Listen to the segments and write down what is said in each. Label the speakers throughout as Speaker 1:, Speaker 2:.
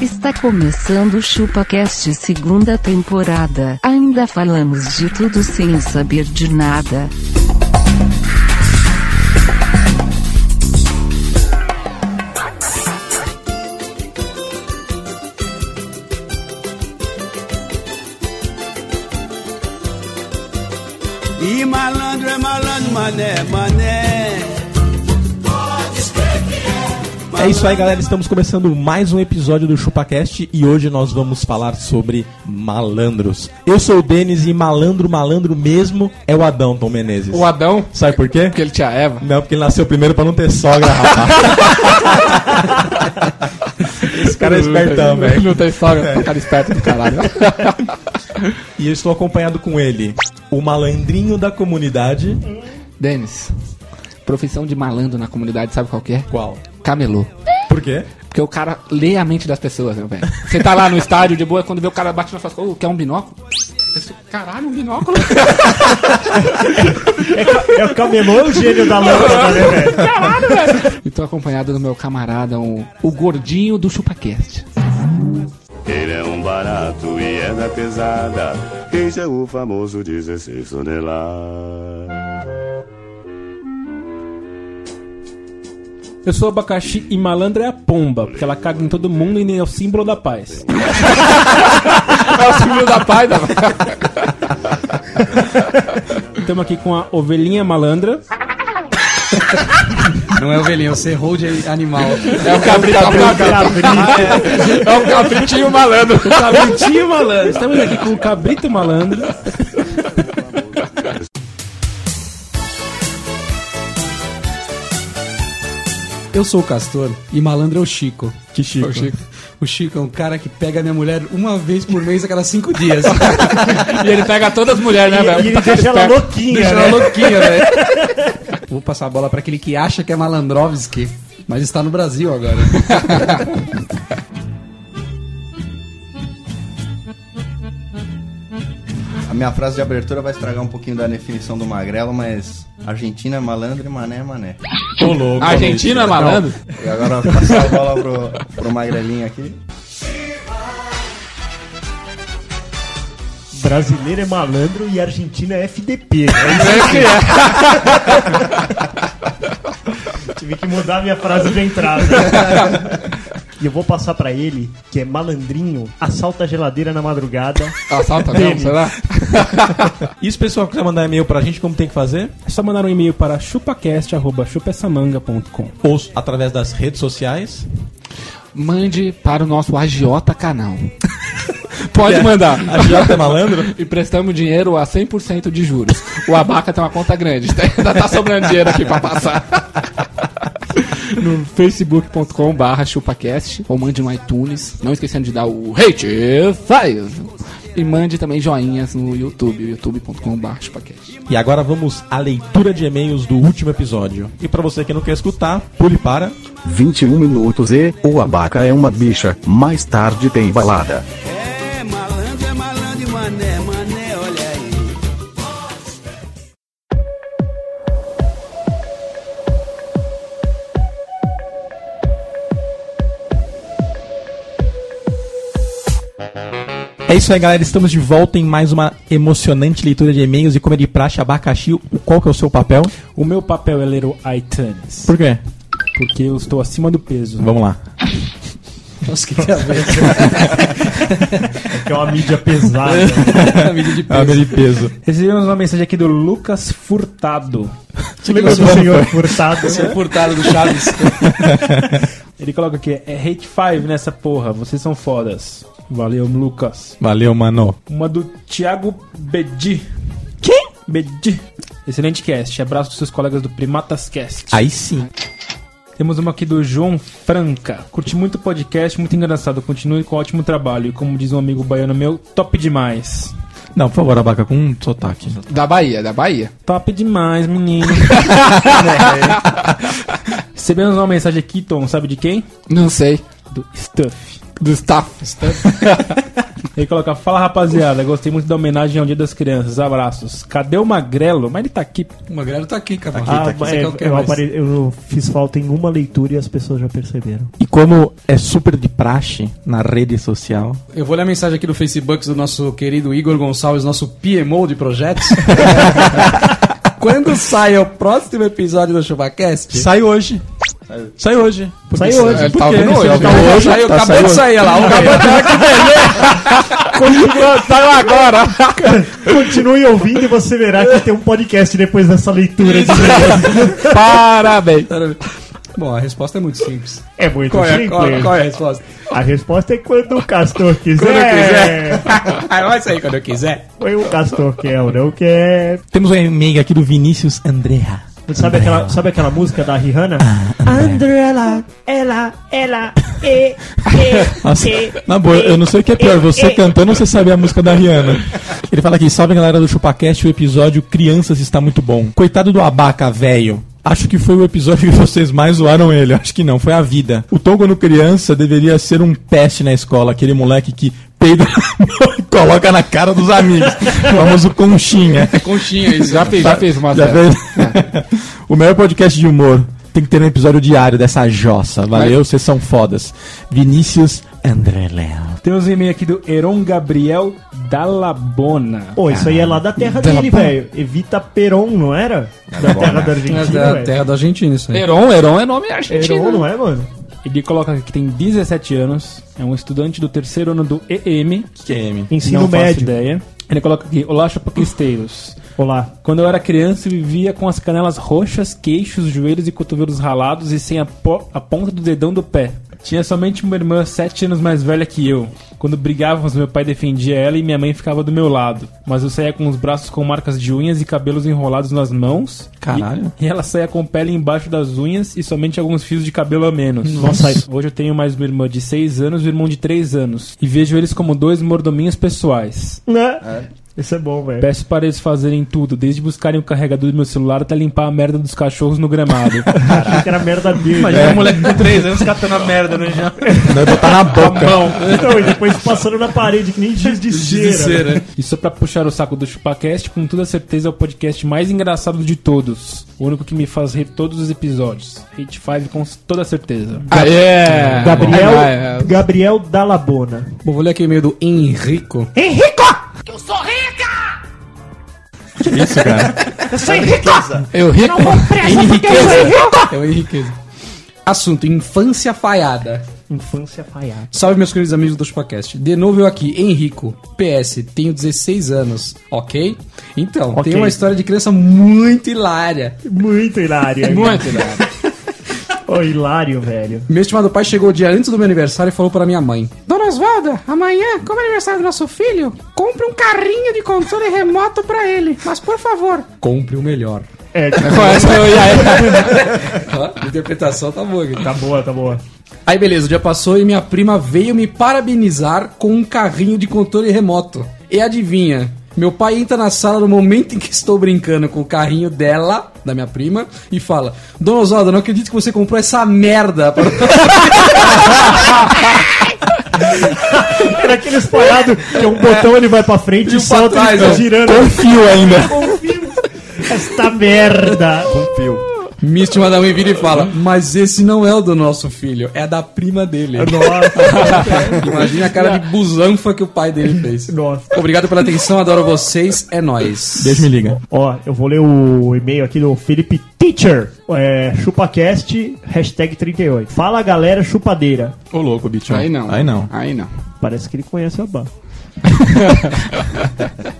Speaker 1: Está começando o ChupaCast segunda temporada. Ainda falamos de tudo sem saber de nada.
Speaker 2: E malandro é malandro, mané, mané.
Speaker 3: É isso aí, galera. Estamos começando mais um episódio do ChupaCast e hoje nós vamos falar sobre malandros. Eu sou o Denis e malandro, malandro mesmo é o Adão Tom Menezes.
Speaker 4: O Adão,
Speaker 3: Sabe por quê?
Speaker 4: porque ele tinha Eva.
Speaker 3: Não, porque ele nasceu primeiro pra não ter sogra, rapaz. Esse cara é espertão,
Speaker 5: né?
Speaker 3: velho.
Speaker 4: Não tem história, é. cara esperto do caralho.
Speaker 3: E eu estou acompanhado com ele, o malandrinho da comunidade.
Speaker 4: Denis, profissão de malandro na comunidade, sabe qual que é?
Speaker 3: Qual?
Speaker 4: Camelô.
Speaker 3: Por quê?
Speaker 4: Porque o cara lê a mente das pessoas, meu velho. Você tá lá no estádio de boa, quando vê o cara bate na sua costas, ô, quer um binóculo? Você, Caralho, um binóculo?
Speaker 5: É o camelô o gênio da lâmpada, né, velho?
Speaker 4: Caralho, velho. E tô acompanhado do meu camarada, o, o gordinho do ChupaCast.
Speaker 6: Ele é um barato e é da pesada. Esse é o famoso 16 toneladas.
Speaker 7: Eu sou abacaxi e malandra é a pomba, porque ela caga em todo mundo e é o símbolo da paz.
Speaker 4: É o civil da paz, da
Speaker 7: Estamos aqui com a ovelhinha malandra.
Speaker 8: Não é ovelhinha, você hold animal.
Speaker 4: É o cabrito, é o cabrito. É o cabritinho malandro.
Speaker 7: Cabritinho malandro. Estamos aqui com o cabrito malandro. É
Speaker 8: Eu sou o Castor e malandro é o Chico.
Speaker 3: Que chico.
Speaker 8: O Chico, o Chico é um cara que pega minha mulher uma vez por mês a cada cinco dias.
Speaker 4: E ele pega todas as mulheres, né, velho?
Speaker 5: E ele deixa ela louquinha,
Speaker 8: Deixa
Speaker 5: né?
Speaker 8: ela louquinha, velho. Vou passar a bola pra aquele que acha que é Malandrovski, mas está no Brasil agora.
Speaker 9: A minha frase de abertura vai estragar um pouquinho da definição do magrelo, mas Argentina é malandro e mané é mané.
Speaker 3: Ô, louco.
Speaker 4: Argentino é malandro?
Speaker 9: E agora eu vou passar a bola pro, pro magrelinho aqui.
Speaker 5: Brasileiro é malandro e Argentina é FDP. né? Tive que mudar minha frase de entrada. E eu vou passar pra ele, que é malandrinho, assalta a geladeira na madrugada.
Speaker 4: Assalta mesmo, será?
Speaker 3: E se o pessoal quiser mandar e-mail pra gente, como tem que fazer?
Speaker 7: É só mandar um e-mail para chupacast.chupessamanga.com.
Speaker 3: Ou através das redes sociais.
Speaker 4: Mande para o nosso agiota canal. Pode mandar.
Speaker 3: A Jota é malandro?
Speaker 4: E prestamos dinheiro a 100% de juros. O Abaca tem uma conta grande. Ainda tá sobrando dinheiro aqui pra passar. No facebook.com barra chupacast ou mande no iTunes. Não esquecendo de dar o hate five. E mande também joinhas no YouTube, youtube.com barra chupacast.
Speaker 3: E agora vamos à leitura de e-mails do último episódio. E pra você que não quer escutar, pule para.
Speaker 10: 21 minutos e o abaca é uma bicha. Mais tarde tem balada.
Speaker 2: É malandro, é malandro e mané, mané, olha aí.
Speaker 3: É isso aí, galera. Estamos de volta em mais uma emocionante leitura de e-mails e como é de praxe, abacaxi. o- Qual que é o seu papel?
Speaker 7: O meu papel é ler o iTunes,
Speaker 3: Por quê?
Speaker 7: porque eu estou acima do peso.
Speaker 3: Vamos lá.
Speaker 8: Nossa, que tem a
Speaker 3: É
Speaker 8: ver
Speaker 5: Que é uma mídia pesada.
Speaker 8: com a mídia de
Speaker 3: É o
Speaker 8: peso.
Speaker 3: meu de peso.
Speaker 7: Recebemos uma mensagem aqui do Lucas Furtado.
Speaker 5: Você lembra do senhor furtado?
Speaker 8: Seu é furtado do Chaves.
Speaker 7: Ele coloca aqui, é hate five nessa porra, vocês são fodas. Valeu, Lucas.
Speaker 3: Valeu, mano.
Speaker 7: Uma do Thiago Bedi. Quem? Bedi. Excelente cast. Abraço dos seus colegas do Primatas Cast.
Speaker 3: Aí sim.
Speaker 7: Temos uma aqui do João Franca. Curti muito o podcast, muito engraçado. Continue com ótimo trabalho. E como diz um amigo baiano meu, top demais.
Speaker 3: Não, por favor, abaca com um sotaque.
Speaker 4: Da Bahia, da Bahia.
Speaker 7: Top demais, menino. Recebemos uma mensagem aqui, Tom, sabe de quem?
Speaker 4: Não sei.
Speaker 7: Do Stuff.
Speaker 4: Do staff.
Speaker 11: Ele coloca, fala rapaziada, gostei muito da homenagem ao Dia das Crianças, abraços. Cadê o Magrelo? Mas ele tá aqui.
Speaker 8: O Magrelo tá aqui, cara.
Speaker 7: Ah,
Speaker 8: Não sei
Speaker 7: é,
Speaker 8: qual que é,
Speaker 7: eu,
Speaker 8: mas-
Speaker 7: apare- eu fiz falta em uma leitura e as pessoas já perceberam.
Speaker 3: E como é super de praxe na rede social,
Speaker 8: Eu vou ler a mensagem aqui do Facebook do nosso querido Igor Gonçalves, nosso PMO de projetos. Quando sai o próximo episódio do ChubaCast?
Speaker 3: sai hoje. Sai hoje.
Speaker 7: Sai hoje.
Speaker 4: Ele tá ouvindo hoje.
Speaker 8: Acabou, saiu,
Speaker 3: tá
Speaker 8: acabou
Speaker 3: saindo.
Speaker 8: de sair olha lá. Acabou de
Speaker 4: Saiu agora!
Speaker 7: Continue ouvindo e você verá que tem um podcast depois dessa leitura. de-
Speaker 4: Parabéns!
Speaker 8: Bom, a resposta é muito simples.
Speaker 7: É muito
Speaker 8: Qual é,
Speaker 7: simples.
Speaker 8: qual é- qual é a resposta?
Speaker 7: A resposta é quando o castor quiser.
Speaker 8: Quando eu quiser. Ah, Vai sair quando eu quiser.
Speaker 7: Foi o castor quer ou não quer.
Speaker 3: Temos um e-mail aqui do Vinícius Andrea.
Speaker 7: Sabe aquela, sabe aquela música da Rihanna? Andrela, ela, ela, e, e,
Speaker 3: Nossa,
Speaker 7: e.
Speaker 3: na boa, eu não sei o que é pior, você cantando ou você sabe a música da Rihanna? Ele fala aqui, salve galera do ChupaCast, o episódio Crianças está muito bom. Coitado do abaca, velho. Acho que foi o episódio que vocês mais zoaram ele. Acho que não, foi a vida. O Tom, quando criança, deveria ser um peste na escola. Aquele moleque que peida na mão e coloca na cara dos amigos. O famoso conchinha.
Speaker 8: Conchinha isso.
Speaker 4: Já fiz, já fiz uma
Speaker 3: Já
Speaker 4: dessa.
Speaker 3: fez?
Speaker 11: É.
Speaker 3: o melhor podcast de humor. Tem que ter um episódio diário dessa jossa. Valeu, vocês são fodas. Vinícius Andreléu.
Speaker 11: Tem uns e-mail aqui do Heron Gabriel Dalabona.
Speaker 7: Pô, isso aí é lá da terra dele, velho. Evita Peron, não era? Da terra da
Speaker 8: É
Speaker 7: Argentina,
Speaker 8: da
Speaker 7: velho.
Speaker 8: terra da Argentina isso aí.
Speaker 4: Heron, Heron é nome argentino.
Speaker 7: Peron, não é, mano?
Speaker 11: Ele coloca aqui que tem 17 anos, é um estudante do terceiro ano do EM.
Speaker 7: Ensino
Speaker 11: não faço
Speaker 7: médio.
Speaker 11: ideia. Ele coloca aqui, olá chapaquisteiros.
Speaker 7: Olá.
Speaker 11: Quando eu era criança, eu vivia com as canelas roxas, queixos, joelhos e cotovelos ralados e sem a, po- a ponta do dedão do pé. Tinha somente uma irmã sete anos mais velha que eu. Quando brigávamos, meu pai defendia ela e minha mãe ficava do meu lado. Mas eu saía com os braços com marcas de unhas e cabelos enrolados nas mãos.
Speaker 3: Caralho.
Speaker 11: E, e ela saía com pele embaixo das unhas e somente alguns fios de cabelo a menos.
Speaker 7: Nossa.
Speaker 11: Hoje eu tenho mais uma irmã de seis anos e um irmão de três anos. E vejo eles como dois mordominhos pessoais.
Speaker 7: Né? Isso é bom, velho.
Speaker 11: Peço para eles fazerem tudo, desde buscarem o carregador do meu celular até limpar a merda dos cachorros no gramado.
Speaker 7: Achei que era merda dele.
Speaker 3: É.
Speaker 11: Imagina um moleque com 3 anos catando a merda no chão.
Speaker 3: Vai botar na boca.
Speaker 7: Não, Então, e depois passando na parede, que nem giz de cera.
Speaker 11: E só pra puxar o saco do ChupaCast, com toda certeza é o podcast mais engraçado de todos. O único que me faz rir todos os episódios. Hate 5 com toda certeza.
Speaker 4: Aê!
Speaker 7: Gabriel,
Speaker 4: Vai, vai.
Speaker 7: Gabriel Dalabona.
Speaker 8: Bom, vou ler aqui o e-mail do Henrico.
Speaker 3: Isso, cara.
Speaker 4: Eu ri com
Speaker 8: É o Henriqueza. Assunto: infância falhada.
Speaker 7: Infância falhada.
Speaker 8: Salve, meus queridos amigos do Chupacast. De novo eu aqui, Henrico. PS, tenho 16 anos, ok? Então,
Speaker 7: Ok.
Speaker 8: tem uma história de criança muito hilária.
Speaker 7: Muito
Speaker 8: É
Speaker 7: hilário.
Speaker 4: Muito, né?
Speaker 7: Ô, hilário, velho.
Speaker 8: Meu estimado pai chegou o dia antes do meu aniversário e falou pra minha mãe: Dona Osvalda, amanhã, como é aniversário do nosso filho, compre um carrinho de controle remoto pra ele, mas por favor, compre o melhor.
Speaker 7: É, tipo,
Speaker 4: Com essa eu ia aí.
Speaker 8: a interpretação tá boa,
Speaker 7: tá boa, tá boa.
Speaker 8: Aí beleza, o dia passou e minha prima veio me parabenizar com um carrinho de controle remoto. E adivinha? Meu pai entra na sala no momento em que estou brincando com o carrinho dela, da minha prima, e fala: Dona Osvaldo, não acredito que você comprou essa merda. pra-
Speaker 7: Era aquele espalhado que um botão ele vai pra frente e,
Speaker 8: um pra
Speaker 7: solta
Speaker 8: trás,
Speaker 7: ele
Speaker 8: ó.
Speaker 7: tá girando.
Speaker 3: Confio ainda.
Speaker 7: Esta merda.
Speaker 8: Minha estimada mãe vira um e fala: Mas esse não é o do nosso filho, é da prima dele. Imagina a cara de busanfa que o pai dele fez.
Speaker 7: Nossa.
Speaker 8: Obrigado pela atenção, adoro vocês, é nóis.
Speaker 3: Deus me liga.
Speaker 7: Ó, eu vou ler o e-mail aqui do Felipe Teacher. É, ChupaCast, hashtag 38. Fala galera chupadeira.
Speaker 3: Ô, louco, bicho.
Speaker 4: Aí não.
Speaker 3: Aí não.
Speaker 4: Aí não.
Speaker 7: Parece que ele conhece a Bá.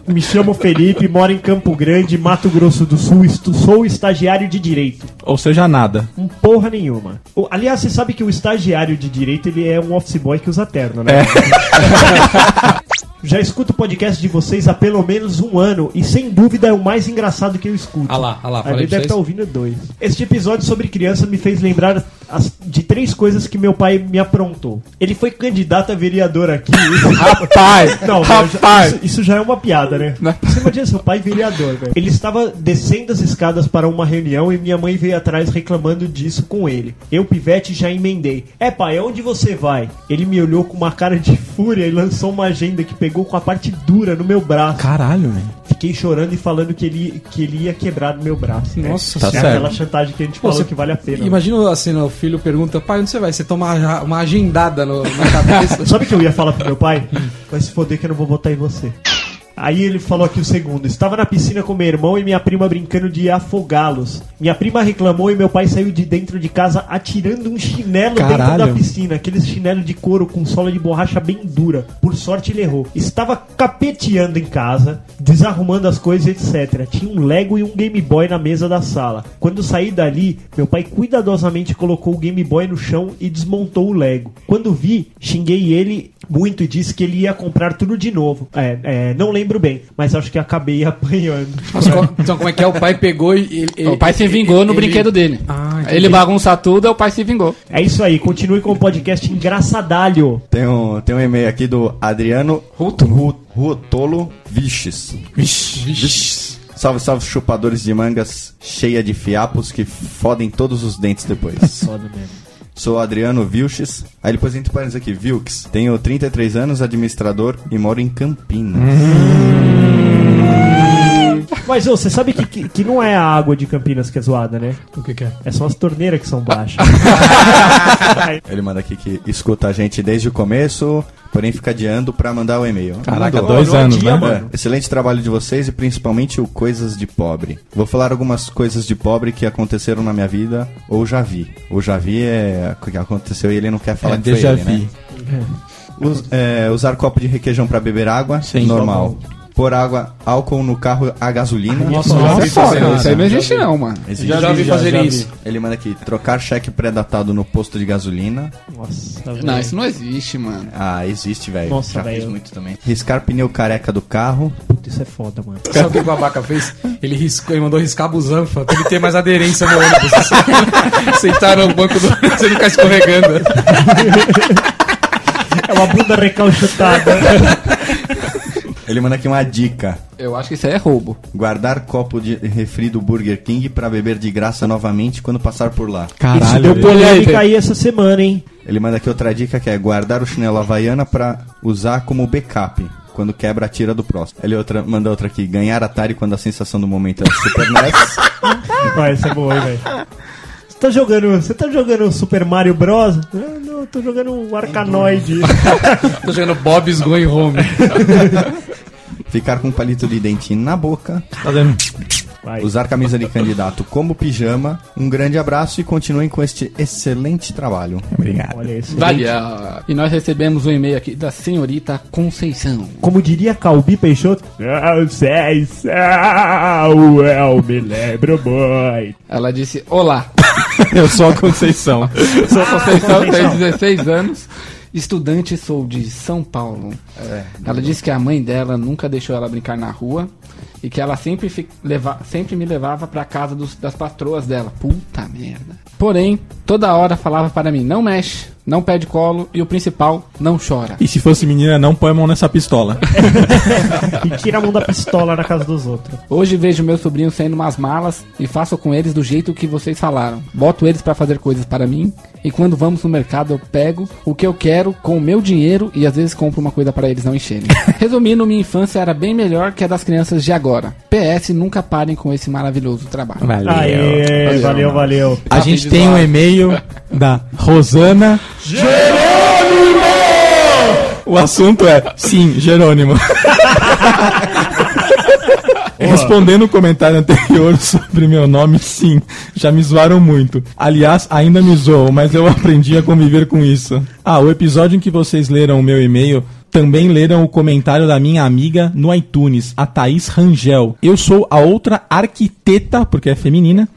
Speaker 7: Me chamo Felipe, moro em Campo Grande, Mato Grosso do Sul, estu- sou estagiário de direito.
Speaker 3: Ou seja, nada.
Speaker 7: Um porra nenhuma. O- aliás, você sabe que o estagiário de direito ele é um office boy que usa terno, né?
Speaker 8: É.
Speaker 7: Já escuto o podcast de vocês há pelo menos um ano e sem dúvida é o mais engraçado que eu escuto.
Speaker 8: Ah lá, ah lá,
Speaker 7: Aí
Speaker 8: falei
Speaker 7: ele
Speaker 8: pra
Speaker 7: deve tá
Speaker 8: vocês.
Speaker 7: estar ouvindo dois. Este episódio sobre criança me fez lembrar as- de três coisas que meu pai me aprontou. Ele foi candidato a vereador aqui.
Speaker 4: Rapaz,
Speaker 7: Não, velho, já-
Speaker 4: rapaz.
Speaker 7: isso, isso já é uma piada, né? Você imagina seu pai vereador, velho. Ele estava descendo as escadas para uma reunião e minha mãe veio atrás reclamando disso com ele. Eu, pivete, já emendei. É, pai, onde você vai? Ele me olhou com uma cara de fúria e lançou uma agenda que pegou com a parte dura no meu braço.
Speaker 3: Caralho, velho.
Speaker 7: Fiquei chorando e falando que ele, que ele ia quebrar no meu braço. né?
Speaker 8: Nossa
Speaker 7: é
Speaker 3: Senhora.
Speaker 7: aquela chantagem que a gente
Speaker 8: Pô,
Speaker 7: falou
Speaker 8: você-
Speaker 7: que vale a pena. né?
Speaker 8: Imagina assim, né, o filho pergunta, pai, onde você vai? Você toma uma- uma agendada no, na cabeça.
Speaker 7: Sabe o que eu ia falar pro meu pai? Vai se foder que eu não vou votar em você. Aí ele falou aqui o segundo. Estava na piscina com meu irmão e minha prima brincando de afogá-los. Minha prima reclamou e meu pai saiu de dentro de casa atirando um chinelo dentro
Speaker 3: Caralho.
Speaker 7: da piscina. Aqueles chinelo de couro com sola de borracha bem dura. Por sorte ele errou. Estava capeteando em casa, desarrumando as coisas, etc. Tinha um Lego e um Game Boy na mesa da sala. Quando saí dali, meu pai cuidadosamente colocou o Game Boy no chão e desmontou o Lego. Quando vi, xinguei ele muito e disse que ele ia comprar tudo de novo. É, é, não lembro bem, mas acho que acabei apanhando.
Speaker 8: Mas co- então, como é que é? O pai pegou e. Ele, ele-
Speaker 4: O pai se vingou no
Speaker 8: ele-
Speaker 4: brinquedo dele.
Speaker 8: Ah, entendi.
Speaker 4: ele bagunça tudo, aí o pai se vingou.
Speaker 7: É isso aí, continue com o podcast engraçadalho.
Speaker 9: Tem um, tem um e-mail aqui do Adriano Ru- Ruotolo Viches. Viches. Salve, salve, chupadores de mangas cheia de fiapos que fodem todos os dentes depois. Sou o Adriano Vilches. Aí depois entre parênteses aqui, Vilks. Tenho 33 anos, administrador e moro em Campinas.
Speaker 7: Mas ô, você sabe que, que, que não é a água de Campinas que é zoada, né?
Speaker 8: O que, que é?
Speaker 7: É só as torneiras que são baixas.
Speaker 9: Ele manda aqui que escuta a gente desde o começo, porém fica adiando pra mandar o e-mail.
Speaker 3: Caraca,
Speaker 9: Mandou.
Speaker 3: dois
Speaker 7: Olha o
Speaker 3: anos,
Speaker 7: dia,
Speaker 3: né?
Speaker 7: mano.
Speaker 9: É, excelente trabalho de vocês e principalmente o Coisas de Pobre. Vou falar algumas coisas de pobre que aconteceram na minha vida ou já vi. Ou já vi é o que aconteceu e ele não quer falar
Speaker 3: É,
Speaker 9: que foi
Speaker 3: déjà
Speaker 9: ele, né? Us- é, usar copo de requeijão pra beber água, normal. Pôr água, álcool no carro a gasolina.
Speaker 4: cara, isso aí não existe não, mano.
Speaker 9: Existe.
Speaker 8: Já, ouvi fazer isso.
Speaker 9: Ele manda aqui, trocar cheque pré-datado no posto de gasolina.
Speaker 7: Nossa,
Speaker 4: Não,
Speaker 7: velho.
Speaker 4: isso não existe, mano.
Speaker 9: Ah, existe, velho.
Speaker 7: Nossa,
Speaker 9: Já
Speaker 7: velho.
Speaker 9: fiz muito também. Riscar pneu careca do carro.
Speaker 7: Puta, isso é foda, mano.
Speaker 8: Sabe o que o babaca fez? Ele riscou, ele mandou riscar a busanfa pra ele ter mais aderência no ônibus. Sentar no banco do ônibus e não ficar escorregando.
Speaker 7: É uma bunda recalchutada.
Speaker 9: Ele manda aqui uma dica.
Speaker 4: Eu acho que isso aí é roubo.
Speaker 9: Guardar copo de refri do Burger King pra beber de graça novamente quando passar por lá.
Speaker 7: Isso deu
Speaker 3: Caralho,
Speaker 7: polêmica aí essa semana, hein?
Speaker 9: Ele manda aqui outra dica que é guardar o chinelo havaiana pra usar como backup. Quando quebra, tira do próximo. Ele outra, manda outra aqui. Ganhar Atari quando a sensação do momento é o Super NES.
Speaker 7: Vai, essa é boa, hein, velho. Você tá jogando. Você tá jogando Super Mario Bros? Não, não, eu tô jogando um Arcanoid.
Speaker 8: Tô jogando Bob's Going Home.
Speaker 9: Ficar com um palito de dente na boca.
Speaker 3: tá dando-
Speaker 7: Vai.
Speaker 9: Usar camisa de candidato como pijama. Um grande abraço e continuem com este excelente trabalho.
Speaker 3: Obrigado.
Speaker 7: Olha isso.
Speaker 4: Vale. ah, E nós recebemos um e-mail aqui da senhorita Conceição.
Speaker 7: Como diria Calbi Peixoto. Não sei se eu me lembro muito.
Speaker 4: Ela disse: Olá,
Speaker 3: Eu sou a Conceição.
Speaker 4: sou Conceição, tenho 16 anos, estudante, sou de São Paulo. ela disse que a mãe dela nunca deixou ela brincar na rua e que ela sempre, fi- leva- sempre me levava pra casa dos- das patroas dela. Puta merda. Porém, toda hora falava para mim: Não mexe, não pede colo e o principal, não chora.
Speaker 3: E se fosse menina, não põe a mão nessa pistola.
Speaker 7: E tira a mão da pistola na casa dos outros.
Speaker 4: Hoje vejo meus sobrinhos saindo umas malas e faço com eles do jeito que vocês falaram. Boto eles pra fazer coisas para mim e quando vamos no mercado eu pego o que eu quero com o meu dinheiro e às vezes compro uma coisa para eles não encherem. Resumindo, minha infância era bem melhor que a das crianças de agora. PS, nunca parem com esse maravilhoso trabalho.
Speaker 3: Valeu.
Speaker 7: Aê, valeu, valeu.
Speaker 3: A gente tem um e-mail da Rosana Jerônimo! O assunto é, sim, Jerônimo. Respondendo o comentário anterior sobre meu nome, sim, já me zoaram muito. Aliás, ainda me zoam, mas eu aprendi a conviver com isso. Ah, o episódio em que vocês leram o meu e-mail também leram o comentário da minha amiga no iTunes, a Thaís Rangel. Eu sou a outra arquiteta, porque é feminina,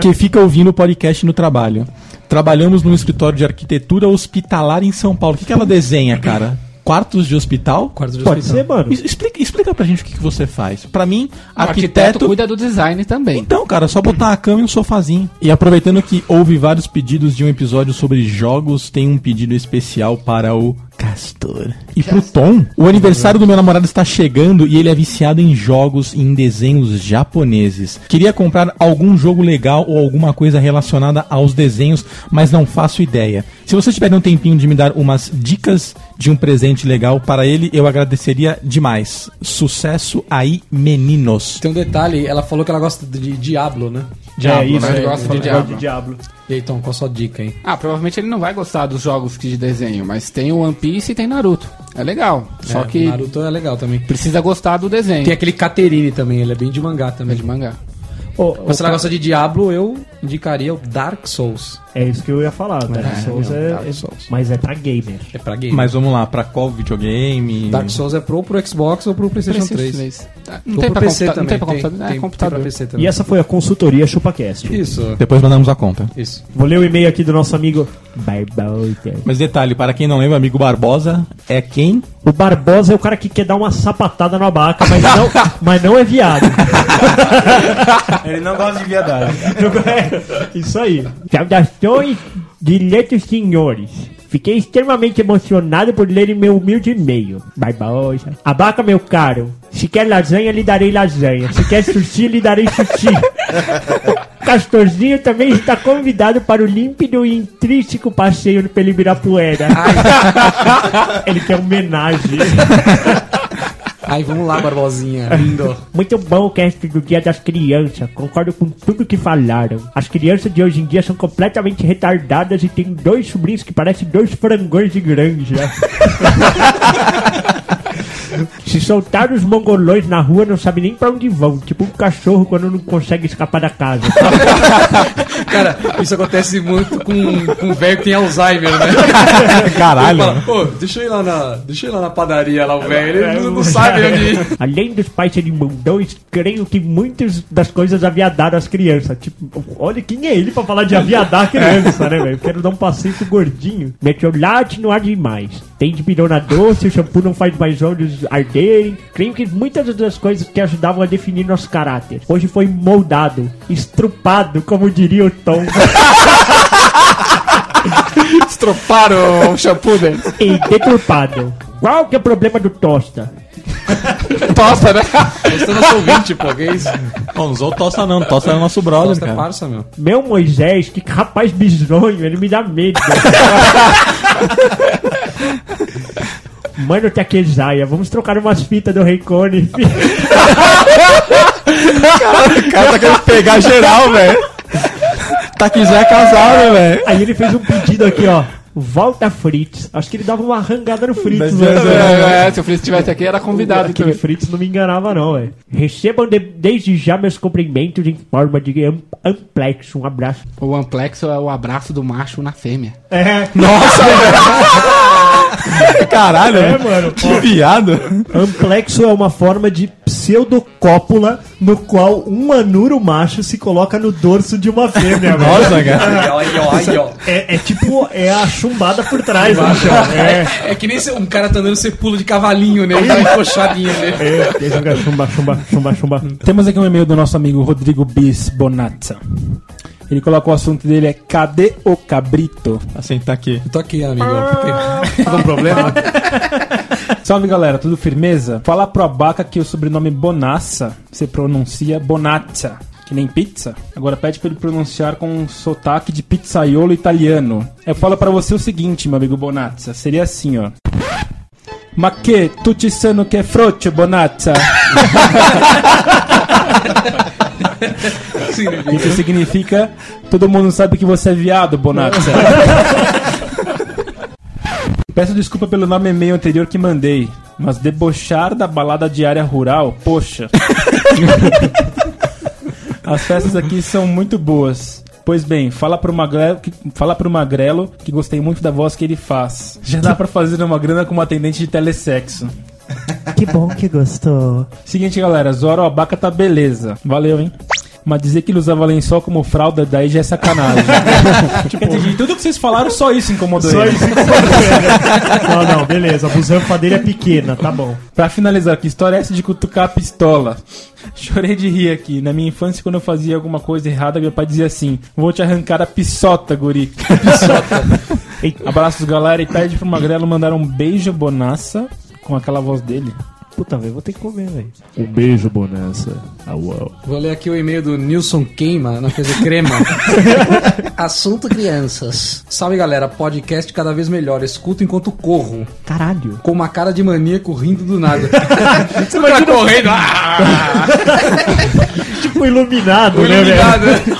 Speaker 3: que fica ouvindo o podcast no trabalho. Trabalhamos num escritório de arquitetura hospitalar em São Paulo. O que, que ela desenha, cara? quartos de hospital?
Speaker 8: Quartos de
Speaker 3: Pode
Speaker 8: hospital.
Speaker 3: ser, mano. Es- Explica, explica pra gente o que, que você faz. Pra mim, arquiteto...
Speaker 4: cuida do design também.
Speaker 3: Então, cara, é só botar uma cama e um sofazinho. E aproveitando que houve vários pedidos de um episódio sobre jogos, tem um pedido especial para o Castor. E pro Tom, o aniversário do meu namorado está chegando e ele é viciado em jogos e em desenhos japoneses. Queria comprar algum jogo legal ou alguma coisa relacionada aos desenhos, mas não faço ideia. Se você tiver um tempinho de me dar umas dicas de um presente legal para ele, eu agradeceria demais. Sucesso aí, meninos.
Speaker 8: Tem um detalhe, ela falou que ela gosta de Diablo, né?
Speaker 4: Diablo,
Speaker 7: isso,
Speaker 4: né?
Speaker 7: é,
Speaker 4: Eu gosto de
Speaker 7: eu gosto de
Speaker 4: Diablo.
Speaker 7: Diablo.
Speaker 8: E aí, Tom, qual a sua dica, hein?
Speaker 4: Ah, provavelmente ele não vai gostar dos jogos que de desenho, mas tem o One Piece e tem Naruto. É legal. Só
Speaker 8: É,
Speaker 4: que
Speaker 8: Naruto é legal também.
Speaker 4: precisa gostar do desenho.
Speaker 8: Tem aquele Caterine também, ele é bem de mangá
Speaker 4: É
Speaker 8: também.
Speaker 4: de mangá.
Speaker 7: Ô, ô,
Speaker 8: Mas se ela gosta de Diablo, eu indicaria o Dark Souls.
Speaker 7: É isso que eu ia falar. Dark Souls
Speaker 4: não,
Speaker 7: é,
Speaker 4: Dark
Speaker 7: é-
Speaker 4: Souls.
Speaker 7: Mas é pra gamer.
Speaker 8: É pra game.
Speaker 3: Mas vamos lá, pra qual videogame?
Speaker 8: Dark Souls é pro, pro Xbox ou pro PlayStation 3.
Speaker 4: Ah,
Speaker 8: Ou
Speaker 4: Não tem,
Speaker 8: pro
Speaker 4: pra
Speaker 8: PC
Speaker 4: computa- não tem
Speaker 8: também.
Speaker 4: pra computador. é,
Speaker 8: tem
Speaker 4: computador.
Speaker 8: pra PC também.
Speaker 7: E essa foi a consultoria ChupaCast.
Speaker 8: Isso.
Speaker 3: Depois mandamos a conta.
Speaker 8: Isso.
Speaker 7: Vou ler o e-mail aqui do nosso amigo Barbosa.
Speaker 3: Mas detalhe, para quem não lembra, amigo Barbosa é quem?
Speaker 7: O Barbosa é o cara que quer dar uma sapatada no abaca, mas não, mas não é viado.
Speaker 11: Ele não gosta de viadagem.
Speaker 7: É, isso aí. Saudações, diletos senhores. Fiquei extremamente emocionado por lerem meu humilde e-mail. Barbosa. Abaca, meu caro. Se quer lasanha, lhe darei lasanha. Se quer sushi, lhe darei sushi. Castorzinho também está convidado para o límpido e intrínseco passeio pelo Ibirapuera. Ele quer homenagem.
Speaker 8: Aí vamos lá, Barbosinha. Lindo.
Speaker 7: Muito bom o cast do Dia das Crianças. Concordo com tudo que falaram. As crianças de hoje em dia são completamente retardadas e têm dois sobrinhos que parecem dois frangões de granja. Se soltar os mongolões na rua, não sabe nem pra onde vão. Tipo um cachorro quando não consegue escapar da casa.
Speaker 8: Cara, isso acontece muito com, com o velho que tem Alzheimer, né?
Speaker 3: Caralho.
Speaker 8: Ele fala, Pô, deixa eu ir lá na, deixa eu ir lá na padaria lá, o velho. Ele não, não
Speaker 4: É.
Speaker 8: sabe onde ir.
Speaker 7: É. Além dos pais serem mandões, creio que muitas das coisas aviadaram as crianças. Tipo, olha quem é ele pra falar de aviadar a criança, né, velho? Quero dar um passeio pro gordinho. Metiolate não há demais. Tem de pirona doce, o shampoo não faz mais olhos arderem. Creio que muitas das coisas que ajudavam a definir nosso caráter. Hoje foi moldado, estrupado, como diria o Tom.
Speaker 4: Estroparam o shampoo dele.
Speaker 7: e deturpado. Qual que é o problema do Tosta?
Speaker 4: Tosta, né?
Speaker 8: Esse é nosso ouvinte, pô, que isso?
Speaker 3: Bom, não usou o Tosta não, o Tosta é o nosso brother,
Speaker 8: Nossa, é
Speaker 3: cara.
Speaker 8: parça, meu.
Speaker 7: Meu Moisés, que rapaz bizonho, ele me dá medo. Mano Takezaia, vamos trocar umas fitas do Rei Cone. filho.
Speaker 3: O cara tá querendo pegar geral, velho. Tá quiser casar, né, velho?
Speaker 7: Aí ele fez um pedido aqui, ó. Volta Fritz. Acho que ele dava uma arrancada no Fritz,
Speaker 3: Mas
Speaker 7: né?
Speaker 3: é,
Speaker 7: velho?
Speaker 4: É, é, se o Felipe estivesse aqui, era convidado.
Speaker 7: Aquele
Speaker 4: também.
Speaker 7: Fritz não me enganava, não, velho. Recebam de- desde já meus cumprimentos em forma de am- amplexo. Um abraço.
Speaker 4: O Amplexo é o abraço do macho na fêmea.
Speaker 7: É,
Speaker 3: Caralho,
Speaker 7: É,
Speaker 3: velho.
Speaker 7: mano,
Speaker 3: Que viado.
Speaker 7: Amplexo é uma forma de pseudocópula no qual um anuro macho se coloca no dorso de uma fêmea, velho.
Speaker 3: Nossa, cara.
Speaker 8: Aí, ó, aí, ó, aí, ó.
Speaker 7: É, é tipo, é a chumbada por trás, né, cara? É.
Speaker 8: É, é que nem se um cara tá andando, você pula de cavalinho nele, dá uma encoxadinha nele.
Speaker 7: É, tem jogar chumba, chumba, chumba, chumba.
Speaker 11: Temos aqui um e-mail do nosso amigo Rodrigo Bis Bonazza. Ele coloca o assunto dele é Cadê o Cabrito?
Speaker 3: Assim, tá aqui.
Speaker 8: Eu tô aqui, amigo.
Speaker 4: Algum problema?
Speaker 11: Salve galera, tudo firmeza? Fala pro Abaca que o sobrenome Bonassa se pronuncia
Speaker 4: É.
Speaker 11: Bonazza, que nem pizza. Agora pede pra ele pronunciar com um sotaque de pizzaiolo italiano. Eu falo pra você o seguinte, meu amigo Bonazza, seria assim, ó. Ma che tu ci sono che froce Bonazza? Isso significa todo mundo sabe que você é viado, Bonazza. Peço desculpa pelo nome e e-mail anterior que mandei, mas debochar da balada diária rural, poxa. As festas aqui são muito boas. Pois bem, fala pro, magrelo que, fala pro Magrelo que gostei muito da voz que ele faz. Já dá pra fazer uma grana como atendente de telesexo.
Speaker 7: Que bom que gostou.
Speaker 11: Seguinte, galera, Zoro Abaca tá beleza. Valeu, hein? mas dizer que ele usava lençol como fralda, daí já é sacanagem. tipo, de tudo que vocês falaram, só isso incomodou
Speaker 7: Só
Speaker 11: ele.
Speaker 7: isso que você Não, não, beleza. A busanfa dele é pequena, tá bom.
Speaker 11: Pra finalizar, que história é essa de cutucar a pistola? Chorei de rir aqui. Na minha infância, quando eu fazia alguma coisa errada, meu pai dizia assim: Vou te arrancar a pisota, guri. Pisota. Abraços, galera, e pede pro Magrelo mandar um beijo bonassa com aquela voz dele.
Speaker 7: Puta, velho, vou ter que comer, velho.
Speaker 4: Um beijo, Bonança. Ah, uau.
Speaker 8: Vou ler aqui o e-mail do Nilson Queima, na coisa crema. Assunto crianças. Salve galera, podcast cada vez melhor. Escuto enquanto corro,
Speaker 7: Caralho.
Speaker 8: com uma cara de maníaco rindo do nada.
Speaker 4: Você vai correndo. Ah!
Speaker 7: Tipo iluminado, né, velho?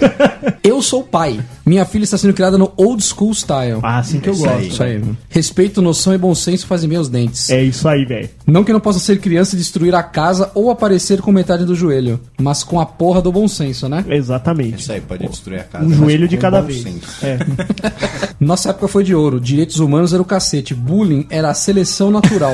Speaker 8: Eu sou pai. Minha filha está sendo criada no old school style.
Speaker 7: Ah, assim que eu
Speaker 8: Isso aí,
Speaker 7: gosto.
Speaker 8: isso aí. Respeito, noção e bom senso fazem meus dentes.
Speaker 7: É isso aí, velho.
Speaker 8: Não que eu não possa ser criança e destruir a casa ou aparecer com metade do joelho, mas com a porra do bom senso, né?
Speaker 7: Exatamente.
Speaker 12: Isso aí pode destruir a casa.
Speaker 7: Um
Speaker 12: mas
Speaker 7: joelho
Speaker 12: com
Speaker 7: de cada
Speaker 12: bom
Speaker 7: vez.
Speaker 12: senso.
Speaker 7: É.
Speaker 8: Nossa época foi de ouro, direitos humanos era o cacete, bullying era a seleção natural.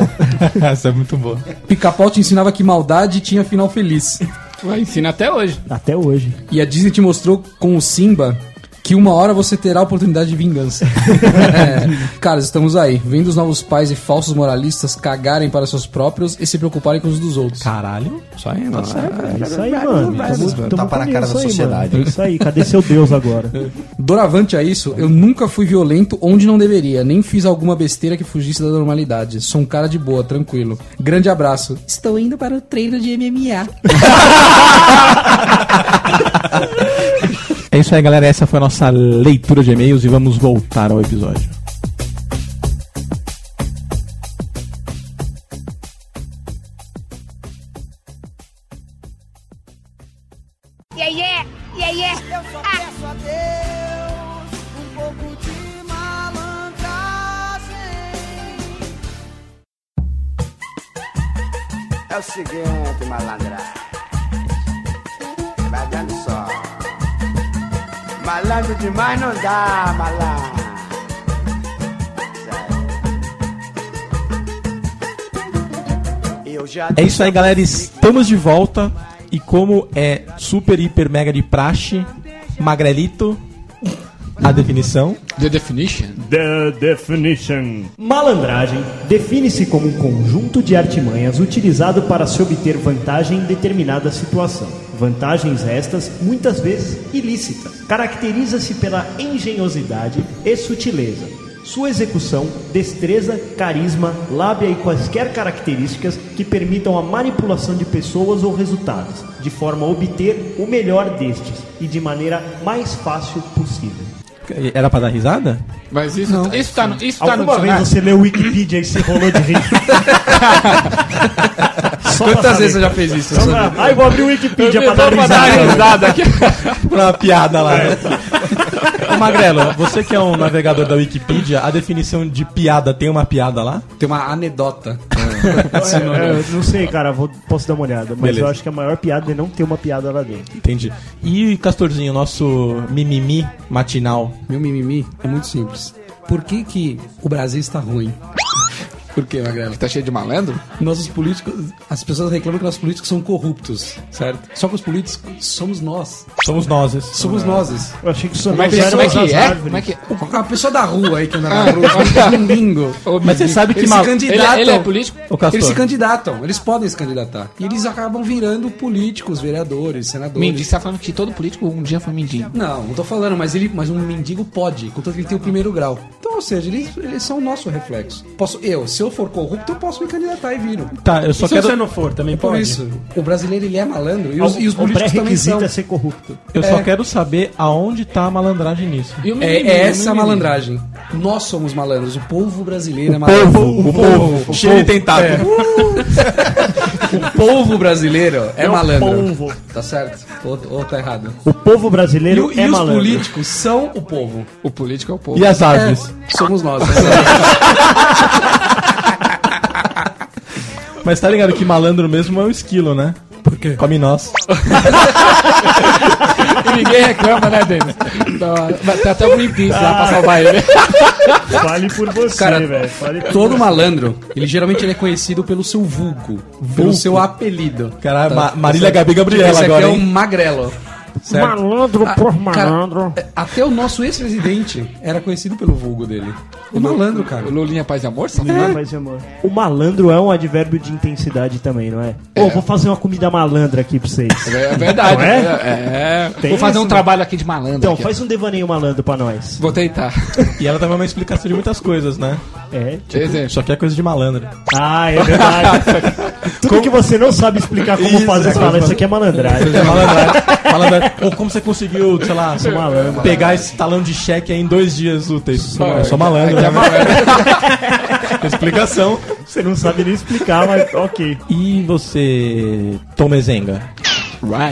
Speaker 3: Essa é muito boa.
Speaker 8: Pica-pau te ensinava que maldade tinha final feliz.
Speaker 4: Ué, ensina até hoje.
Speaker 7: Até hoje.
Speaker 8: E a Disney te mostrou com o Simba que uma hora você terá a oportunidade de vingança. É. Cara, estamos aí, vendo os novos pais e falsos moralistas cagarem para seus próprios e se preocuparem com os dos outros.
Speaker 3: Caralho.
Speaker 12: Isso aí, mano.
Speaker 7: É isso aí, mano. Tamo-
Speaker 12: Tapa
Speaker 7: tamo
Speaker 12: na
Speaker 7: com
Speaker 12: cara
Speaker 7: isso
Speaker 12: da
Speaker 7: aí,
Speaker 12: sociedade.
Speaker 7: mano. É isso aí. Cadê seu Deus agora?
Speaker 8: Doravante a isso, eu nunca fui violento onde não deveria, nem fiz alguma besteira que fugisse da normalidade. Sou um cara de boa, tranquilo. Grande abraço. Estou indo para o treino de MMA.
Speaker 3: É isso aí, galera. Essa foi a nossa leitura de e-mails e vamos voltar ao episódio.
Speaker 2: Eu só peço a Deus um pouco de malandragem. É o seguinte, malandragem. Vai dando só. Malandro demais não dá, malandro. Eu já
Speaker 3: É isso aí, galera. Estamos de volta. E como é super, hiper, mega de praxe, magrelito, a definição.
Speaker 4: The Definition.
Speaker 7: The definition. Malandragem define-se como um conjunto de artimanhas utilizado para se obter vantagem em determinada situação. Vantagens estas, muitas vezes ilícitas. Caracteriza-se pela engenhosidade e sutileza. Sua execução, destreza, carisma, lábia e quaisquer características que permitam a manipulação de pessoas ou resultados, de forma a obter o melhor destes e de maneira mais fácil possível.
Speaker 3: Era pra dar risada?
Speaker 4: Mas isso, isso tá no, isso tá no
Speaker 7: Alguma vez
Speaker 4: dicionário?
Speaker 7: você leu o Wikipedia e se rolou de rir? Só pra
Speaker 8: Quantas
Speaker 7: saber.
Speaker 8: vezes você já fez isso?
Speaker 7: Só pra- Ai, Ah, vou abrir o Wikipedia pra dar
Speaker 4: Tá
Speaker 7: risada.
Speaker 4: risada aqui.
Speaker 3: Pra uma piada lá. né? Ô, Magrelo, você que é um navegador da Wikipedia, a definição de piada tem uma piada lá?
Speaker 8: Tem uma anedota.
Speaker 7: É, eu não sei, cara, vou- posso dar uma olhada. Mas
Speaker 3: Beleza.
Speaker 7: eu acho que a maior piada é não ter uma piada lá dentro.
Speaker 3: Entendi. E Castorzinho, nosso mimimi matinal.
Speaker 8: Meu mimimi é muito simples. Por que, que o Brasil está ruim? Por quê, Magrela?
Speaker 4: Tá cheio de malandro?
Speaker 8: Nossos políticos. As pessoas reclamam que nossos políticos são corruptos, certo? Só que os políticos somos nós.
Speaker 3: Somos nós.
Speaker 8: Somos nós.
Speaker 7: Eu achei que isso
Speaker 4: Como é que, como é, que é? Como é que é?
Speaker 8: A pessoa da rua aí que anda na rua, um no domingo.
Speaker 3: Mas você sabe que
Speaker 8: Eles se
Speaker 3: mal.
Speaker 4: Ele,
Speaker 8: candidatam.
Speaker 4: ele é político?
Speaker 3: Ô, Castor.
Speaker 8: Eles se candidatam, eles podem se candidatar. E eles acabam virando políticos, vereadores, senadores.
Speaker 4: Mendigo, você tá falando que todo político um dia foi mendigo.
Speaker 8: Não, não tô falando, mas ele, mas um mendigo pode, contanto que ele tem o primeiro grau. Então, ou seja, eles, eles são o nosso reflexo. Posso, eu, se eu for corrupto, eu posso me candidatar e viro.
Speaker 3: Tá, eu só
Speaker 11: Se
Speaker 3: quero. É
Speaker 11: você não for, também
Speaker 8: Por
Speaker 11: pode.
Speaker 8: isso, o brasileiro ele é malandro e os, e os
Speaker 7: O, o
Speaker 8: políticos também são.
Speaker 7: um pré-requisito é ser corrupto.
Speaker 3: Eu só quero saber aonde tá a malandragem nisso.
Speaker 4: E o
Speaker 8: É,
Speaker 4: mimimi,
Speaker 8: é
Speaker 4: o
Speaker 8: essa a
Speaker 4: mimimi?
Speaker 8: malandragem. Nós somos malandros, o povo brasileiro é malandro.
Speaker 3: o povo, cheio de tentáculo.
Speaker 8: É. O povo brasileiro é
Speaker 7: o
Speaker 8: malandro.
Speaker 7: povo.
Speaker 8: Tá certo? Ou, ou tá errado?
Speaker 7: O povo
Speaker 8: E,
Speaker 7: brasileiro
Speaker 8: o- e
Speaker 7: é
Speaker 8: os
Speaker 7: malandro.
Speaker 8: políticos são o povo.
Speaker 4: O político é o povo.
Speaker 3: E as aves.
Speaker 8: Somos nós.
Speaker 3: Mas tá ligado que malandro mesmo é o esquilo, né?
Speaker 11: Por quê?
Speaker 3: Come nós.
Speaker 4: E ninguém reclama, né, Denis? Da hora. Vai ter tá até o Greenpeace lá pra salvar ele.
Speaker 7: Fale por você,
Speaker 8: né? Cara,
Speaker 7: velho. Fale por
Speaker 8: Todo malandro, ele geralmente ele é conhecido pelo seu vulgo, pelo seu apelido. Tá
Speaker 3: Caralho, Ma- Marília Gabi Gabriela
Speaker 8: Esse aqui
Speaker 3: agora,
Speaker 8: é um
Speaker 3: hein?
Speaker 8: magrelo.
Speaker 3: Certo.
Speaker 7: Malandro por
Speaker 8: Cara, é,
Speaker 7: malandro.
Speaker 8: até o nosso ex-presidente era conhecido pelo vulgo dele. O malandro, cara.
Speaker 4: O Lulinha Paz e Amor, sabe?
Speaker 7: Ah, mas, amor, O malandro é um advérbio de intensidade também, não é? Ô, vou fazer uma comida malandra aqui pra vocês.
Speaker 4: É verdade.
Speaker 7: Não
Speaker 4: é? É.
Speaker 7: Tem
Speaker 4: Vou fazer
Speaker 7: isso,
Speaker 4: um
Speaker 7: né?
Speaker 4: trabalho aqui de malandro.
Speaker 7: Então,
Speaker 4: aqui, ó.
Speaker 7: faz um devaneio malandro pra nós.
Speaker 4: Vou tentar.
Speaker 3: E ela dava uma explicação de muitas coisas, né?
Speaker 7: É.
Speaker 4: Exemplo.
Speaker 3: Só que é coisa de malandro.
Speaker 7: Ah, é verdade. Tudo que você não sabe explicar como fazer, você fala, isso aqui é malandragem.
Speaker 3: Coisa de malandragem. Malandragem. é- Ou como você conseguiu, sei lá,
Speaker 7: malandro.
Speaker 3: pegar esse talão de cheque aí em dois dias úteis? Só, é só malandro. né? Explicação.
Speaker 7: Você não sabe nem explicar, mas ok.
Speaker 3: E você, Tom Mezenga,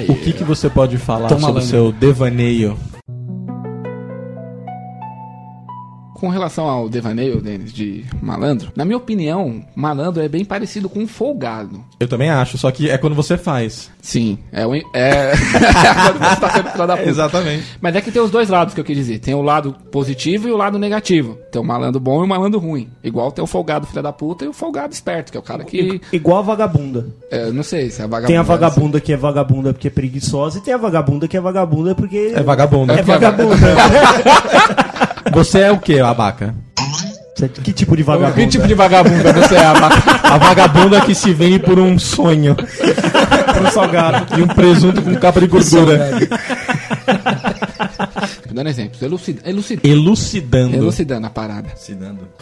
Speaker 3: o que, que você pode falar
Speaker 8: Tom
Speaker 3: sobre o
Speaker 8: malandro.
Speaker 3: seu devaneio?
Speaker 4: Com relação ao devaneio, Denis, de malandro, na minha opinião, malandro é bem parecido com um folgado.
Speaker 3: Eu também acho, só que é quando você faz.
Speaker 4: Sim, é o. É... Quando você tá sendo filha da puta.
Speaker 3: Exatamente.
Speaker 4: Mas é que tem os dois lados que eu quis dizer. Tem o lado positivo e o lado negativo. Tem o malandro bom e o malandro ruim. Igual tem o folgado filha da puta e o folgado esperto, que é o cara que.
Speaker 7: Igual a vagabunda.
Speaker 4: é, não sei se é vagabunda.
Speaker 7: Tem a vagabunda que é vagabunda porque é preguiçosa e tem a vagabunda que é vagabunda porque.
Speaker 3: É vagabundo.
Speaker 7: É vagabunda.
Speaker 3: Você é o que, abaca?
Speaker 7: que tipo de vagabunda?
Speaker 4: Que tipo de vagabunda você é, Abaca?
Speaker 3: A vagabunda que se vende por um sonho. por um salgado. E um presunto com capa de gordura.
Speaker 4: Dando exemplos, elucida, elucida,
Speaker 3: Elucidando.
Speaker 4: elucidando a parada.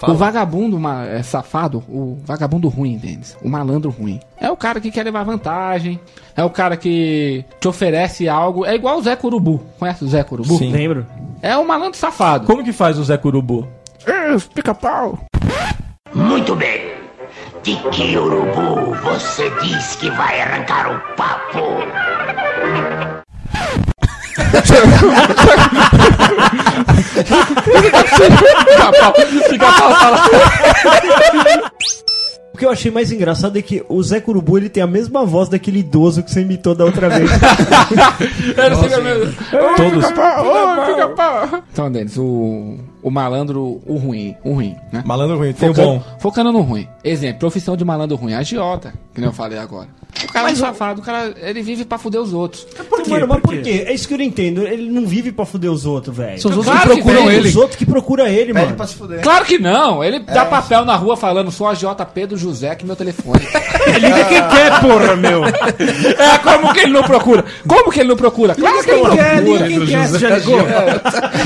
Speaker 4: O vagabundo ma- é, safado, o vagabundo ruim, Denis, o malandro ruim. É o cara que quer levar vantagem, é o cara que te oferece algo. É igual o Zé Curubu. Conhece o Zé Curubu?
Speaker 3: Sim.
Speaker 7: Lembro?
Speaker 4: É o malandro safado.
Speaker 3: Como que faz o Zé Curubu?
Speaker 4: É, pica-pau.
Speaker 13: Muito bem. De que urubu você diz que vai arrancar o papo?
Speaker 4: Pica-pau. Pica-pau fala.
Speaker 7: O que eu achei mais engraçado é que o Zé Curubu ele tem a mesma voz daquele idoso que você imitou da outra vez.
Speaker 4: Era sempre o mesmo.
Speaker 3: Todos.
Speaker 4: Ô,
Speaker 3: Ah,
Speaker 4: pica-pau. Então, Denis, o, o malandro, o ruim, o ruim, né?
Speaker 3: Malandro ruim, tem o bom.
Speaker 4: Focando no ruim. Exemplo, profissão de malandro ruim, agiota, que nem eu falei agora. O cara é um safado, o cara, ele vive pra fuder os outros.
Speaker 7: por quê? Mano, mas por quê? É isso que eu não entendo. Ele não vive pra foder os outros, velho.
Speaker 8: São os outros
Speaker 4: Claro
Speaker 8: que
Speaker 4: que
Speaker 8: procuram
Speaker 4: vem,
Speaker 8: ele.
Speaker 7: Os outros que procuram
Speaker 12: Pede
Speaker 7: ele, mano.
Speaker 12: pra É, se fuder.
Speaker 4: Claro que não! Ele dá papel na rua falando, sou agiota Pedro José, que meu telefone.
Speaker 7: Liga quem quer, porra, meu.
Speaker 4: é, como que ele não procura? Como que ele não procura? Claro que ele procura.
Speaker 7: quem é? quer. Você já ligou?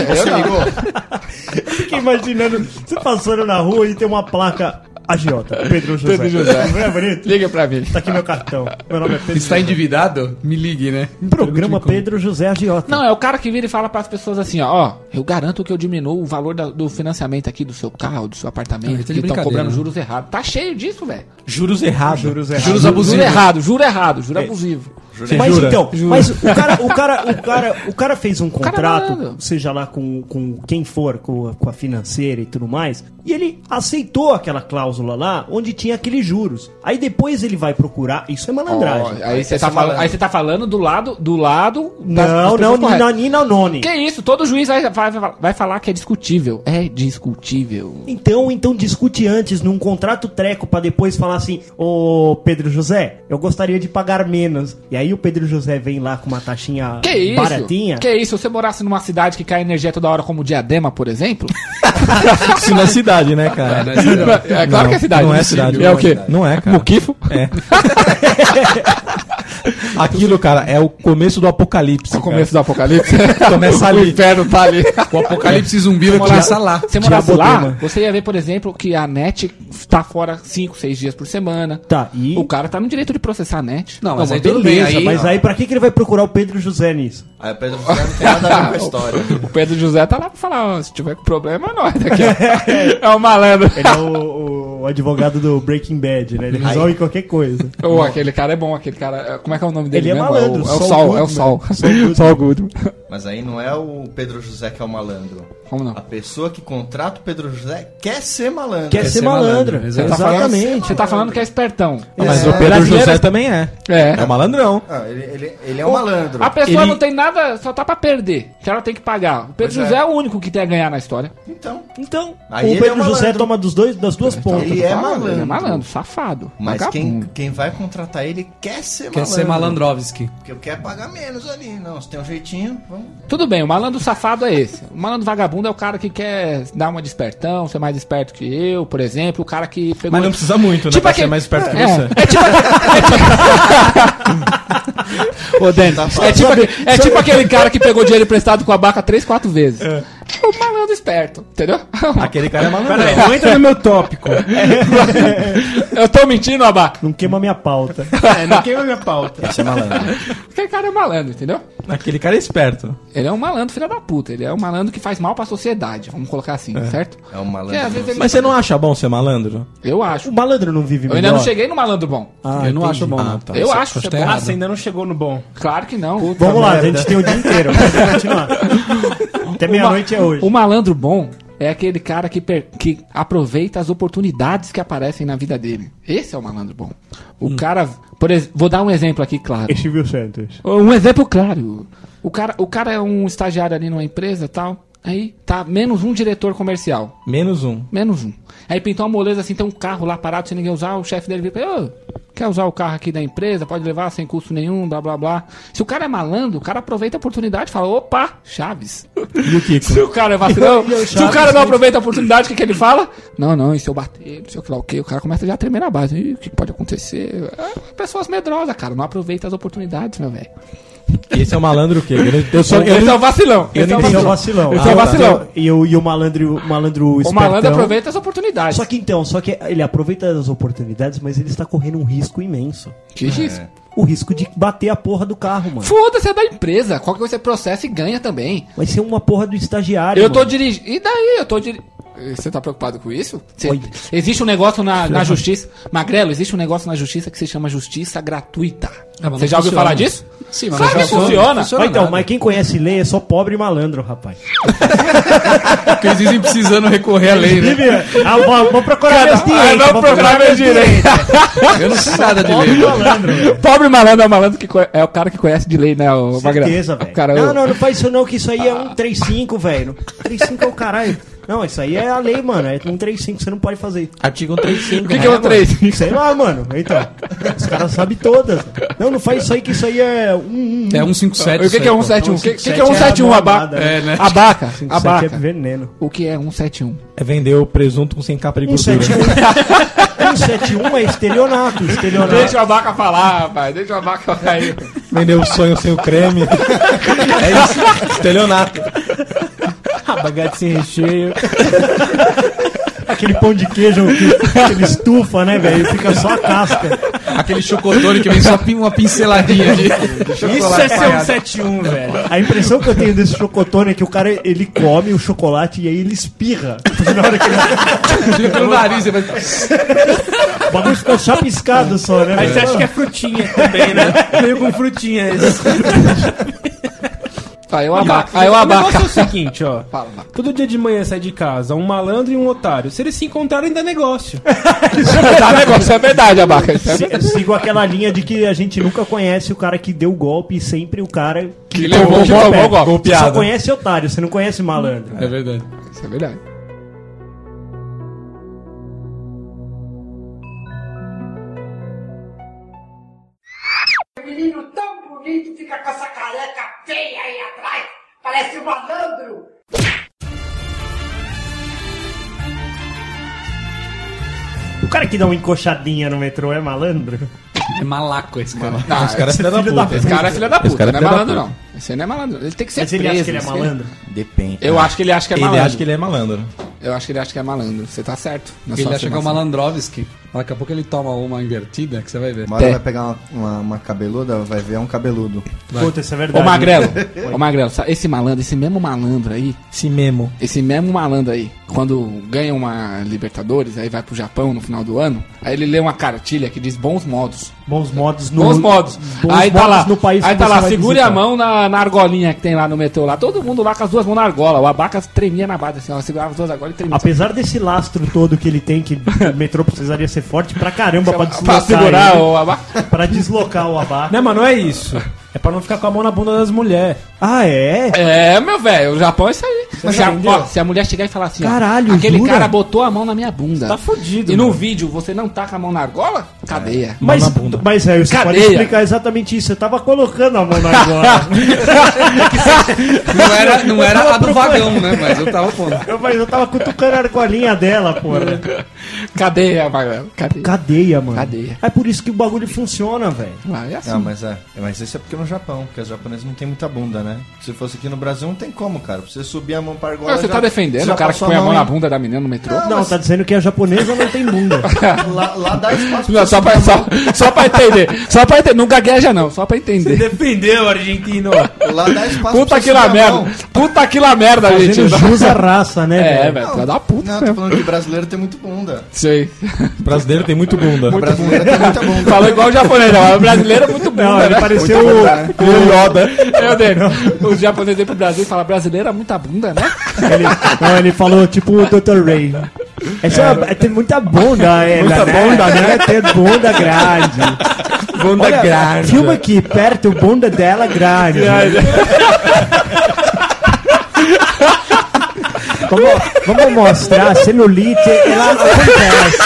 Speaker 12: Você ligou?
Speaker 7: Fica imaginando, você passando na rua e tem uma placa agiota, Pedro José.
Speaker 4: Pedro José.
Speaker 7: Não é bonito?
Speaker 4: Liga pra mim.
Speaker 7: Tá aqui meu cartão. Meu nome é Pedro José.
Speaker 8: Está Tá endividado? Me ligue, né?
Speaker 7: Programa Pedro José Agiota.
Speaker 4: Não, é o cara que vira e fala pras pessoas assim, ó, ó, eu garanto que eu diminuo o valor da- do financiamento aqui do seu carro, do seu apartamento,
Speaker 8: Ah,
Speaker 7: é
Speaker 8: tá de
Speaker 4: que estão
Speaker 8: brincadeira,
Speaker 4: cobrando
Speaker 8: né?
Speaker 4: juros errados. Tá cheio disso, velho.
Speaker 3: Juros errados. Juros errados.
Speaker 8: Juros
Speaker 4: Juro
Speaker 8: abusivos. É.
Speaker 4: errado, juro errado, juro abusivo.
Speaker 7: mas
Speaker 3: jura?
Speaker 7: então, mas o cara, o cara, o cara, o cara fez um
Speaker 4: cara é
Speaker 7: contrato,
Speaker 4: malandro.
Speaker 7: seja lá com, com quem for, com, a- com a financeira e tudo mais, e ele aceitou aquela cláusula lá onde tinha aqueles juros. Aí depois ele vai procurar, isso é malandragem.
Speaker 4: Ó, aí tá- você
Speaker 8: é
Speaker 4: tá, fala- aí você tá falando do lado do lado das- das
Speaker 7: não,
Speaker 4: pessoas
Speaker 7: não,
Speaker 4: corretas.
Speaker 7: não, Nina Noni.
Speaker 4: Que isso, todo juiz vai, vai, vai falar que é discutível. É discutível.
Speaker 7: Então, então discute antes num contrato treco pra depois falar assim: "Ô Pedro José, eu gostaria de pagar menos". E aí o Pedro José vem lá com uma taxinha
Speaker 4: Que isso?
Speaker 7: baratinha.
Speaker 4: Que isso? Se você morasse numa cidade que cai energia toda hora, como Diadema, por exemplo?
Speaker 3: Isso na cidade, né, cara?
Speaker 4: é claro que é cidade.
Speaker 3: Não é cidade.
Speaker 4: É o quê?
Speaker 3: Não é, cara.
Speaker 4: Muquifo?
Speaker 3: É. Aquilo, cara, é o começo do apocalipse.
Speaker 4: O começo do
Speaker 3: cara.
Speaker 4: apocalipse.
Speaker 3: Começa ali.
Speaker 4: O inferno tá ali.
Speaker 8: É. O apocalipse zumbi vai começar lá.
Speaker 4: Se você morasse
Speaker 7: Diabotema.
Speaker 4: lá, você ia ver, por exemplo, que a net tá fora 5, 6 dias por semana.
Speaker 7: Tá, e
Speaker 4: O cara tá no direito de processar a net. É
Speaker 8: Não, mas aí tudo bem.
Speaker 7: Beleza,
Speaker 8: Aí,
Speaker 7: mas aí pra que, que ele vai procurar o Pedro José nisso?
Speaker 12: Aí o Pedro José não tem nada a ver com a história.
Speaker 4: O Pedro José tá lá pra falar, ó, se tiver com problema, é nós daqui. ó. é o malandro.
Speaker 7: Ele é o, o advogado do Breaking Bad, né? Ele resolve qualquer coisa.
Speaker 4: Ou aquele cara é bom, aquele cara. Como é que é o nome dele?
Speaker 7: Ele é
Speaker 4: mesmo?
Speaker 7: malandro,
Speaker 4: É o, é o
Speaker 7: Saul
Speaker 4: Sol, é o
Speaker 7: Goodman.
Speaker 4: Sol.
Speaker 7: Saul Goodman.
Speaker 4: Sol Goodman.
Speaker 9: Mas aí não é o Pedro José que é o malandro.
Speaker 4: Como não?
Speaker 9: A pessoa que contrata o Pedro José quer ser malandro.
Speaker 4: Quer ser malandro,
Speaker 9: Você
Speaker 4: exatamente.
Speaker 9: tá falando-
Speaker 4: Você tá falando que é espertão.
Speaker 3: Mas
Speaker 4: É.
Speaker 3: o Pedro
Speaker 4: Brasileiro-
Speaker 3: José também é.
Speaker 4: É.
Speaker 3: malandrão.
Speaker 9: Ah, ele, ele- ele é um malandro.
Speaker 4: A pessoa
Speaker 9: Ele-
Speaker 4: não tem nada, só tá pra perder. Que ela tem que pagar. O Pedro
Speaker 9: Pois é.
Speaker 4: José é. o único que tem a ganhar na história.
Speaker 9: Então.
Speaker 4: Então.
Speaker 9: Aí
Speaker 7: o
Speaker 9: ele é
Speaker 7: Pedro
Speaker 9: um
Speaker 7: José
Speaker 9: malandro.
Speaker 7: toma dos dois, das duas pontas.
Speaker 9: Ele
Speaker 7: eu tô
Speaker 9: é
Speaker 7: falando.
Speaker 9: malandro.
Speaker 4: Ele é malandro, safado.
Speaker 9: Mas quem,
Speaker 4: Um vagabundo.
Speaker 9: quem vai contratar ele quer ser malandro.
Speaker 4: Quer ser malandrovski.
Speaker 9: Porque quer pagar menos ali. Não, se tem um jeitinho, vamos.
Speaker 4: Tudo bem, o malandro safado é esse. O malandro vagabundo é o cara que quer dar uma despertão, ser mais esperto que eu, por exemplo. O cara que pegou.
Speaker 3: Mas não precisa muito, né?
Speaker 4: Tipo
Speaker 3: pra
Speaker 4: aquele-
Speaker 3: ser mais esperto que
Speaker 4: É.
Speaker 3: você.
Speaker 4: É tipo Ô, Dani, é tipo, aque- é tipo aquele cara que pegou dinheiro emprestado com a barca três, quatro vezes. É. O malandro esperto, entendeu?
Speaker 3: Aquele cara é malandro.
Speaker 4: Peraí,
Speaker 11: não entra no meu tópico.
Speaker 4: Eu tô mentindo, Abá.
Speaker 7: Não queima minha pauta.
Speaker 4: É, não
Speaker 11: queima minha pauta.
Speaker 3: Esse é malandro.
Speaker 4: Aquele cara é malandro, entendeu?
Speaker 3: Aquele cara é esperto.
Speaker 4: Ele é um malandro, filho da puta. Ele é um malandro que faz mal pra sociedade, vamos colocar assim, certo?
Speaker 9: É um
Speaker 4: Que às vezes ele-
Speaker 3: Mas você não acha bom ser malandro?
Speaker 4: Eu acho.
Speaker 7: O malandro não vive
Speaker 4: Eu ainda não cheguei no malandro bom.
Speaker 7: Ah,
Speaker 11: eu não acho bom, não.
Speaker 7: tá.
Speaker 4: Eu acho que é bom.
Speaker 11: Ah, você ainda não chegou no bom.
Speaker 4: Claro que não.
Speaker 7: Vamos lá, a gente tem o dia inteiro. Vamos continuar. Até meia-noite é hoje.
Speaker 4: O malandro bom é aquele cara que, per- que aproveita as oportunidades que aparecem na vida dele. Esse é o malandro bom. O
Speaker 7: Hum.
Speaker 4: cara. Por ex- Vou dar um exemplo aqui, claro.
Speaker 7: Silvio Santos.
Speaker 4: Um exemplo claro. O cara, o cara é um estagiário ali numa empresa tal. Aí tá menos um diretor comercial.
Speaker 3: Menos um.
Speaker 4: Menos um. Aí pintou uma moleza assim, tem um carro lá parado sem ninguém usar. O chefe dele veio pra ele: "Ô, quer usar o carro aqui da empresa? Pode levar sem custo nenhum, blá blá blá. Se o cara é malandro, o cara aproveita a oportunidade e fala: opa, Chaves.
Speaker 3: E o Kiko?
Speaker 4: Se o cara é vacilão, se o cara não aproveita a oportunidade, o que, que ele fala? Não, não, e se eu bater, não sei o que lá, o que? O cara começa já a tremer na base. Ih, o que pode acontecer? É, pessoas medrosas, cara, não aproveita as oportunidades, meu velho.
Speaker 3: Esse é o malandro o quê? Eu- Eu sou.
Speaker 7: tá-
Speaker 4: Esse é o
Speaker 3: Eu...
Speaker 4: vacilão.
Speaker 7: Eu
Speaker 4: Esse é
Speaker 7: não
Speaker 4: o
Speaker 7: entendi o
Speaker 4: vacilão.
Speaker 7: vacilão.
Speaker 4: Esse é o
Speaker 7: Ah,
Speaker 4: vacilão.
Speaker 7: tá. E o, e o malandro, o malandro
Speaker 4: O
Speaker 7: espertão.
Speaker 4: malandro aproveita as oportunidades.
Speaker 7: Só que então, só que ele aproveita as oportunidades, mas ele está correndo um risco imenso.
Speaker 4: Que isso?
Speaker 7: O risco de bater a porra do carro, mano.
Speaker 4: Foda-se, é da empresa. Qualquer coisa você processa e ganha também.
Speaker 7: Vai ser uma porra do estagiário.
Speaker 4: Eu tô
Speaker 7: mano.
Speaker 4: dirigindo. E daí? Eu tô dirigindo. Você tá preocupado com isso? Você- Existe um negócio na, na justiça. Magrelo, existe um negócio na justiça que se chama justiça gratuita.
Speaker 11: Ah, mas não
Speaker 4: Você já ouviu
Speaker 11: funciona.
Speaker 4: falar disso?
Speaker 11: Sim, mas
Speaker 4: mas Sabe
Speaker 11: não
Speaker 4: que funciona?
Speaker 7: Ah, então, mas quem conhece lei é só pobre e malandro, rapaz.
Speaker 11: Porque eles dizem precisando recorrer à lei, né?
Speaker 7: Vive- Ah, vou, vou procurar meus
Speaker 4: Aí
Speaker 7: direitos.
Speaker 4: vai é
Speaker 7: vou
Speaker 4: procurar meu direito.
Speaker 11: Eu não sei nada de
Speaker 7: Pobre e
Speaker 11: lei.
Speaker 8: né?
Speaker 7: malandro. velho.
Speaker 4: Pobre malandro é o malandro que conhe- é o cara que conhece de lei, né? O Magrelo.
Speaker 7: Certeza,
Speaker 4: O
Speaker 7: velho.
Speaker 4: cara-
Speaker 7: Não, não, não faz isso não, que isso aí é um 35, velho. 35 é o caralho. Não, isso aí é a lei, mano. É um 35, você não pode fazer.
Speaker 3: Artigo 135.
Speaker 4: O que, que é o 3?
Speaker 7: Sei lá, mano. Então, os caras sabem todas. Não, não faz isso aí, que isso aí é um... um
Speaker 11: É 157.
Speaker 4: O que, que é 171? O que, que, que é 171,
Speaker 7: a
Speaker 4: abaca?
Speaker 7: mamada, né?
Speaker 11: É, né?
Speaker 4: Abaca,
Speaker 7: Abaca.
Speaker 4: abaca.
Speaker 7: é veneno. Um
Speaker 4: O que é 171?
Speaker 3: É vender o presunto com 100 capa de gordura.
Speaker 7: 171 é estelionato, estelionato. é
Speaker 4: Deixa o abaca falar, rapaz. Deixa o abaca falar aí.
Speaker 3: Vender o sonho sem o creme. é isso. Estelionato.
Speaker 11: Abagate Ah, sem recheio.
Speaker 7: Aquele pão de queijo que, que ele estufa, né, velho? Fica só a casca.
Speaker 11: Aquele chocotone que vem só pin- uma pinceladinha de. Isso é ser 171, velho.
Speaker 7: A impressão que eu tenho desse chocotone é que o cara, ele come o chocolate e aí ele espirra. Na hora que ele...
Speaker 11: Fica pelo nariz, você vai-
Speaker 7: O bagulho ficou chapiscado só, né? velho?
Speaker 11: é frutinha também, né? Veio com frutinha esse.
Speaker 4: Aí o abaca. Aí o abaca.
Speaker 11: Ah, O negócio é o seguinte, ó.
Speaker 4: Ah, Fala, abaca.
Speaker 11: Todo dia de manhã sai de casa um malandro e um otário. Se eles se encontrarem, dá negócio.
Speaker 4: Tá, o negócio é verdade, abaca. Isso é
Speaker 7: Si- Sigo aquela linha de que a gente nunca conhece o cara que deu o golpe e sempre o cara que,
Speaker 4: Que levou- que tomou o golpe.
Speaker 7: Você só
Speaker 3: Golpeado.
Speaker 7: conhece otário, você não conhece malandro.
Speaker 11: É verdade.
Speaker 4: Isso é verdade.
Speaker 13: Menino tão bonito fica com essa careca feia aí atrás. Parece um malandro.
Speaker 7: O cara que dá uma encoxadinha no metrô é malandro?
Speaker 8: É malaco esse cara.
Speaker 4: Não,
Speaker 3: Esse cara é filho da
Speaker 7: filho da
Speaker 3: puta.
Speaker 4: esse cara é filho da puta.
Speaker 3: Esse cara é
Speaker 4: não é
Speaker 3: filho da
Speaker 4: malandro, não. Esse aí não é malandro. Ele tem que ser
Speaker 7: Mas ele
Speaker 4: preso,
Speaker 7: acha que ele é
Speaker 4: esse-
Speaker 7: malandro?
Speaker 12: Depende.
Speaker 4: Eu acho que ele acha que é
Speaker 3: Ele
Speaker 4: malandro.
Speaker 3: acha que ele é malandro.
Speaker 4: Eu acho que ele acha que é malandro. Você tá certo. na
Speaker 8: Ele
Speaker 4: sua
Speaker 8: acha que é o
Speaker 4: afirmação.
Speaker 8: Malandrovski. Daqui a pouco ele toma uma invertida que você vai ver.
Speaker 12: Uma hora vai pegar uma, uma- uma cabeluda, vai ver é um cabeludo.
Speaker 8: Puta, isso é verdade.
Speaker 4: Ô
Speaker 7: né?
Speaker 4: Magrelo, ô Magrelo, sa- esse malandro, esse mesmo malandro aí.
Speaker 3: Esse mesmo.
Speaker 4: Esse mesmo malandro aí, quando ganha uma Libertadores, aí vai pro Japão no final do ano, aí ele lê uma cartilha que diz bons modos.
Speaker 7: Bons modos no
Speaker 4: Bons modos.
Speaker 7: bons
Speaker 4: aí tá
Speaker 7: modos
Speaker 4: lá,
Speaker 7: no país
Speaker 4: aí
Speaker 7: que
Speaker 4: tá
Speaker 7: você
Speaker 4: lá,
Speaker 7: vai
Speaker 4: segure a
Speaker 7: visitar.
Speaker 4: mão na, na argolinha que tem lá no metrô lá. Todo mundo lá com as duas mãos na argola. O abaca tremia na base, assim, ó, segurava as duas argolas e tremia.
Speaker 7: Apesar desse lastro todo que ele tem, que o metrô precisaria ser forte pra caramba pra
Speaker 4: pra
Speaker 7: deslocar.
Speaker 4: segurar
Speaker 7: ele,
Speaker 4: o abaca.
Speaker 7: Pra deslocar o abaca.
Speaker 11: Não, mas não é isso. É pra não ficar com a mão na bunda das mulheres.
Speaker 7: Ah, é?
Speaker 4: É, meu velho, o Japão é isso aí.
Speaker 11: Mas
Speaker 4: Se a,
Speaker 11: entendeu?
Speaker 4: ó, se a mulher chegar e falar assim, ó,
Speaker 11: Caralho,
Speaker 4: aquele
Speaker 11: jura?
Speaker 4: cara botou a mão na minha bunda.
Speaker 11: Tá fudido,
Speaker 4: E no
Speaker 11: mano.
Speaker 4: vídeo, você não tá com a mão na argola? Cadeia.
Speaker 7: Mas, mas é, você pode
Speaker 4: Cadeia.
Speaker 7: explicar exatamente isso. Você tava colocando a mão na argola.
Speaker 8: Não era, não
Speaker 7: Eu
Speaker 8: era
Speaker 7: tava
Speaker 8: a do
Speaker 7: procurando.
Speaker 8: vagão, né? Mas eu tava pondo.
Speaker 7: Eu- mas eu tava cutucando a argolinha dela, porra.
Speaker 4: Cadeia, Magrelo. Cadeia.
Speaker 7: Cadeia, mano.
Speaker 4: Cadeia.
Speaker 7: É por isso que o bagulho funciona, velho.
Speaker 4: Ah, é assim.
Speaker 9: Não, mas é. Mas isso é porque é no Japão, porque os japoneses não tem muita bunda, né? Se fosse aqui no Brasil, não tem como, cara. Pra você subir a mão pra argola...
Speaker 4: Mas você
Speaker 9: já-
Speaker 4: tá defendendo
Speaker 9: já
Speaker 4: o cara que
Speaker 9: passou
Speaker 4: põe a mão na
Speaker 9: em-
Speaker 4: bunda da menina no metrô?
Speaker 9: Não,
Speaker 7: Não,
Speaker 9: mas-
Speaker 7: tá dizendo que a japonesa não tem bunda.
Speaker 9: Lá, lá dá espaço
Speaker 4: Não, só, pra, só, só pra entender. Só pra entender. Não gagueja, não. Só pra entender.
Speaker 11: Defendeu, argentino.
Speaker 9: Lá dá espaço
Speaker 4: Puta
Speaker 9: pra
Speaker 4: que
Speaker 9: você
Speaker 4: lá
Speaker 9: subir a mão.
Speaker 4: merda. Puta que lá merda, gente.
Speaker 7: Fazendo jus à Tá raça, né,
Speaker 4: É,
Speaker 7: velho?
Speaker 4: velho.
Speaker 9: Não.
Speaker 4: Filha da puta.
Speaker 9: Não, eu tô falando que brasileiro tem muito bunda.
Speaker 4: Isso aí.
Speaker 3: Brasileiro tem muito bunda.
Speaker 9: brasileiro tem muita bunda.
Speaker 4: Falou igual o japonês, não. O brasileiro é muito bom,
Speaker 7: Não, ele
Speaker 4: né?
Speaker 7: pareceu
Speaker 9: Muito
Speaker 7: o.
Speaker 9: bunda, né?
Speaker 3: O Yoda.
Speaker 4: É, o dele. O japonês vem pro Brasil e fala, brasileiro é muita bunda, né?
Speaker 7: Ele, não, ele falou tipo o Dr. Ray. É só, é, tem muita bunda, ela, muita né? bunda, né? Tem bunda grande.
Speaker 3: Bunda
Speaker 7: Olha, Filma aqui, perto, bunda dela grande. vamos, vamos mostrar, a celulite, ela acontece.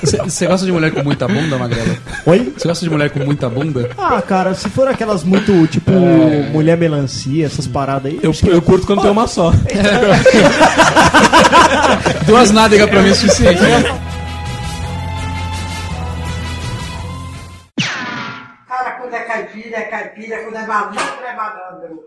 Speaker 8: Você- Você gosta de mulher com muita bunda, Magrela?
Speaker 7: Oi?
Speaker 8: Você gosta de mulher com muita bunda?
Speaker 7: Ah, cara, se for aquelas muito, tipo, mulher melancia, essas paradas aí.
Speaker 3: Eu, eu curto quando tem uma só.
Speaker 8: Duas nádegas pra mim é suficiente.
Speaker 2: Cara, quando é caipira, é caipira. Quando é malandro, é malandro.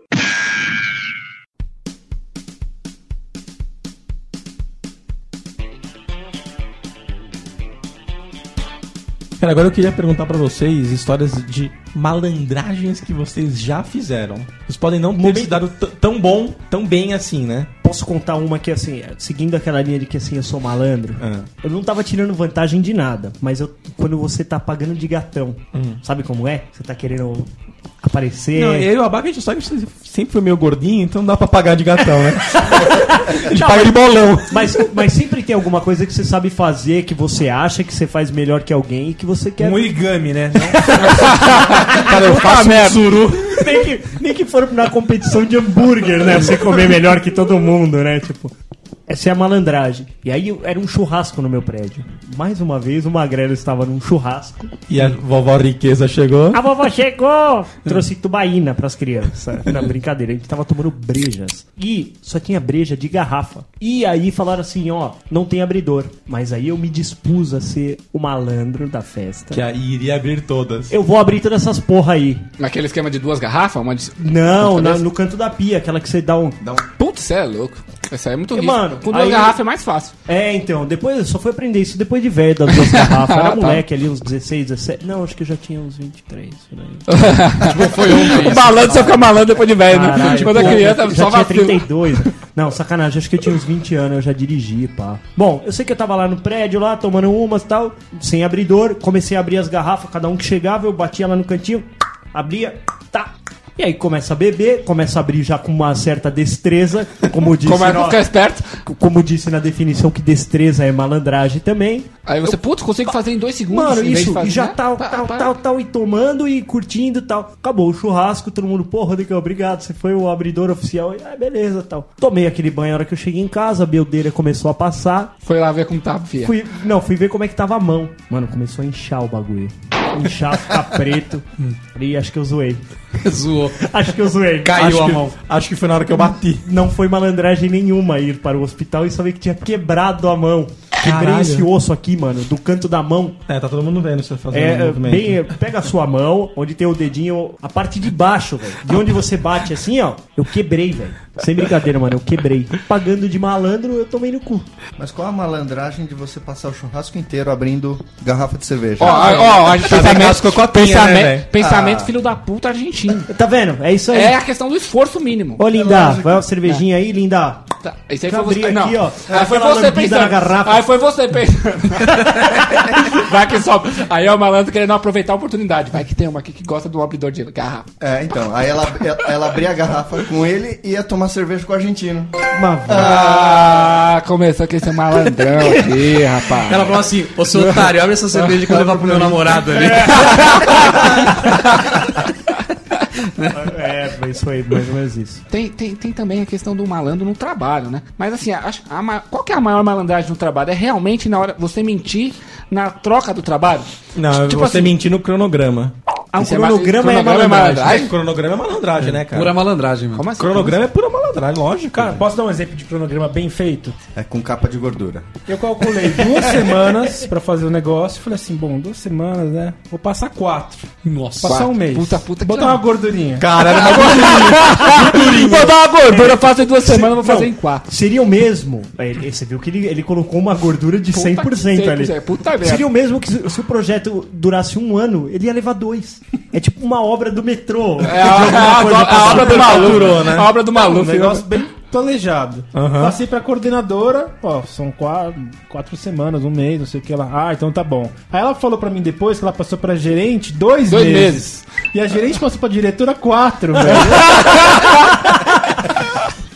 Speaker 3: Cara, agora eu queria perguntar pra vocês histórias de malandragens que vocês já fizeram. Vocês podem não ter se dado t- tão bom, tão bem assim, né?
Speaker 7: Posso contar uma que, assim, é, seguindo aquela linha de que, assim, eu sou malandro?
Speaker 3: Ah.
Speaker 7: Eu não tava tirando vantagem de nada, mas eu, quando você tá pagando de gatão, sabe como é? Você tá querendo aparecer.
Speaker 3: Não, eu e o Abaca, a gente sabe que você sempre foi meio gordinho, então não dá pra pagar de gatão, né? A
Speaker 4: tá
Speaker 3: gente paga de bolão.
Speaker 7: Mas, mas sempre tem alguma coisa que você sabe fazer, que você acha que você faz melhor que alguém e que você
Speaker 3: É
Speaker 7: quer.
Speaker 11: Um origami, né?
Speaker 4: Tá
Speaker 3: Cara, eu faço um suru.
Speaker 7: nem, que, nem que for na competição de hambúrguer, né? Você comer melhor que todo mundo, né? Tipo. Essa é a malandragem. E aí eu- era um churrasco no meu prédio. Mais uma vez, o Magrelo estava num churrasco.
Speaker 3: E a vovó Riqueza chegou.
Speaker 7: A vovó chegou! Trouxe tubaína pras crianças. Na brincadeira, a gente tava tomando brejas. E só tinha breja de garrafa. E aí falaram assim: ó, não tem abridor. Mas aí eu me dispus a ser o malandro da festa.
Speaker 3: Que aí iria abrir todas.
Speaker 7: Eu vou abrir todas essas porra aí.
Speaker 4: Naquele esquema de duas garrafas, uma de...
Speaker 7: Não, na- no canto da pia, aquela que você dá um.
Speaker 4: Putz, você é louco. Isso aí é muito
Speaker 7: E,
Speaker 4: rico.
Speaker 7: mano,
Speaker 4: Com duas
Speaker 7: aí-
Speaker 4: garrafas é mais fácil.
Speaker 7: É, então, depois eu só fui aprender isso depois de velho das duas garrafas.
Speaker 4: Ah,
Speaker 7: Era
Speaker 4: tá.
Speaker 7: moleque ali, uns 16, 17. Não, acho que eu já tinha uns 23. Por aí.
Speaker 4: O malandro só fica malandro depois de velho, né?
Speaker 7: Caralho,
Speaker 4: Quando a
Speaker 7: pô,
Speaker 4: criança
Speaker 7: eu já
Speaker 4: só
Speaker 7: tinha
Speaker 4: vacila.
Speaker 7: 32. Não, sacanagem, acho que eu tinha uns 20 anos, eu já dirigi, pá. Bom, eu sei que eu tava lá no prédio, lá, tomando umas e tal, sem abridor, comecei a abrir as garrafas, cada um que chegava, eu batia lá no cantinho, abria, tá. E aí começa a beber, começa a abrir já com uma certa destreza, como disse,
Speaker 4: Como é que
Speaker 7: na,
Speaker 4: fica esperto?
Speaker 7: como disse na definição que destreza é malandragem também.
Speaker 4: Aí você, putz, consigo fazer em dois segundos.
Speaker 7: Mano,
Speaker 4: em vez de
Speaker 7: isso,
Speaker 4: fazer-
Speaker 7: e já
Speaker 4: né?
Speaker 7: tal,
Speaker 4: Pá,
Speaker 7: tal,
Speaker 4: pá.
Speaker 7: tal, tal, e tomando e curtindo e tal. Acabou o churrasco, todo mundo, porra, Rodrigão, obrigado, você foi o abridor oficial. E, ah, beleza, tal. Tomei aquele banho, a hora que eu cheguei em casa, a beldeira começou a passar.
Speaker 4: Foi lá ver como tava, filha.
Speaker 7: Fui, não, fui ver como é que tava a mão. Mano, começou a inchar o bagulho. Inchar, ficar preto. E acho que eu zoei.
Speaker 8: Zoou.
Speaker 7: Acho que eu zoei.
Speaker 8: Caiu
Speaker 3: acho
Speaker 8: a
Speaker 3: que,
Speaker 8: mão.
Speaker 3: Acho que foi na hora que eu bati.
Speaker 7: Não foi malandragem nenhuma ir para o hospital e saber que tinha quebrado a mão. Quebrei
Speaker 3: Caralho.
Speaker 7: esse osso aqui, mano, do canto da mão.
Speaker 3: É, tá todo mundo vendo você fazendo
Speaker 4: um
Speaker 3: o
Speaker 7: É,
Speaker 3: movimento.
Speaker 7: bem,
Speaker 4: né?
Speaker 7: pega a sua mão, onde tem o dedinho, a parte de baixo, velho. De onde você bate assim, ó. Eu quebrei, velho. Sem brincadeira, mano, eu quebrei. Pagando de malandro, eu tomei no cu.
Speaker 9: Mas qual a malandragem de você passar o churrasco inteiro abrindo garrafa de cerveja?
Speaker 7: Ó, ó, ó, a gente pensamento- pensamento- pensamento
Speaker 4: filho da puta argentino.
Speaker 7: Tá vendo? É isso aí.
Speaker 4: É a questão do esforço mínimo.
Speaker 7: Ô,
Speaker 3: É
Speaker 7: Linda, vai uma cervejinha aí, Linda.
Speaker 4: Tá, Isso aí
Speaker 7: Deixa
Speaker 4: foi
Speaker 7: eu
Speaker 4: você.
Speaker 7: abrir
Speaker 4: não.
Speaker 7: aqui, ó.
Speaker 4: Aí foi
Speaker 7: Aquela
Speaker 4: você
Speaker 7: lambida na
Speaker 4: pensando.
Speaker 7: garrafa.
Speaker 4: Aí foi você pensando. Vai que só. Aí é o malandro querendo aproveitar a oportunidade. Vai que tem uma aqui que gosta do abridor de garrafa.
Speaker 9: É, então. Aí ela, ela- ela abria a garrafa com ele e ia tomar cerveja com o argentino.
Speaker 4: Ah, começou com esse malandrão aqui, rapaz.
Speaker 8: Ela falou assim, ô seu otário, abre essa cerveja que eu vou levar pro meu namorado ali.
Speaker 7: É, foi isso aí, mais ou menos isso.
Speaker 4: Tem, tem, tem também a questão do malandro no trabalho, né? Mas assim, acho- a ma- qual que é a maior malandragem no trabalho? É realmente na hora você mentir na troca do trabalho?
Speaker 3: Não,
Speaker 4: Tipo
Speaker 3: você
Speaker 4: assim-
Speaker 3: mentir no cronograma.
Speaker 4: Ah, o Isso é ma- cronograma é cronograma é malandragem? malandragem?
Speaker 3: Cronograma é malandragem, né, cara?
Speaker 8: Pura malandragem, mano.
Speaker 4: Como assim?
Speaker 3: Cronograma é pura malandragem, lógico.
Speaker 11: Cara, posso dar um exemplo de cronograma bem feito?
Speaker 9: É com capa de gordura.
Speaker 11: Eu calculei duas semanas pra fazer o negócio. Falei assim, bom, duas semanas, né? Vou passar quatro.
Speaker 8: Nossa.
Speaker 11: Passar um
Speaker 4: Quatro.
Speaker 11: mês.
Speaker 4: Puta, puta que
Speaker 11: Botar
Speaker 4: lá.
Speaker 11: uma gordurinha.
Speaker 3: Caralho,
Speaker 4: uma gordurinha. Vou dar uma gordura, eu faço em duas
Speaker 7: Então,
Speaker 4: semanas, vou fazer
Speaker 7: Não,
Speaker 4: em quatro.
Speaker 7: Seria o mesmo. aí ele- Você viu que ele, ele colocou uma gordura de 100% ali.
Speaker 4: 100%, puta merda.
Speaker 7: Seria o mesmo que se, se o projeto durasse um ano, ele ia levar dois. É tipo uma obra do metrô.
Speaker 4: É a, a- a- a obra do maluco, né? A obra do
Speaker 11: Um
Speaker 7: é
Speaker 4: maluco.
Speaker 11: negócio bem planejado. Passei pra coordenadora, ó, são quatro, quatro semanas, um mês, não sei o que lá. Ah, então tá bom. Aí ela falou pra mim depois que ela passou pra gerente dois,
Speaker 4: Dois
Speaker 11: meses. E a gerente passou pra diretora quatro, velho.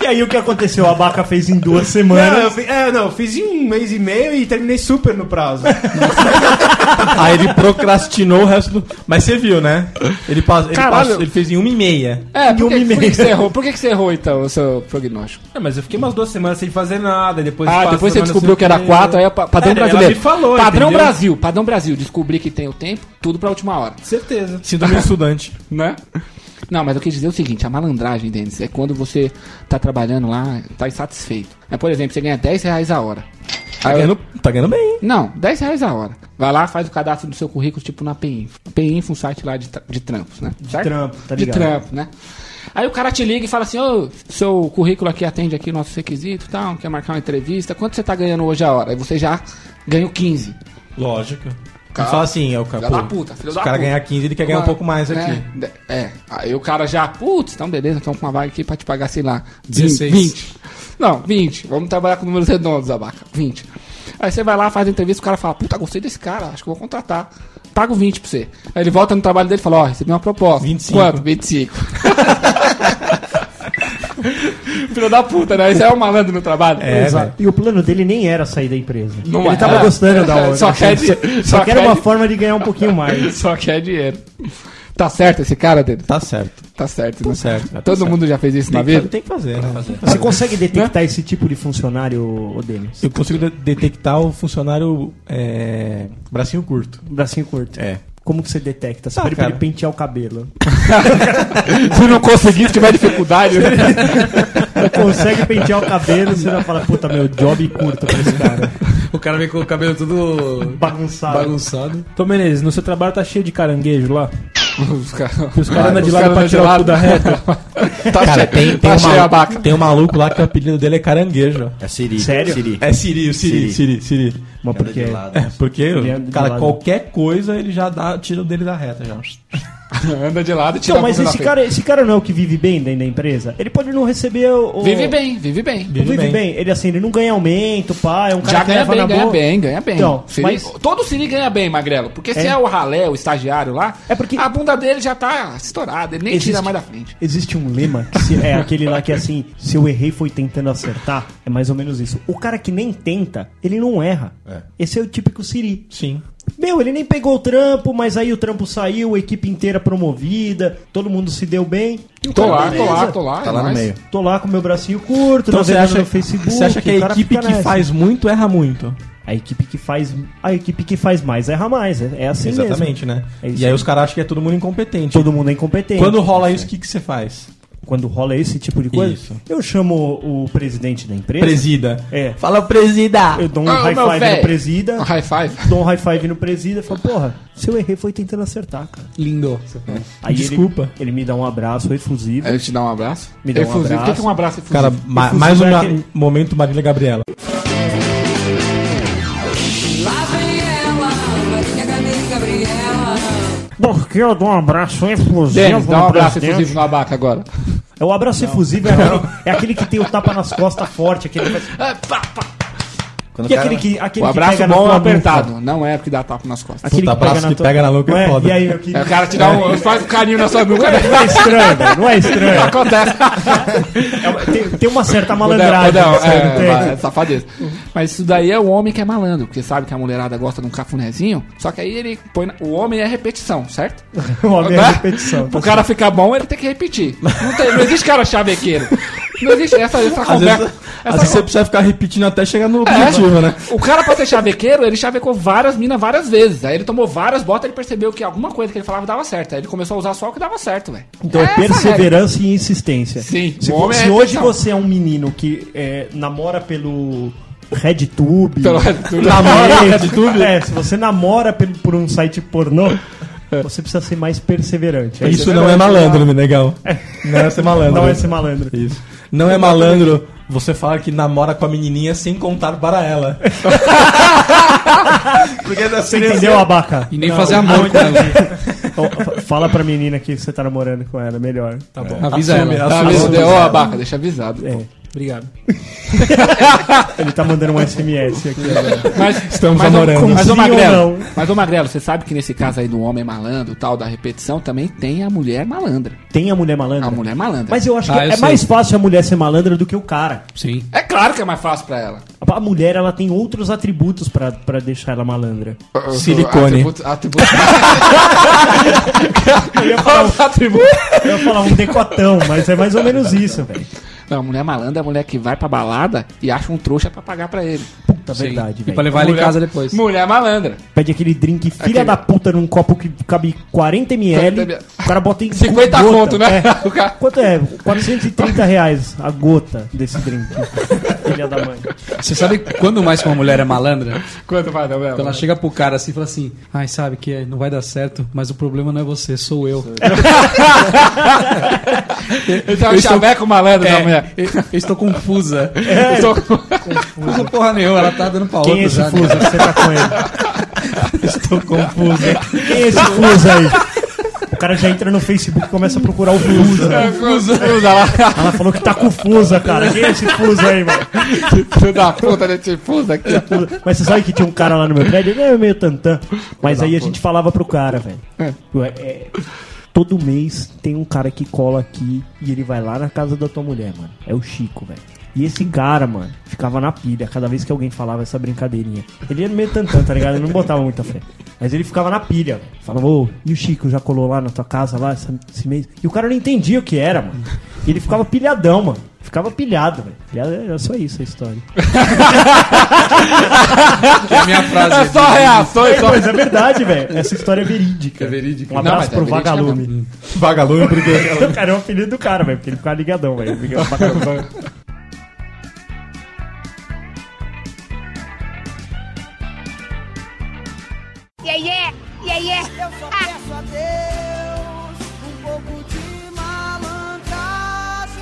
Speaker 7: E aí o que aconteceu? A Baca fez em duas
Speaker 11: Não,
Speaker 7: semanas.
Speaker 11: eu, fi- é, não, fiz em um mês e meio e terminei super no prazo.
Speaker 3: Aí ele procrastinou o resto do. Mas você viu, né? Ele, pas- ele,
Speaker 4: Caralho.
Speaker 3: passou- ele fez em uma e meia.
Speaker 4: É, por
Speaker 7: uma
Speaker 4: que,
Speaker 7: e
Speaker 4: por que
Speaker 7: meia.
Speaker 4: que você errou? Por que, que você errou, então, o seu prognóstico?
Speaker 11: É, mas eu fiquei umas duas semanas sem fazer nada. Depois
Speaker 4: ah,
Speaker 11: quatro
Speaker 4: depois você
Speaker 11: semanas
Speaker 4: descobriu
Speaker 11: sem
Speaker 4: que era
Speaker 11: fazer.
Speaker 4: quatro, aí é pa- padrão
Speaker 11: É, ela
Speaker 4: brasileiro.
Speaker 11: me falou,
Speaker 4: padrão
Speaker 11: entendeu?
Speaker 4: Brasil, padrão Brasil. Descobri que tem o tempo, tudo pra última hora.
Speaker 11: Certeza.
Speaker 3: Síndrome do estudante.
Speaker 4: né? Não, mas eu quis dizer o seguinte, a malandragem, Denis, é quando você tá trabalhando lá, tá insatisfeito. É, por exemplo, você ganha 10 reais a hora.
Speaker 3: Tá
Speaker 11: É
Speaker 4: Aí eu-
Speaker 3: ganhando, tá ganhando bem, hein?
Speaker 4: Não, 10 reais a hora. Vai lá, faz o cadastro do seu currículo, tipo na PINFO. PINFO, um site lá de, tra- de trampos, né? De
Speaker 7: trampo, tá
Speaker 4: De
Speaker 7: ligado.
Speaker 4: trampo, né? Aí o cara te liga e fala assim, ô, seu currículo aqui atende aqui nossos requisitos e tal, quer marcar uma entrevista, quanto você tá ganhando hoje a hora? Aí você já ganhou 15.
Speaker 3: Lógico.
Speaker 4: Cara,
Speaker 3: Cara, fala assim, é o cara.
Speaker 4: Filho da
Speaker 3: pô,
Speaker 4: puta, filho
Speaker 3: se
Speaker 4: da
Speaker 3: o cara
Speaker 4: puta.
Speaker 3: ganhar 15, ele quer ganhar um pouco mais
Speaker 4: É,
Speaker 3: aqui.
Speaker 4: de- É, aí o cara já, putz, então beleza, então com uma vaga aqui pra te pagar, sei lá, 16.
Speaker 8: 16.
Speaker 4: 20. Não, 20. Vamos trabalhar com números redondos, abaca. 20. Aí você vai lá, faz a entrevista, o cara fala, puta, gostei desse cara, acho que eu vou contratar. Pago 20 pra você. Aí ele volta no trabalho dele e fala, ó, recebi uma proposta.
Speaker 3: 25.
Speaker 4: Quanto? 25. Filho da puta, né? Isso é um malandro no trabalho.
Speaker 3: É,
Speaker 7: Exato.
Speaker 3: velho.
Speaker 7: E o plano dele nem era sair da empresa.
Speaker 4: Não
Speaker 7: ele
Speaker 4: era.
Speaker 7: tava gostando da obra.
Speaker 4: Só quer di-
Speaker 7: só
Speaker 4: só
Speaker 7: que era
Speaker 4: quer
Speaker 7: uma
Speaker 4: di-
Speaker 7: forma de ganhar um pouquinho mais.
Speaker 4: Só quer dinheiro. Tá certo esse cara, Denis?
Speaker 3: Tá certo.
Speaker 4: Tá certo, né?
Speaker 3: certo, cara, tá
Speaker 4: Todo
Speaker 3: certo.
Speaker 4: mundo já fez isso na
Speaker 3: Tem
Speaker 4: vida?
Speaker 3: que, tem que fazer, né?
Speaker 7: Você consegue detectar
Speaker 11: Né?
Speaker 7: esse tipo de funcionário, ô Denis?
Speaker 3: Eu consigo de- detectar o funcionário é, bracinho curto.
Speaker 7: Bracinho curto.
Speaker 3: É.
Speaker 7: Como que você detecta? Você
Speaker 3: Ah,
Speaker 7: pede pra ele
Speaker 3: cara.
Speaker 7: pentear o cabelo.
Speaker 4: Se não conseguir, se tiver dificuldade. né?
Speaker 7: Não consegue pentear o cabelo, você já fala, puta, meu job curto pra esse cara.
Speaker 8: O cara vem com o cabelo todo
Speaker 7: Bagunçado.
Speaker 8: bagunçado.
Speaker 11: Tom Menezes, no seu trabalho tá cheio de caranguejo lá?
Speaker 4: Os caras
Speaker 11: Os caras andam de
Speaker 4: os
Speaker 11: lado pra
Speaker 4: caras andam de
Speaker 11: tirar o
Speaker 4: lado.
Speaker 11: cu da reta.
Speaker 4: tá
Speaker 3: Cara,
Speaker 4: cheio-
Speaker 3: tem, tem,
Speaker 4: tá
Speaker 3: um
Speaker 4: cheio a
Speaker 3: maluco,
Speaker 4: vaca.
Speaker 3: tem um maluco lá que o apelido dele é caranguejo.
Speaker 12: É Siri.
Speaker 7: Sério?
Speaker 12: Siri.
Speaker 3: É Siri, o Siri, Siri, Siri.
Speaker 7: Mas por quê?
Speaker 12: lado.
Speaker 3: É, porque,
Speaker 7: anda de
Speaker 3: cara,
Speaker 7: lado.
Speaker 3: qualquer coisa ele já dá, tira o dele da reta já.
Speaker 4: Anda de lado e tira
Speaker 7: Então, mas
Speaker 4: a bunda
Speaker 7: esse
Speaker 4: da tá frente.
Speaker 7: cara, esse cara não é o que vive bem dentro da empresa? Ele pode não receber é o. o-
Speaker 4: Vive bem, vive bem.
Speaker 7: Vive,
Speaker 3: Vive
Speaker 7: bem.
Speaker 3: bem.
Speaker 7: Ele assim, ele não ganha aumento, pá, é um cara
Speaker 4: Já
Speaker 7: que
Speaker 4: ganha
Speaker 7: leva
Speaker 4: bem,
Speaker 7: na
Speaker 4: ganha
Speaker 7: boa.
Speaker 4: bem, ganha bem.
Speaker 7: Então,
Speaker 4: Siri-
Speaker 7: mas-
Speaker 4: Todo Siri ganha bem, Magrelo. Porque se
Speaker 7: É.
Speaker 4: é o ralé, o estagiário lá,
Speaker 7: É porque-
Speaker 4: a bunda dele já tá estourada, ele nem
Speaker 7: Existe-
Speaker 4: tira mais da frente.
Speaker 7: Existe um lema que se- é aquele lá que é assim, se eu errei foi tentando acertar, é mais ou menos isso. O cara que nem tenta, ele não erra. Esse é o típico Siri.
Speaker 3: Sim.
Speaker 7: Meu, ele nem pegou o trampo, mas aí o trampo saiu, a equipe inteira promovida, todo mundo se deu bem. E o
Speaker 4: Tô
Speaker 7: cara,
Speaker 4: lá, tô
Speaker 7: Então, beleza.
Speaker 4: lá, tô lá.
Speaker 12: Tá lá no
Speaker 4: mas-
Speaker 12: meio.
Speaker 7: Tô lá com meu bracinho curto,
Speaker 3: Então você acha,
Speaker 7: navegando no Facebook.
Speaker 3: você acha que
Speaker 7: o
Speaker 3: a
Speaker 7: cara
Speaker 3: equipe
Speaker 7: fica
Speaker 3: que
Speaker 7: nessa.
Speaker 3: faz muito erra muito?
Speaker 7: A equipe que faz. A equipe que faz mais erra mais. É, é assim mesmo.
Speaker 3: Exatamente, né?
Speaker 7: É isso
Speaker 3: e aí
Speaker 7: aí.
Speaker 3: os caras acham que é todo mundo incompetente.
Speaker 7: Todo mundo é incompetente.
Speaker 3: Quando rola isso, o que, que você faz?
Speaker 7: quando rola esse tipo de coisa, eu chamo o presidente da empresa.
Speaker 3: Presida.
Speaker 7: É.
Speaker 3: Fala, presida!
Speaker 7: Eu dou um
Speaker 3: Ah,
Speaker 7: high
Speaker 3: meu
Speaker 7: five
Speaker 3: véi.
Speaker 7: no presida.
Speaker 3: Um
Speaker 4: Ah.
Speaker 3: high
Speaker 7: five? Dou um high five no presida e falo, porra, se eu errei foi tentando acertar, cara.
Speaker 8: Lindo.
Speaker 7: Aí
Speaker 3: Desculpa.
Speaker 7: Ele, ele me dá um abraço efusivo.
Speaker 4: Ele te dá um abraço?
Speaker 7: Me dá
Speaker 4: Efusivo.
Speaker 7: um
Speaker 4: O
Speaker 7: abraço.
Speaker 4: que que é um abraço efusivo?
Speaker 3: Cara, ma-
Speaker 7: Efusivo
Speaker 3: mais
Speaker 7: é
Speaker 3: uma-
Speaker 7: aquele-
Speaker 3: um momento Marília Gabriela.
Speaker 14: Lá vem ela, Maria Gabi Gabriela.
Speaker 7: Por que eu dou um abraço efusivo?
Speaker 4: Denis, dá um
Speaker 7: no
Speaker 4: abraço
Speaker 7: presidente?
Speaker 4: efusivo no abaca agora.
Speaker 7: É o abraço efusivo, é aquele, é aquele que tem o tapa nas costas forte, aquele que faz-
Speaker 4: Quando
Speaker 7: E o cara- aquele que- aquele
Speaker 4: o
Speaker 7: que
Speaker 4: abraço
Speaker 7: pega na
Speaker 4: bom
Speaker 7: tua
Speaker 4: é
Speaker 7: nuca?
Speaker 4: apertado. Não é porque dá tapa nas costas.
Speaker 7: Aquele Puta, que abraço pega na que tua- pega na nuca é Ué, foda. e aí, meu querido?
Speaker 4: É, o cara te dá um,
Speaker 7: É.
Speaker 4: faz um carinho na sua nuca.
Speaker 7: Ué, não é estranho, velho, não é estranho.
Speaker 4: Acontece.
Speaker 7: tem, tem uma certa malandragem.
Speaker 4: Não,
Speaker 7: você não tem? né?
Speaker 4: é, é, safadeza. Mas isso daí é o homem que é malandro, porque sabe que a mulherada gosta de um cafunézinho, só que aí ele põe. na- O homem é repetição, certo?
Speaker 7: O homem é
Speaker 4: Né?
Speaker 7: repetição,
Speaker 4: Pro
Speaker 7: tá
Speaker 4: cara ficar bom, ele tem que repetir. Não, tem- não existe cara chavequeiro. Não existe essa, essa
Speaker 3: Às vezes,
Speaker 4: conversa.
Speaker 3: às vezes você precisa ficar repetindo até chegar no
Speaker 4: É.
Speaker 3: objetivo, né?
Speaker 4: O cara, pra ser chavequeiro, ele chavecou várias minas várias vezes. Aí ele tomou várias botas, ele percebeu que alguma coisa que ele falava dava certo. Aí ele começou a usar só o que dava certo, velho.
Speaker 7: Então é,
Speaker 4: Essa regra.
Speaker 7: perseverança e insistência.
Speaker 4: Sim,
Speaker 7: Se,
Speaker 4: o homem
Speaker 7: se
Speaker 4: é
Speaker 7: hoje
Speaker 4: essencial.
Speaker 7: você é um menino que é, namora pelo RedTube,
Speaker 4: Pelo RedTube.
Speaker 7: namora
Speaker 4: Namora
Speaker 7: RedTube, é, se você namora pelo- por um site pornô, você precisa ser mais perseverante. É
Speaker 3: Isso não é malandro, Menegal. Não é ser malandro.
Speaker 7: Não é ser malandro.
Speaker 3: Isso. Não é malandro você falar que namora com a menininha sem contar para ela.
Speaker 7: Porque você
Speaker 3: criança-
Speaker 7: entendeu, abaca?
Speaker 3: E nem fazer amor com ela.
Speaker 7: Ó, fa- Fala pra menina que você tá namorando com ela, melhor. Tá
Speaker 3: bom. Avisa ela.
Speaker 4: Ah, meu Deus, Ô, abaca, deixa avisado. pô.
Speaker 11: Obrigado.
Speaker 7: Ele tá mandando um SMS aqui. agora.
Speaker 4: Mas, mas,
Speaker 7: Com
Speaker 4: Ô, mas, ô,
Speaker 7: sim ou
Speaker 4: Magrelo,
Speaker 7: não.
Speaker 4: mas, ô Magrelo, você sabe que nesse caso aí do homem malandro e tal, da repetição, também tem a mulher malandra.
Speaker 7: Tem a mulher malandra?
Speaker 4: A mulher malandra.
Speaker 7: Mas eu acho que é mais fácil a mulher ser malandra do que o cara.
Speaker 11: Sim.
Speaker 4: É claro que é mais fácil pra ela.
Speaker 7: A mulher, ela tem outros atributos pra, pra deixar ela malandra.
Speaker 3: Ah,
Speaker 4: Atributo- atributo-
Speaker 7: Eu ia falar um, eu ia falar um decotão, mas é mais ou menos isso, velho.
Speaker 4: Não, a mulher malandra é a mulher que vai pra balada e acha um trouxa pra pagar pra ele.
Speaker 7: Puta verdade, velho.
Speaker 4: Mulher- Mulher malandra.
Speaker 7: Pede aquele drink filha da puta num copo que cabe 40ml.
Speaker 4: 40ml.
Speaker 7: O cara bota em
Speaker 4: 50
Speaker 7: gota.
Speaker 4: conto, né?
Speaker 7: É.
Speaker 4: O cara-
Speaker 7: Quanto é? 430 reais a gota desse drink. filha da mãe.
Speaker 8: Você sabe quando mais que uma mulher é malandra?
Speaker 4: Quanto vai, não,
Speaker 8: Quando ela chega pro cara assim e fala assim: Ai, sabe que é, não vai dar certo, mas o problema não é você, sou eu.
Speaker 4: Então, chaveco malandro
Speaker 7: É.
Speaker 4: da mulher.
Speaker 8: Eu eu estou confusa.
Speaker 4: É.
Speaker 8: Eu estou confusa porra nenhuma, ela tá dando pra outra
Speaker 7: Quem é esse
Speaker 8: já.
Speaker 7: fuso?
Speaker 8: cara.
Speaker 7: Você tá com ele.
Speaker 3: Estou confusa.
Speaker 7: Quem é esse fuso aí? O cara já entra no Facebook e começa a procurar o Fusa.
Speaker 4: Fusa, fusa lá.
Speaker 7: Ela falou que tá com Fusa, cara. Quem é esse Fusa aí, mano?
Speaker 4: Filho da puta desse fusa aqui.
Speaker 7: Mas você sabe que tinha um cara lá no meu prédio, ele era meio tantã. Mas aí a gente falava pro cara, velho. Ué, é, todo mês tem um cara que cola aqui e ele vai lá na casa da tua mulher, mano. É o Chico, velho. E esse cara, mano, ficava na pilha cada vez que alguém falava essa brincadeirinha. Ele era meio tantã, tá ligado? Ele não botava muita fé. Mas ele ficava na pilha. velho. Falava, ô, e o Chico já colou lá na tua casa lá essa- esse mês? E o cara não entendia o que era, mano. E ele ficava pilhadão, mano. Ficava pilhado, velho. Pilhado, Era só isso a história.
Speaker 8: Que é a minha frase.
Speaker 4: É só reação, é
Speaker 7: É,
Speaker 4: só-
Speaker 7: mas é verdade, velho. Essa história é verídica.
Speaker 8: É verídica.
Speaker 7: Um
Speaker 4: Não,
Speaker 7: abraço
Speaker 4: mas é
Speaker 7: pro
Speaker 4: verídica
Speaker 7: Vagalume.
Speaker 3: Vagalume, porque.
Speaker 7: o cara é o apelido do cara, velho, porque ele ficava ligadão, velho. Ficava vagalume.
Speaker 2: E aí, e aí? Eu só peço a Deus um pouco de malandragem.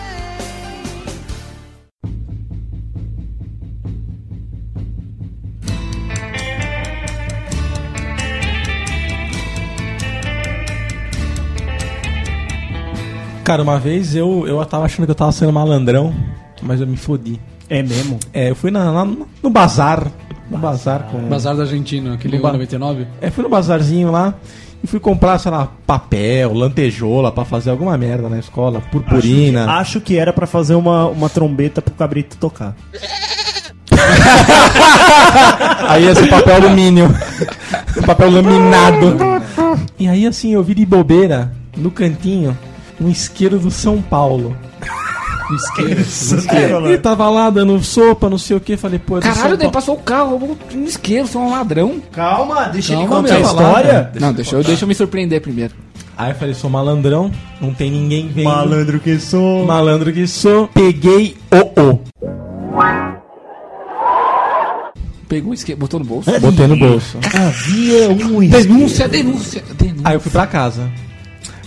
Speaker 3: Cara, uma vez eu, eu tava achando que eu tava sendo malandrão, mas eu me fodi.
Speaker 7: É mesmo?
Speaker 3: É, eu fui na, lá no no bazar. No bazar com.
Speaker 8: Ah, Bazar da Argentina, aquele
Speaker 3: Ba-
Speaker 8: 99.
Speaker 3: É, fui no bazarzinho lá e fui comprar, sei lá, papel, lantejola pra fazer alguma merda na escola, purpurina.
Speaker 7: Acho que era pra fazer uma, uma trombeta pro cabrito tocar.
Speaker 3: Aí esse papel alumínio. Esse papel laminado. E aí assim, eu vi de bobeira, no cantinho, um isqueiro do São Paulo.
Speaker 4: com isqueiro. assim, isqueiro.
Speaker 3: É, e tava lá dando sopa, não sei o que, falei, pô, é do
Speaker 4: Caralho,
Speaker 3: São
Speaker 4: daí
Speaker 3: Paulo.
Speaker 4: passou o carro, roubou um isqueiro, sou um ladrão.
Speaker 9: Calma, deixa
Speaker 4: Calma,
Speaker 3: contar a é
Speaker 4: meu.
Speaker 3: história. Deixa
Speaker 4: Não,
Speaker 3: ele
Speaker 4: deixa eu,
Speaker 3: contar.
Speaker 4: deixa eu me surpreender primeiro.
Speaker 3: Aí eu falei, sou malandrão, não tem ninguém vendo.
Speaker 7: Malandro que sou.
Speaker 3: Malandro que sou. Peguei o o.
Speaker 4: Pegou o isqueiro, botou no bolso.
Speaker 3: Botei no bolso.
Speaker 7: Havia um
Speaker 4: Denúncia, denúncia, denúncia.
Speaker 3: Aí eu fui pra casa.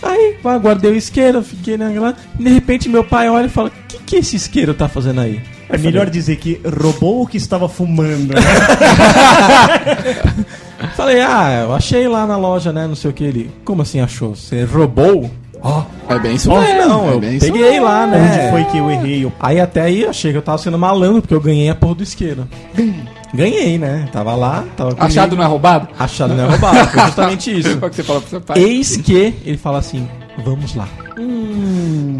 Speaker 3: Aí pá, guardei o isqueiro, fiquei na lá. De repente meu pai olha e fala, o que, que esse isqueiro tá fazendo aí?
Speaker 7: É melhor dizer que roubou o que estava fumando. né?
Speaker 3: Falei, ah, eu achei lá na loja, né? Não sei o que ele. Como assim achou? Você roubou? Ó.
Speaker 4: É bem isso
Speaker 3: Ó,
Speaker 4: mesmo,
Speaker 3: Não,
Speaker 4: é
Speaker 3: eu
Speaker 4: bem isso
Speaker 3: peguei lá, né?
Speaker 7: Onde foi que eu errei? Eu...
Speaker 3: Aí até aí eu achei que eu tava sendo malandro, porque eu ganhei a porra do isqueiro. Ganhei, né? Tava lá, tava comigo.
Speaker 4: Achado não é roubado?
Speaker 3: Achado não é roubado, foi justamente isso.
Speaker 4: É o que você fala pro seu pai.
Speaker 3: Eis que ele fala assim, vamos lá.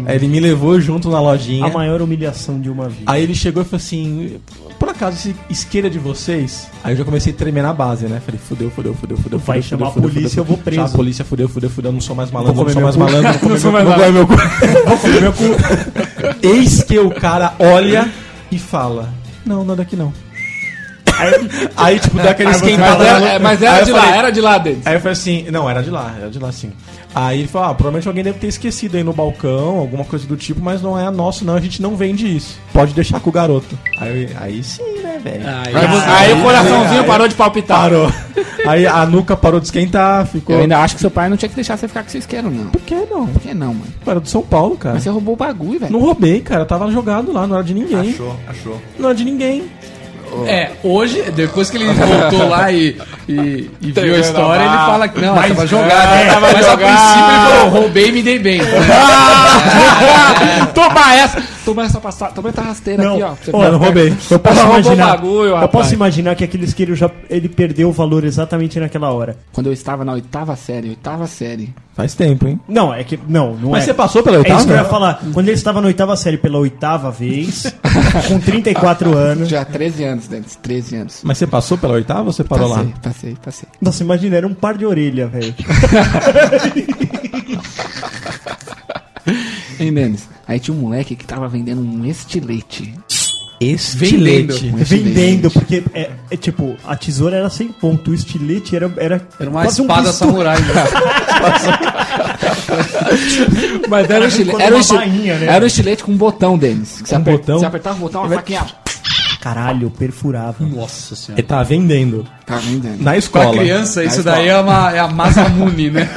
Speaker 3: Aí ele me levou junto na lojinha.
Speaker 7: A maior humilhação de uma vida.
Speaker 3: Aí ele chegou e falou assim: Por acaso esse isqueiro é de vocês? Aí eu já comecei a tremer na base, né? Falei: Fudeu, fudeu, fudeu, fudeu.
Speaker 7: Vai
Speaker 3: fudeu,
Speaker 7: chamar
Speaker 3: fudeu,
Speaker 7: a
Speaker 3: fudeu,
Speaker 7: polícia, eu vou
Speaker 3: fudeu.
Speaker 7: preso.
Speaker 3: Chamar a polícia, fudeu, fudeu, fudeu. Não sou mais malandro,
Speaker 11: Vou
Speaker 3: não
Speaker 11: comer
Speaker 3: sou mais
Speaker 11: meu cu.
Speaker 3: malandro,
Speaker 11: Não
Speaker 3: não
Speaker 11: sou
Speaker 3: sou
Speaker 11: mais
Speaker 3: mais meu cu. Vou comer meu cu. Eis que o cara olha e fala: Não, não é daqui não. Aí, tipo, dá aquele
Speaker 4: Mas
Speaker 3: esquentado.
Speaker 4: era, é, mas era de lá, era de lá dentro.
Speaker 3: Aí eu falei assim, não, era de lá, era de lá sim. Aí ele falou, ah, provavelmente alguém deve ter esquecido aí no balcão, alguma coisa do tipo, mas não é nosso não, a gente não vende isso. Pode deixar com o garoto. Aí, aí sim, né, velho?
Speaker 7: Ah.
Speaker 4: Aí, você- aí o coraçãozinho parou de palpitar.
Speaker 3: Parou. Aí a nuca parou de esquentar, ficou...
Speaker 4: Eu ainda acho que seu pai não tinha que deixar você ficar com seu isqueiro, não.
Speaker 3: Por que não?
Speaker 4: Por que não, mano?
Speaker 3: Era do São Paulo, cara.
Speaker 4: Mas você roubou o bagulho, velho.
Speaker 3: Não roubei, cara, tava jogado lá, não era de ninguém.
Speaker 9: Achou, achou.
Speaker 3: Não era de ninguém.
Speaker 8: É, hoje, depois que ele voltou lá e, e, e viu a história, ele fala que não, mas, tava jogado.
Speaker 4: é, tava
Speaker 8: mas a
Speaker 4: jogado.
Speaker 8: princípio ele falou, roubei e me dei bem.
Speaker 4: Toma essa! Toma essa passada, toma essa rasteira
Speaker 7: Não,
Speaker 4: aqui, ó.
Speaker 3: Eu
Speaker 4: pra você ver. Tá,
Speaker 7: ó,
Speaker 3: não roubei.
Speaker 7: Eu posso
Speaker 4: Roubou o
Speaker 7: imaginar.
Speaker 4: bagulho,
Speaker 7: eu
Speaker 4: rapaz.
Speaker 7: posso imaginar que aquele isqueiro já ele perdeu o valor exatamente naquela hora.
Speaker 4: Quando eu estava na oitava série, oitava série.
Speaker 3: Faz tempo, hein?
Speaker 7: Não, é que não, não
Speaker 3: Mas
Speaker 7: é.
Speaker 3: você passou pela
Speaker 7: É isso que eu ia
Speaker 3: oitava?
Speaker 7: falar. Quando ele estava na oitava série pela oitava vez, com 34
Speaker 3: É.
Speaker 7: anos.
Speaker 4: Já 13 anos, Dennis, 13 anos.
Speaker 3: Mas você passou pela oitava ou você parou lá?
Speaker 4: Passei, passei, passei.
Speaker 7: Nossa, imagina, era um par de orelha, velho.
Speaker 4: Hein, Dennis? Aí tinha um moleque que tava vendendo um estilete.
Speaker 3: Estilete.
Speaker 4: Um estilete.
Speaker 7: Vendendo, porque é, é tipo, a tesoura era sem ponto, o estilete era. Era,
Speaker 8: Era uma
Speaker 7: quase um
Speaker 8: espada
Speaker 7: pisto-
Speaker 8: samurai. né?
Speaker 4: Mas era um estilete.
Speaker 7: Quando
Speaker 4: Era um
Speaker 7: uma
Speaker 4: estilete,
Speaker 7: bainha, né? É
Speaker 4: era um estilete com um botão, Dennis. Que se
Speaker 3: Um
Speaker 4: aper-
Speaker 3: botão?
Speaker 4: Se apertava o botão, uma faquinha.
Speaker 7: Caralho, perfurava.
Speaker 8: Nossa senhora.
Speaker 3: Ele tava vendendo.
Speaker 4: Tá vendendo.
Speaker 3: Na
Speaker 8: Pra
Speaker 3: escola.
Speaker 8: criança, isso daí é, uma, é a Masamune, né?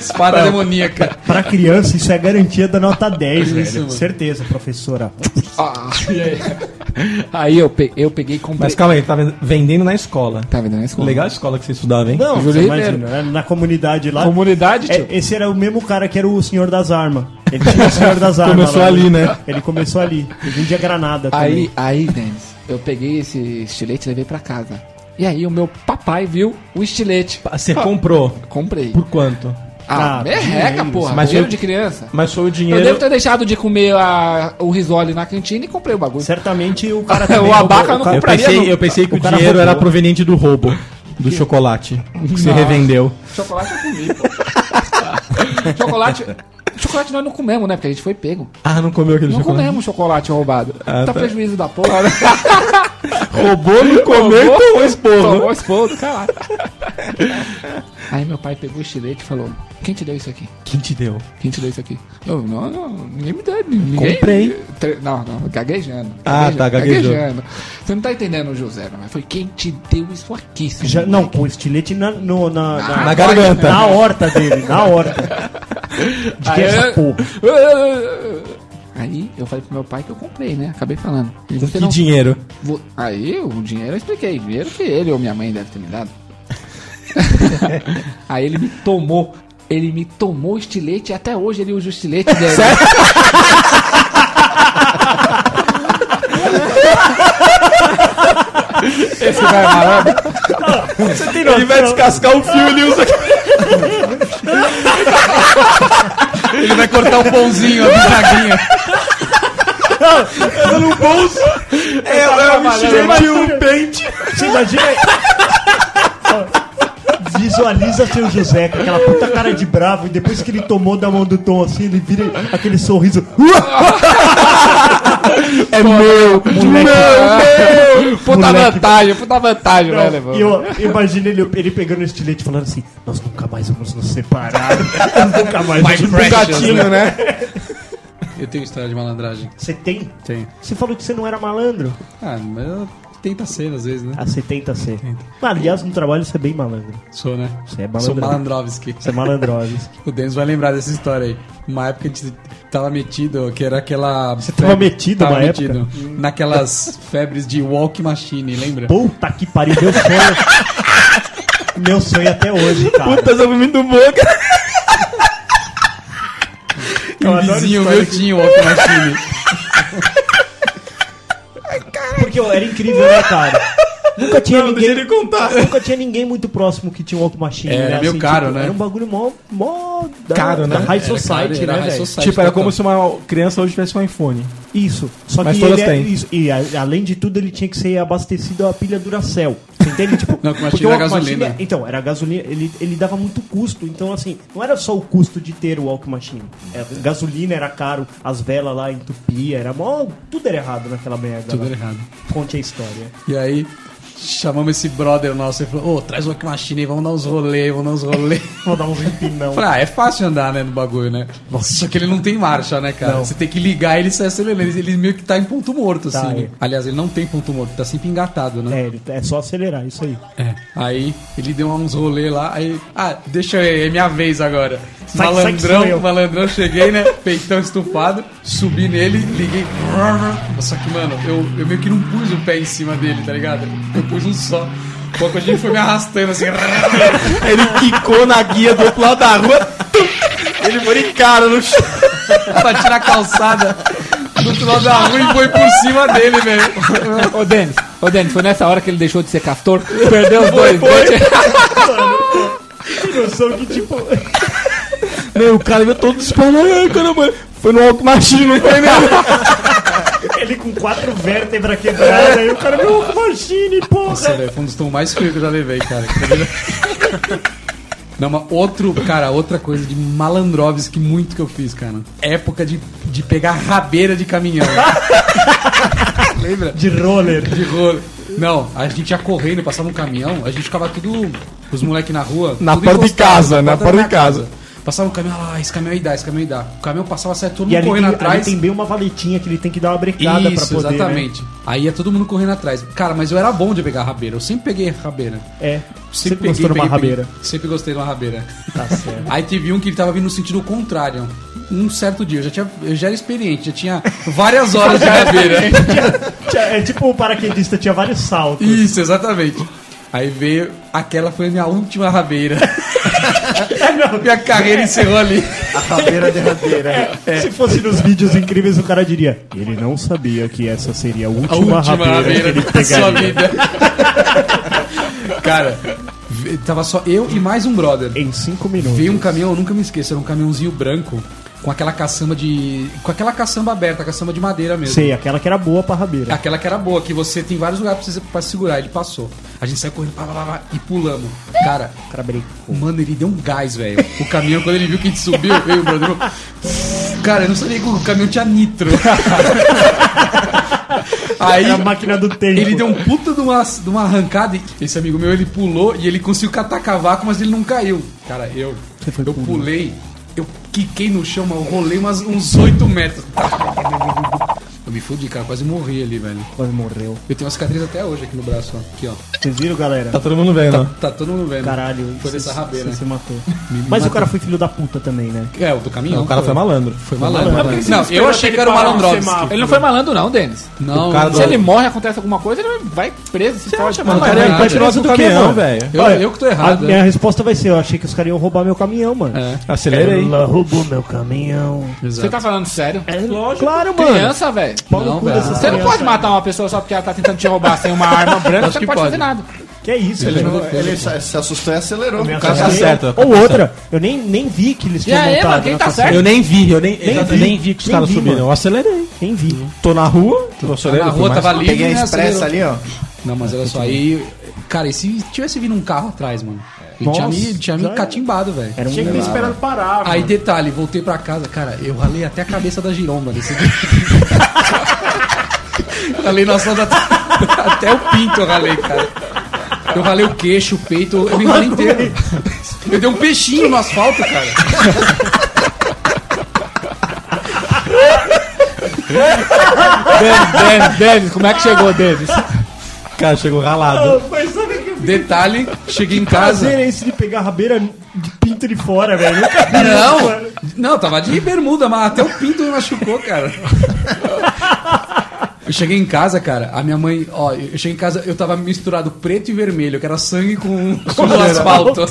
Speaker 8: Espada demoníaca.
Speaker 7: Pra criança, isso é garantia da nota 10, velho.
Speaker 8: mano.
Speaker 7: Certeza, professora.
Speaker 4: Ah, e aí? aí eu, pe- eu peguei e comprei.
Speaker 3: Mas calma aí, ele tava vendendo na escola.
Speaker 4: Tá vendendo na escola.
Speaker 3: Legal a escola que você estudava, hein?
Speaker 7: Não,
Speaker 4: Júlio
Speaker 7: você
Speaker 4: Ribeiro.
Speaker 7: imagina, né? na comunidade lá.
Speaker 4: Comunidade,
Speaker 7: É,
Speaker 4: tio.
Speaker 7: esse era o mesmo cara que era o Senhor das Armas. Ele tinha o Senhor das Armas.
Speaker 3: Começou
Speaker 7: lá,
Speaker 3: ali, né?
Speaker 7: Ele começou ali. Ele vendia granada
Speaker 4: Aí,
Speaker 7: também.
Speaker 4: aí, Denis, eu peguei esse estilete e levei pra casa. E aí o meu papai viu o estilete.
Speaker 3: Ah, Você comprou.
Speaker 4: Comprei.
Speaker 3: Por quanto?
Speaker 4: Ah,
Speaker 7: Ah,
Speaker 4: merreca,
Speaker 7: dinheiro.
Speaker 4: porra.
Speaker 3: Mas
Speaker 4: dinheiro
Speaker 3: eu-
Speaker 4: de criança.
Speaker 3: Mas foi o
Speaker 4: Eu
Speaker 3: dinheiro.
Speaker 4: devo ter deixado de comer a- o risole na cantina e comprei o bagulho.
Speaker 7: Certamente o cara
Speaker 4: O
Speaker 7: também.
Speaker 4: abaca
Speaker 7: roubou-
Speaker 4: não
Speaker 7: o cara-
Speaker 3: Eu
Speaker 4: compraria,
Speaker 3: pensei,
Speaker 4: não.
Speaker 3: eu pensei que o,
Speaker 7: O cara
Speaker 3: dinheiro era
Speaker 7: roubou.
Speaker 3: proveniente do roubo. Do chocolate. Que você revendeu.
Speaker 4: Chocolate eu comi, pô. chocolate. Chocolate nós não comemos, né? Porque a gente foi pego.
Speaker 3: Ah, não comeu aquele
Speaker 4: Não
Speaker 3: chocolate.
Speaker 4: comemos chocolate roubado.
Speaker 3: Ah,
Speaker 4: tá,
Speaker 3: tá.
Speaker 4: prejuízo da porra. né?
Speaker 3: Roubou, não comeu então é e
Speaker 4: Tomou-
Speaker 3: tomou esporro. né?
Speaker 4: Tomou esporro do caralho. Aí meu pai pegou o estilete e falou: Quem te deu isso aqui?
Speaker 3: Quem te deu?
Speaker 4: Quem te deu isso aqui? Eu, não, não, ninguém me deu. Ninguém,
Speaker 3: Comprei.
Speaker 4: Tre- Não, não, gaguejando.
Speaker 3: Ah, tá, gaguejou.
Speaker 4: Você não tá entendendo, José, não, mas foi quem te deu isso aqui, seu
Speaker 7: Já, não,
Speaker 4: moleque?
Speaker 7: com o estilete na, no- na, na,
Speaker 3: Na garganta.
Speaker 7: na horta dele, na horta. De que
Speaker 3: é
Speaker 7: é
Speaker 4: Aí,
Speaker 7: essa
Speaker 4: eu-
Speaker 7: porra?
Speaker 4: Aí eu falei pro meu pai que eu comprei, né? Acabei falando. E
Speaker 3: Com
Speaker 4: você
Speaker 3: que
Speaker 4: não-
Speaker 3: dinheiro?
Speaker 4: vo- Aí o dinheiro eu expliquei. Dinheiro que ele ou minha mãe deve ter me dado. Aí ele me tomou. Ele me tomou o estilete e até hoje ele usa o estilete dele.
Speaker 3: é
Speaker 4: Esse vai amarelo.
Speaker 3: Ele vai descascar o fio, ele usa.
Speaker 8: Ele vai cortar o pãozinho, a bisnaguinha.
Speaker 3: É, é um estilete e um pente.
Speaker 7: Você imagina. Visualiza seu José com aquela puta cara de bravo e depois que ele tomou da mão do Tom assim, ele vira aquele sorriso.
Speaker 4: É meu!
Speaker 7: né? Meu, meu!
Speaker 4: Puta vantagem, puta vantagem, né,
Speaker 7: Não,
Speaker 4: velho.
Speaker 7: E eu eu imagino ele, ele pegando o estilete e falando assim: Nós nunca mais vamos nos separar. Nós nunca mais
Speaker 4: My
Speaker 7: vamos
Speaker 4: precious, né?
Speaker 8: Eu tenho história de malandragem.
Speaker 7: Você tem?
Speaker 8: Tenho.
Speaker 7: Você falou que você não era malandro.
Speaker 8: Ah, mas eu tenta ser às vezes, né?
Speaker 7: Ah, você tenta ser. Mas, aliás, no trabalho você é bem malandro.
Speaker 8: Sou, né?
Speaker 7: Você é
Speaker 8: Sou
Speaker 7: malandro.
Speaker 8: malandrovski.
Speaker 7: Você é malandrovski.
Speaker 8: o Denis vai lembrar dessa história aí. Uma época a gente tava metido, que era aquela... Você
Speaker 7: tava metido uma época?
Speaker 8: Naquelas febres de walk machine, lembra?
Speaker 7: Puta que pariu, meu sonho. meu sonho até hoje, cara.
Speaker 8: Puta,
Speaker 7: sou muito bom, cara.
Speaker 8: E o Um vizinho meu tinha o walk machine.
Speaker 7: Porque eu era incrível, né, cara? Nunca tinha
Speaker 8: Não,
Speaker 7: ninguém.
Speaker 8: deixa ele contar.
Speaker 7: Nunca tinha ninguém muito próximo que tinha um Walk Machine.
Speaker 8: É,
Speaker 7: né?
Speaker 8: era meio caro, né?
Speaker 7: Era um bagulho mó. mó da,
Speaker 3: Caro, né?
Speaker 7: Da high
Speaker 3: Era caro,
Speaker 7: Society,
Speaker 3: era
Speaker 7: né,
Speaker 3: high
Speaker 7: velho?
Speaker 3: society Tipo, era como se uma criança hoje tivesse um iPhone.
Speaker 7: Isso. Só
Speaker 3: Mas
Speaker 7: que
Speaker 3: todas
Speaker 7: ele é-
Speaker 3: têm.
Speaker 7: isso, e a- além de tudo, ele tinha que ser abastecido a pilha Duracell. Você entende? Tipo,
Speaker 8: Não, com a
Speaker 7: porque
Speaker 8: China
Speaker 7: o
Speaker 8: era
Speaker 7: Walkman
Speaker 8: gasolina.
Speaker 7: tinha- então, era gasolina, ele, ele dava muito custo. Então, assim, não era só o custo de ter o Walk Machine. É, gasolina era caro, as velas lá entupia, era mó. Tudo era errado naquela merda.
Speaker 8: Tudo
Speaker 7: lá.
Speaker 8: era errado.
Speaker 7: Conte a história.
Speaker 8: E aí chamamos esse brother nosso e falou: Ô, traz o Walk Machine aí, vamos dar uns rolê, vamos dar uns rolê.
Speaker 7: vamos dar uns empinão.
Speaker 8: Falei, ah, é fácil andar, né, no bagulho, né? Só que ele não tem marcha, né, cara?
Speaker 7: Não.
Speaker 8: Você tem que ligar e ele sai acelerando. Ele, ele meio que tá em ponto morto,
Speaker 7: Tá,
Speaker 8: assim.
Speaker 7: é.
Speaker 8: Aliás, ele não tem ponto morto, tá sempre engatado, né?
Speaker 7: É, ele- é só acelerar, isso aí.
Speaker 8: É. Aí ele deu uns rolê lá, aí. Ah, deixa eu. É minha vez agora.
Speaker 7: Sai- sai que
Speaker 8: malandrão,
Speaker 7: sou eu.
Speaker 8: malandrão, cheguei, né? Peitão estufado, subi nele, liguei. Só que, mano, eu, eu meio que não pus o pé em cima dele, tá ligado? Eu pus um só. Pouco a gente foi me arrastando assim.
Speaker 9: Ele quicou na guia do outro lado da rua. tum, Ele foi de cara no chão.
Speaker 8: pra tirar a calçada do outro lado da rua e foi por cima dele, velho.
Speaker 4: ô, Denis, ô, Denis, foi nessa hora que ele deixou de ser castor? Perdeu os dois.
Speaker 7: Que noção que, tipo.
Speaker 3: Meu, o cara veio todo espalhado. Ai, caramba. Foi no Walk Machine, não foi mesmo?
Speaker 7: Ele com quatro vértebras quebradas, aí o cara, meu Walk Machine,
Speaker 8: Nossa,
Speaker 7: porra!
Speaker 8: velho, foi um dos tons mais frios que eu já levei, cara. Não, mas outro, cara, outra coisa de malandroves que muito que eu fiz, cara. Época de, de pegar rabeira de caminhão. Lembra?
Speaker 7: De roller.
Speaker 8: De roller. Não, a gente ia correndo, passava um caminhão, a gente ficava tudo. Os moleques na rua.
Speaker 3: Na
Speaker 8: tudo
Speaker 3: porta de
Speaker 8: encostado,
Speaker 3: casa, na porta de
Speaker 8: da
Speaker 3: casa.
Speaker 8: Passava um caminhão, ah, esse caminhão aí dá, esse caminhão aí dá. O caminhão passava, saia todo
Speaker 7: E
Speaker 8: mundo
Speaker 7: ali tem,
Speaker 8: correndo
Speaker 7: ali
Speaker 8: atrás.
Speaker 7: tem bem uma valetinha que ele tem que dar uma brecada pra poder. né?
Speaker 8: exatamente. Aí ia todo mundo correndo atrás. Cara, mas eu era bom de pegar rabeira. Eu sempre peguei rabeira.
Speaker 7: É. Sempre gostou de uma rabeira.
Speaker 8: Sempre gostei de uma rabeira.
Speaker 7: Tá certo.
Speaker 8: Aí teve um que ele tava vindo no sentido contrário. Um certo dia, eu já, tinha, eu já era experiente, já tinha várias horas de rabeira.
Speaker 7: Tinha- É tipo o paraquedista, tinha vários saltos.
Speaker 8: Isso, exatamente. Aí veio, aquela foi a minha última rabeira.
Speaker 7: É,
Speaker 8: minha carreira encerrou ali.
Speaker 9: A rabeira derradeira.
Speaker 7: né?
Speaker 8: é,
Speaker 7: Se fosse nos vídeos incríveis, o cara diria: Ele não sabia que essa seria a última,
Speaker 8: A última
Speaker 7: rabeira,
Speaker 8: rabeira
Speaker 7: que ele
Speaker 8: da sua
Speaker 7: pegaria.
Speaker 8: vida. Cara, ve- tava só eu e mais um brother.
Speaker 7: Em cinco minutos.
Speaker 8: Veio um caminhão, eu nunca me esqueço, era um caminhãozinho branco com aquela caçamba de. com aquela caçamba aberta, caçamba de madeira mesmo.
Speaker 7: Sei, aquela que era boa pra rabeira.
Speaker 8: Aquela que era boa, que você tem vários lugares pra, você, pra segurar. Ele passou. A gente saiu correndo pá, pá, pá, pá, e pulamos. Cara,
Speaker 7: cara brinca.
Speaker 8: mano, ele deu um gás, velho. O caminhão, quando ele viu que a gente subiu, veio o brother. Cara, eu não sabia que o caminhão tinha nitro. Aí,
Speaker 7: Era a máquina do tempo.
Speaker 8: ele deu um puta de uma, de uma arrancada. E esse amigo meu, ele pulou e ele conseguiu catar cavaco, mas ele não caiu. Cara, eu, eu pulei, eu quiquei no chão, mas eu rolei umas- uns 8 metros. Eu me fudi, cara, quase morri ali, velho.
Speaker 7: Quase morreu.
Speaker 8: Eu tenho uma cicatriz até hoje aqui no braço, ó. Aqui, ó.
Speaker 7: Vocês viram, galera?
Speaker 3: Tá todo mundo vendo, ó.
Speaker 8: Tá todo mundo vendo.
Speaker 7: Caralho,
Speaker 8: Foi dessa
Speaker 7: você-
Speaker 8: rabeira.
Speaker 7: você se matou.
Speaker 8: Me
Speaker 7: Mas
Speaker 8: matou.
Speaker 7: o cara foi filho da puta também, né?
Speaker 8: É, o do caminhão.
Speaker 3: Não, o cara foi malandro.
Speaker 8: Foi malandro.
Speaker 4: Mas por que você
Speaker 8: Não,
Speaker 4: esperou
Speaker 8: eu achei
Speaker 4: ele
Speaker 8: que era o
Speaker 4: parar no
Speaker 8: malandrovski.
Speaker 4: semáforo? Ele não foi malandro, não, Denis.
Speaker 8: Não,
Speaker 4: Não,
Speaker 8: O cara
Speaker 4: se
Speaker 8: do-
Speaker 4: ele morre, acontece alguma coisa, ele vai preso, se pode.
Speaker 8: mano? O cara é
Speaker 3: do caminhão, velho.
Speaker 8: Eu, eu que tô errado. né?
Speaker 7: A minha resposta vai ser: eu achei que os caras iam roubar meu caminhão, mano.
Speaker 8: É.
Speaker 3: Acelerei.
Speaker 7: Ela roubou meu caminhão.
Speaker 4: Você tá falando sério?
Speaker 7: É lógico. Claro, mano.
Speaker 4: Criança, velho.
Speaker 7: Pau no
Speaker 8: Não,
Speaker 7: cu
Speaker 8: velho.
Speaker 7: dessas
Speaker 4: Você não
Speaker 7: crianças.
Speaker 4: pode matar uma pessoa só porque ela tá tentando te roubar sem uma arma branca,
Speaker 8: Acho
Speaker 4: você
Speaker 8: que
Speaker 4: não pode
Speaker 8: pode.
Speaker 4: fazer nada.
Speaker 7: Que é isso,
Speaker 8: Ele
Speaker 7: velho.
Speaker 8: não-
Speaker 9: Ele se se assustou e acelerou.
Speaker 7: Eu me
Speaker 9: O cara tá
Speaker 7: assustei.
Speaker 9: certo.
Speaker 3: certo,
Speaker 7: Ou outra, eu nem, nem vi que eles
Speaker 4: E
Speaker 7: tinham
Speaker 4: aí,
Speaker 7: montado.
Speaker 4: mano, quem
Speaker 7: na
Speaker 4: tá
Speaker 7: calçada.
Speaker 4: certo?
Speaker 3: Eu nem vi, eu nem,
Speaker 7: Nem
Speaker 3: exato,
Speaker 7: vi.
Speaker 3: nem vi que os
Speaker 7: Nem
Speaker 3: caras
Speaker 7: vi,
Speaker 3: subiram.
Speaker 7: mano.
Speaker 3: Eu acelerei.
Speaker 7: Nem vi.
Speaker 3: Tô na rua, tô acelerei.
Speaker 8: na rua, tava livre.
Speaker 9: Peguei a
Speaker 8: né,
Speaker 9: expressa
Speaker 8: acelerou.
Speaker 9: ali, ó.
Speaker 8: Não, mas olha só, aí. Cara, e se tivesse vindo um carro atrás, mano? E tinha
Speaker 15: Nossa,
Speaker 8: me, tinha me
Speaker 15: já era.
Speaker 8: catimbado, velho.
Speaker 15: Era um Tinha que ter esperado parar,
Speaker 8: Aí,
Speaker 15: mano.
Speaker 8: detalhe, voltei pra casa, cara, eu ralei até a cabeça da giromba né? nesse dia. ralei na sonda até o pinto eu ralei, cara. Eu ralei o queixo, o peito, eu me ralei inteiro. Eu dei um peixinho no asfalto, cara.
Speaker 4: Denis, Denis, como é que chegou, Denis?
Speaker 3: Cara, chegou ralado.
Speaker 7: Mas sabe Ah, o que eu fiquei-
Speaker 8: Detalhe, cheguei em
Speaker 7: Que
Speaker 8: casa.
Speaker 7: prazer é esse de pegar a rabeira de pinto de fora, velho. Nunca vi isso,
Speaker 8: Não,
Speaker 7: mano.
Speaker 8: não, tava de bermuda, mas até o pinto me machucou, cara. Eu cheguei em casa, cara, a minha mãe, ó, eu cheguei em casa, eu tava misturado preto e vermelho, que era sangue com, com o asfalto.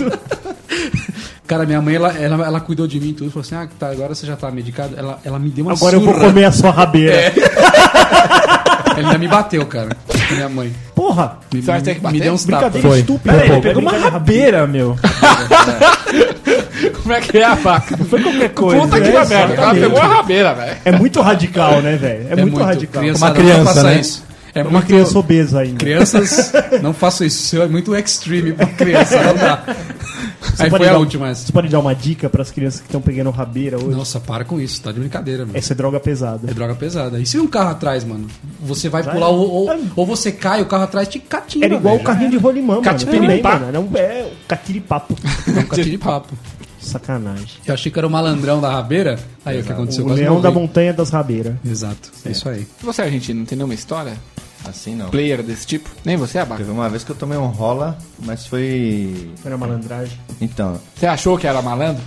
Speaker 8: Cara, minha mãe, ela, ela, ela cuidou de mim e tudo, falou assim, ah, tá, agora você já tá medicado. Ela, ela me deu uma
Speaker 7: Agora eu vou
Speaker 8: surra.
Speaker 7: comer a sua rabeira.
Speaker 8: né? É. Ela ainda me bateu, cara, minha mãe.
Speaker 7: Porra!
Speaker 8: Me,
Speaker 7: Você vai ter que
Speaker 8: me
Speaker 7: bater?
Speaker 8: deu um uns tapas.
Speaker 7: Brincadeira Foi. estúpida.
Speaker 8: Pera aí,
Speaker 7: Pô,
Speaker 8: pegou uma
Speaker 11: rabeira, meu.
Speaker 4: Como é que é a vaca?
Speaker 7: Foi qualquer coisa.
Speaker 4: Puta que
Speaker 7: É,
Speaker 4: merda, o cara
Speaker 7: exatamente.
Speaker 4: pegou a rabeira, velho.
Speaker 7: É muito radical, né, velho? É, muito, radical. né?
Speaker 8: Criançada, não faça Isso. É
Speaker 7: uma criança obesa ainda.
Speaker 8: Crianças, não façam isso. Isso é muito extreme pra criança, não dá.
Speaker 7: Você
Speaker 8: Aí
Speaker 7: pode
Speaker 8: foi a
Speaker 7: dar- um-
Speaker 8: última essa.
Speaker 7: Você pode dar uma dica pras crianças que estão pegando rabeira hoje?
Speaker 8: Nossa, para com isso, tá de brincadeira, mano.
Speaker 7: Essa é droga pesada.
Speaker 8: É droga pesada. E se um carro atrás, mano? Você vai
Speaker 7: Já
Speaker 8: pular
Speaker 7: é.
Speaker 8: ou, ou, ou você cai, o carro atrás te catinga.
Speaker 7: Era igual o carrinho de rolimã, mano. Também,
Speaker 8: Catiripá.
Speaker 7: mano. Era um, é o catiripapo.
Speaker 8: um de catiripapo.
Speaker 7: Sacanagem.
Speaker 8: Eu achei que era o malandrão da rabeira. Aí o que aconteceu?
Speaker 7: O
Speaker 8: Quase
Speaker 7: leão
Speaker 8: morri.
Speaker 7: da montanha das rabeiras.
Speaker 8: Exato. É isso aí.
Speaker 4: Você é argentino, não tem nenhuma história?
Speaker 9: Assim não.
Speaker 4: Player desse tipo? Nem você, Abaca?
Speaker 9: Teve uma vez que eu tomei um rola, mas foi.
Speaker 7: Foi na malandragem.
Speaker 9: Então,
Speaker 4: Você achou que era malandro?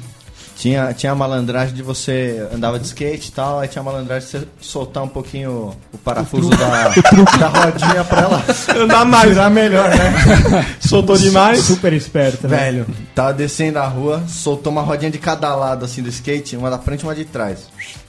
Speaker 9: Tinha, tinha a malandragem de você andava de skate e tal, aí tinha a malandragem de você soltar um pouquinho o parafuso da, da rodinha pra ela
Speaker 3: Andar mais.
Speaker 9: girar melhor, né?
Speaker 3: Soltou demais.
Speaker 7: Super esperta, né?
Speaker 9: Velho, tava Tá descendo a rua, soltou uma rodinha de cada lado assim do skate, uma da frente e uma de trás.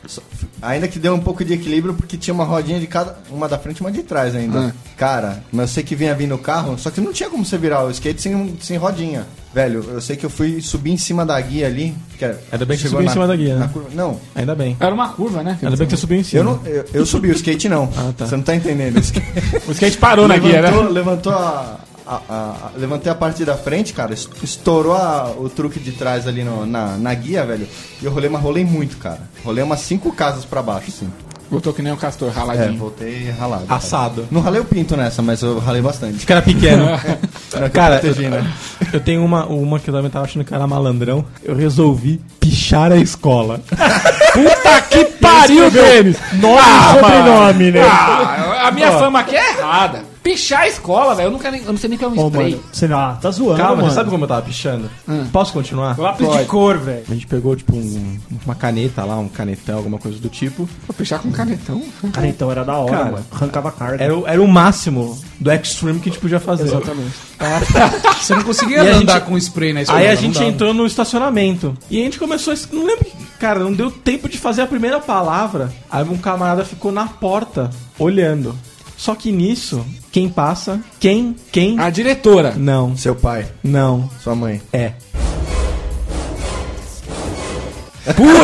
Speaker 9: So- Ainda que deu um pouco de equilíbrio, porque tinha uma rodinha de cada. Uma da frente e uma de trás ainda.
Speaker 4: Ah.
Speaker 9: Cara, mas eu sei que vinha vindo o carro, só que não tinha como você virar o skate sem, sem rodinha. Velho, eu sei que eu fui subir em cima da guia ali. Que era-
Speaker 3: Ainda bem que você
Speaker 9: chegou
Speaker 3: subiu em
Speaker 9: na-
Speaker 3: cima da guia,
Speaker 9: na
Speaker 3: né?
Speaker 9: curva- Não,
Speaker 3: Ainda bem.
Speaker 4: Era uma curva, né?
Speaker 3: Ainda bem que você subiu em cima.
Speaker 9: eu, não, eu, eu subi o skate não.
Speaker 3: Ah,
Speaker 9: Você não tá entendendo. O skate,
Speaker 4: O skate parou na guia, né?
Speaker 9: Levantou- Levantou a, a- a- Levantei a parte da frente, cara. es- Estourou a- o truque de trás ali no- na, na guia, velho. E eu rolei, mas rolei muito, cara. Rolei umas cinco casas pra baixo, assim.
Speaker 4: Voltou que nem um castor
Speaker 9: É, Ah.
Speaker 4: raladinho.
Speaker 9: voltei ralado. cara.
Speaker 3: Assado.
Speaker 9: Não ralei o pinto nessa, mas eu ralei bastante.
Speaker 3: Que era é pequeno.
Speaker 9: Era que eu
Speaker 3: cara,
Speaker 9: protegi,
Speaker 3: eu,
Speaker 9: né?
Speaker 3: eu tenho uma, uma que eu também tava achando que era malandrão. Eu resolvi pichar a escola.
Speaker 4: Puta que pariu, Denis!
Speaker 7: Nome e sobrenome, né?
Speaker 4: Ah, a minha
Speaker 3: Ó.
Speaker 4: fama aqui é errada. Pichar a escola, velho. Eu, nunca nem- eu não sei nem o que é um
Speaker 7: Ô,
Speaker 4: spray.
Speaker 7: mano, você ah, tá zoando,
Speaker 3: Calma,
Speaker 7: mano.
Speaker 3: sabe como eu tava pichando? Posso continuar?
Speaker 11: Lápis
Speaker 4: Pode.
Speaker 11: de cor, velho.
Speaker 3: A gente pegou, tipo, um- uma caneta lá, um canetão, alguma coisa do tipo.
Speaker 4: Vou pichar com um canetão.
Speaker 7: Cara, então era da hora,
Speaker 3: Cara,
Speaker 7: mano. Arrancava carga.
Speaker 3: Era, o- era o máximo do extreme que a gente podia fazer.
Speaker 8: Você não conseguia
Speaker 3: E a
Speaker 8: andar
Speaker 3: gente-
Speaker 8: com spray na escola.
Speaker 3: Aí a
Speaker 8: é não
Speaker 3: gente
Speaker 8: dava.
Speaker 3: entrou no estacionamento. E a gente começou. a- Não lembro. que- Cara, não deu tempo de fazer a primeira palavra. Aí um camarada ficou na porta, olhando. Só que nisso, quem passa? Quem? Quem?
Speaker 4: A diretora.
Speaker 3: Não,
Speaker 9: Seu pai,
Speaker 3: não,
Speaker 9: sua mãe.
Speaker 3: é.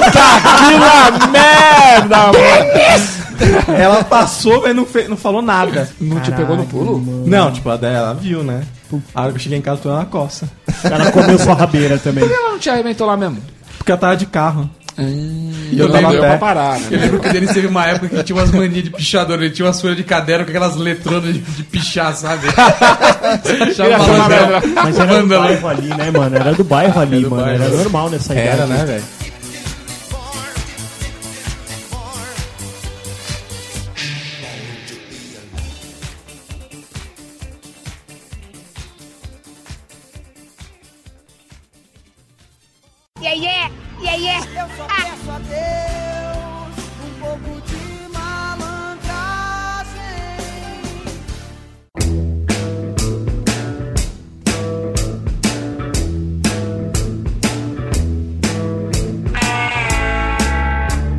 Speaker 4: Puta merda, mano.
Speaker 3: Ela passou, mas não, fe- não falou nada.
Speaker 4: Não te pegou no pulo?
Speaker 3: Não, tipo, ela- ela viu, né? A hora que eu cheguei em casa, tô na coça.
Speaker 7: Ela comeu sua rabeira também.
Speaker 4: Por que ela não te arrebentou lá mesmo?
Speaker 3: Porque ela tava de carro.
Speaker 4: E
Speaker 3: eu tava a pé.
Speaker 4: pra parar,
Speaker 8: Eu
Speaker 4: né?
Speaker 8: lembro que o Denis teve uma época que tinha umas manias de pichador, ele tinha umas folhas de caderno com aquelas letronas de, de pichar, sabe? Você achava malandrão.
Speaker 7: Mas era do
Speaker 8: Mandando.
Speaker 7: bairro ali, né, mano? Era do bairro ali, mano.
Speaker 3: bairro.
Speaker 7: Era normal nessa idade.
Speaker 3: Era, né, velho?
Speaker 2: E aí, e aí,
Speaker 14: Eu só peço a Deus um pouco de malandragem.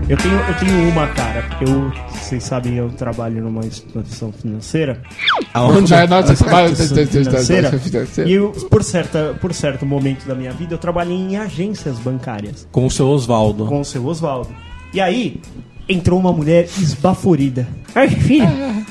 Speaker 7: Eu tenho, eu tenho uma, cara. Eu, vocês sabem, eu trabalho numa instituição financeira.
Speaker 3: Aonde?
Speaker 4: Não, não, você- vai-
Speaker 7: Instituição financeira.
Speaker 4: financeira.
Speaker 7: E eu, por, certa, por certo momento da minha vida, eu trabalhei em agências bancárias
Speaker 3: Com o seu Oswaldo.
Speaker 7: com o seu Oswaldo. E aí, entrou uma mulher esbaforida. Ai, filho,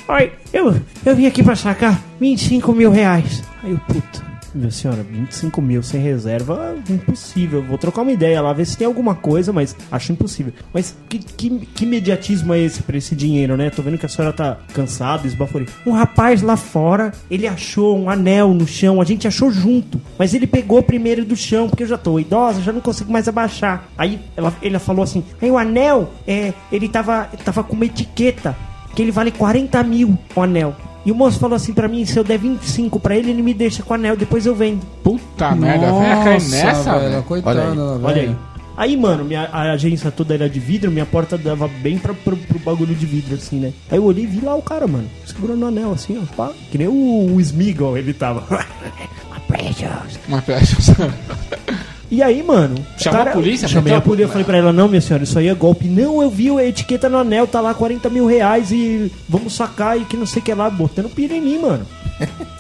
Speaker 7: ai, eu, eu vim aqui pra sacar 25 mil reais. Aí o puto. Meu senhora, 25 mil sem reserva, impossível. Vou trocar uma ideia lá, ver se tem alguma coisa, mas acho impossível. Mas que, que, que mediatismo é esse pra esse dinheiro, né? Tô vendo que a senhora tá cansada, esbaforida. Um rapaz lá fora, ele achou um anel no chão, a gente achou junto, mas ele pegou primeiro do chão, porque eu já tô idosa, já não consigo mais abaixar. Aí ela, ele falou assim: aí o anel, é, ele tava, tava com uma etiqueta, que ele vale 40 mil o anel. E o moço falou assim pra mim: se eu der 25 pra ele, ele me deixa com o anel, depois eu vendo.
Speaker 4: Puta
Speaker 15: merda, velho, cai nessa, velho. Coitada
Speaker 7: Olha aí.
Speaker 15: da velha.
Speaker 7: Olha aí. Aí, mano, minha, a agência toda era de vidro, minha porta dava bem pra, pro, pro bagulho de vidro, assim, né? Aí eu olhei e vi lá o cara, mano, segurando o anel, assim, ó, pá. Que nem o, o Smeagol, ele tava. My precious.
Speaker 4: My precious.
Speaker 7: E aí, mano?
Speaker 4: Chamou a polícia?
Speaker 7: Chamei a
Speaker 4: Então,
Speaker 7: polícia, eu falei pra ela, não, minha senhora, isso aí é golpe. Não, eu vi a etiqueta no anel, tá lá 40 mil reais e vamos sacar e que não sei o que lá, botando pilha em mim, mano.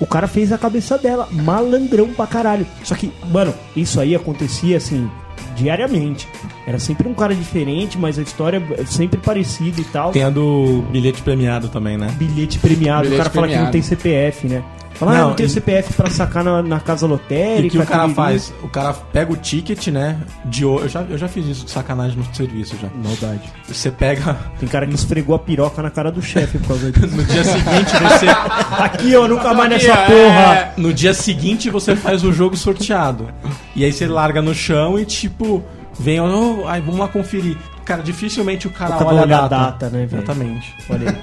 Speaker 7: O cara fez a cabeça dela, malandrão pra caralho. Só que, mano, isso aí acontecia assim, diariamente. Era sempre um cara diferente, mas a história é sempre parecida e tal.
Speaker 3: Tem a do bilhete premiado também, né?
Speaker 7: Bilhete premiado, o cara fala que não tem CPF, né? Fala, ah,
Speaker 3: Não,
Speaker 7: não tem
Speaker 3: e-
Speaker 7: o CPF pra sacar na, na casa lotérica.
Speaker 3: E que o cara
Speaker 7: piriri.
Speaker 3: faz? O cara pega o ticket, né? De olho. Eu já, eu já fiz isso de sacanagem no serviço já.
Speaker 7: Maldade.
Speaker 3: Você pega.
Speaker 7: Tem cara que esfregou a piroca na cara do chefe por causa disso.
Speaker 3: No dia seguinte você.
Speaker 7: Aqui, ó, nunca mais nessa
Speaker 3: Aqui,
Speaker 7: porra.
Speaker 3: é. No dia seguinte você faz o jogo sorteado. E aí você larga no chão e tipo. Vem, ó, aí vamos lá conferir. Cara, dificilmente o cara
Speaker 7: Acabou
Speaker 3: olha a
Speaker 7: olhar
Speaker 3: data.
Speaker 7: a data, né, velho?
Speaker 3: Exatamente.
Speaker 7: Olha aí.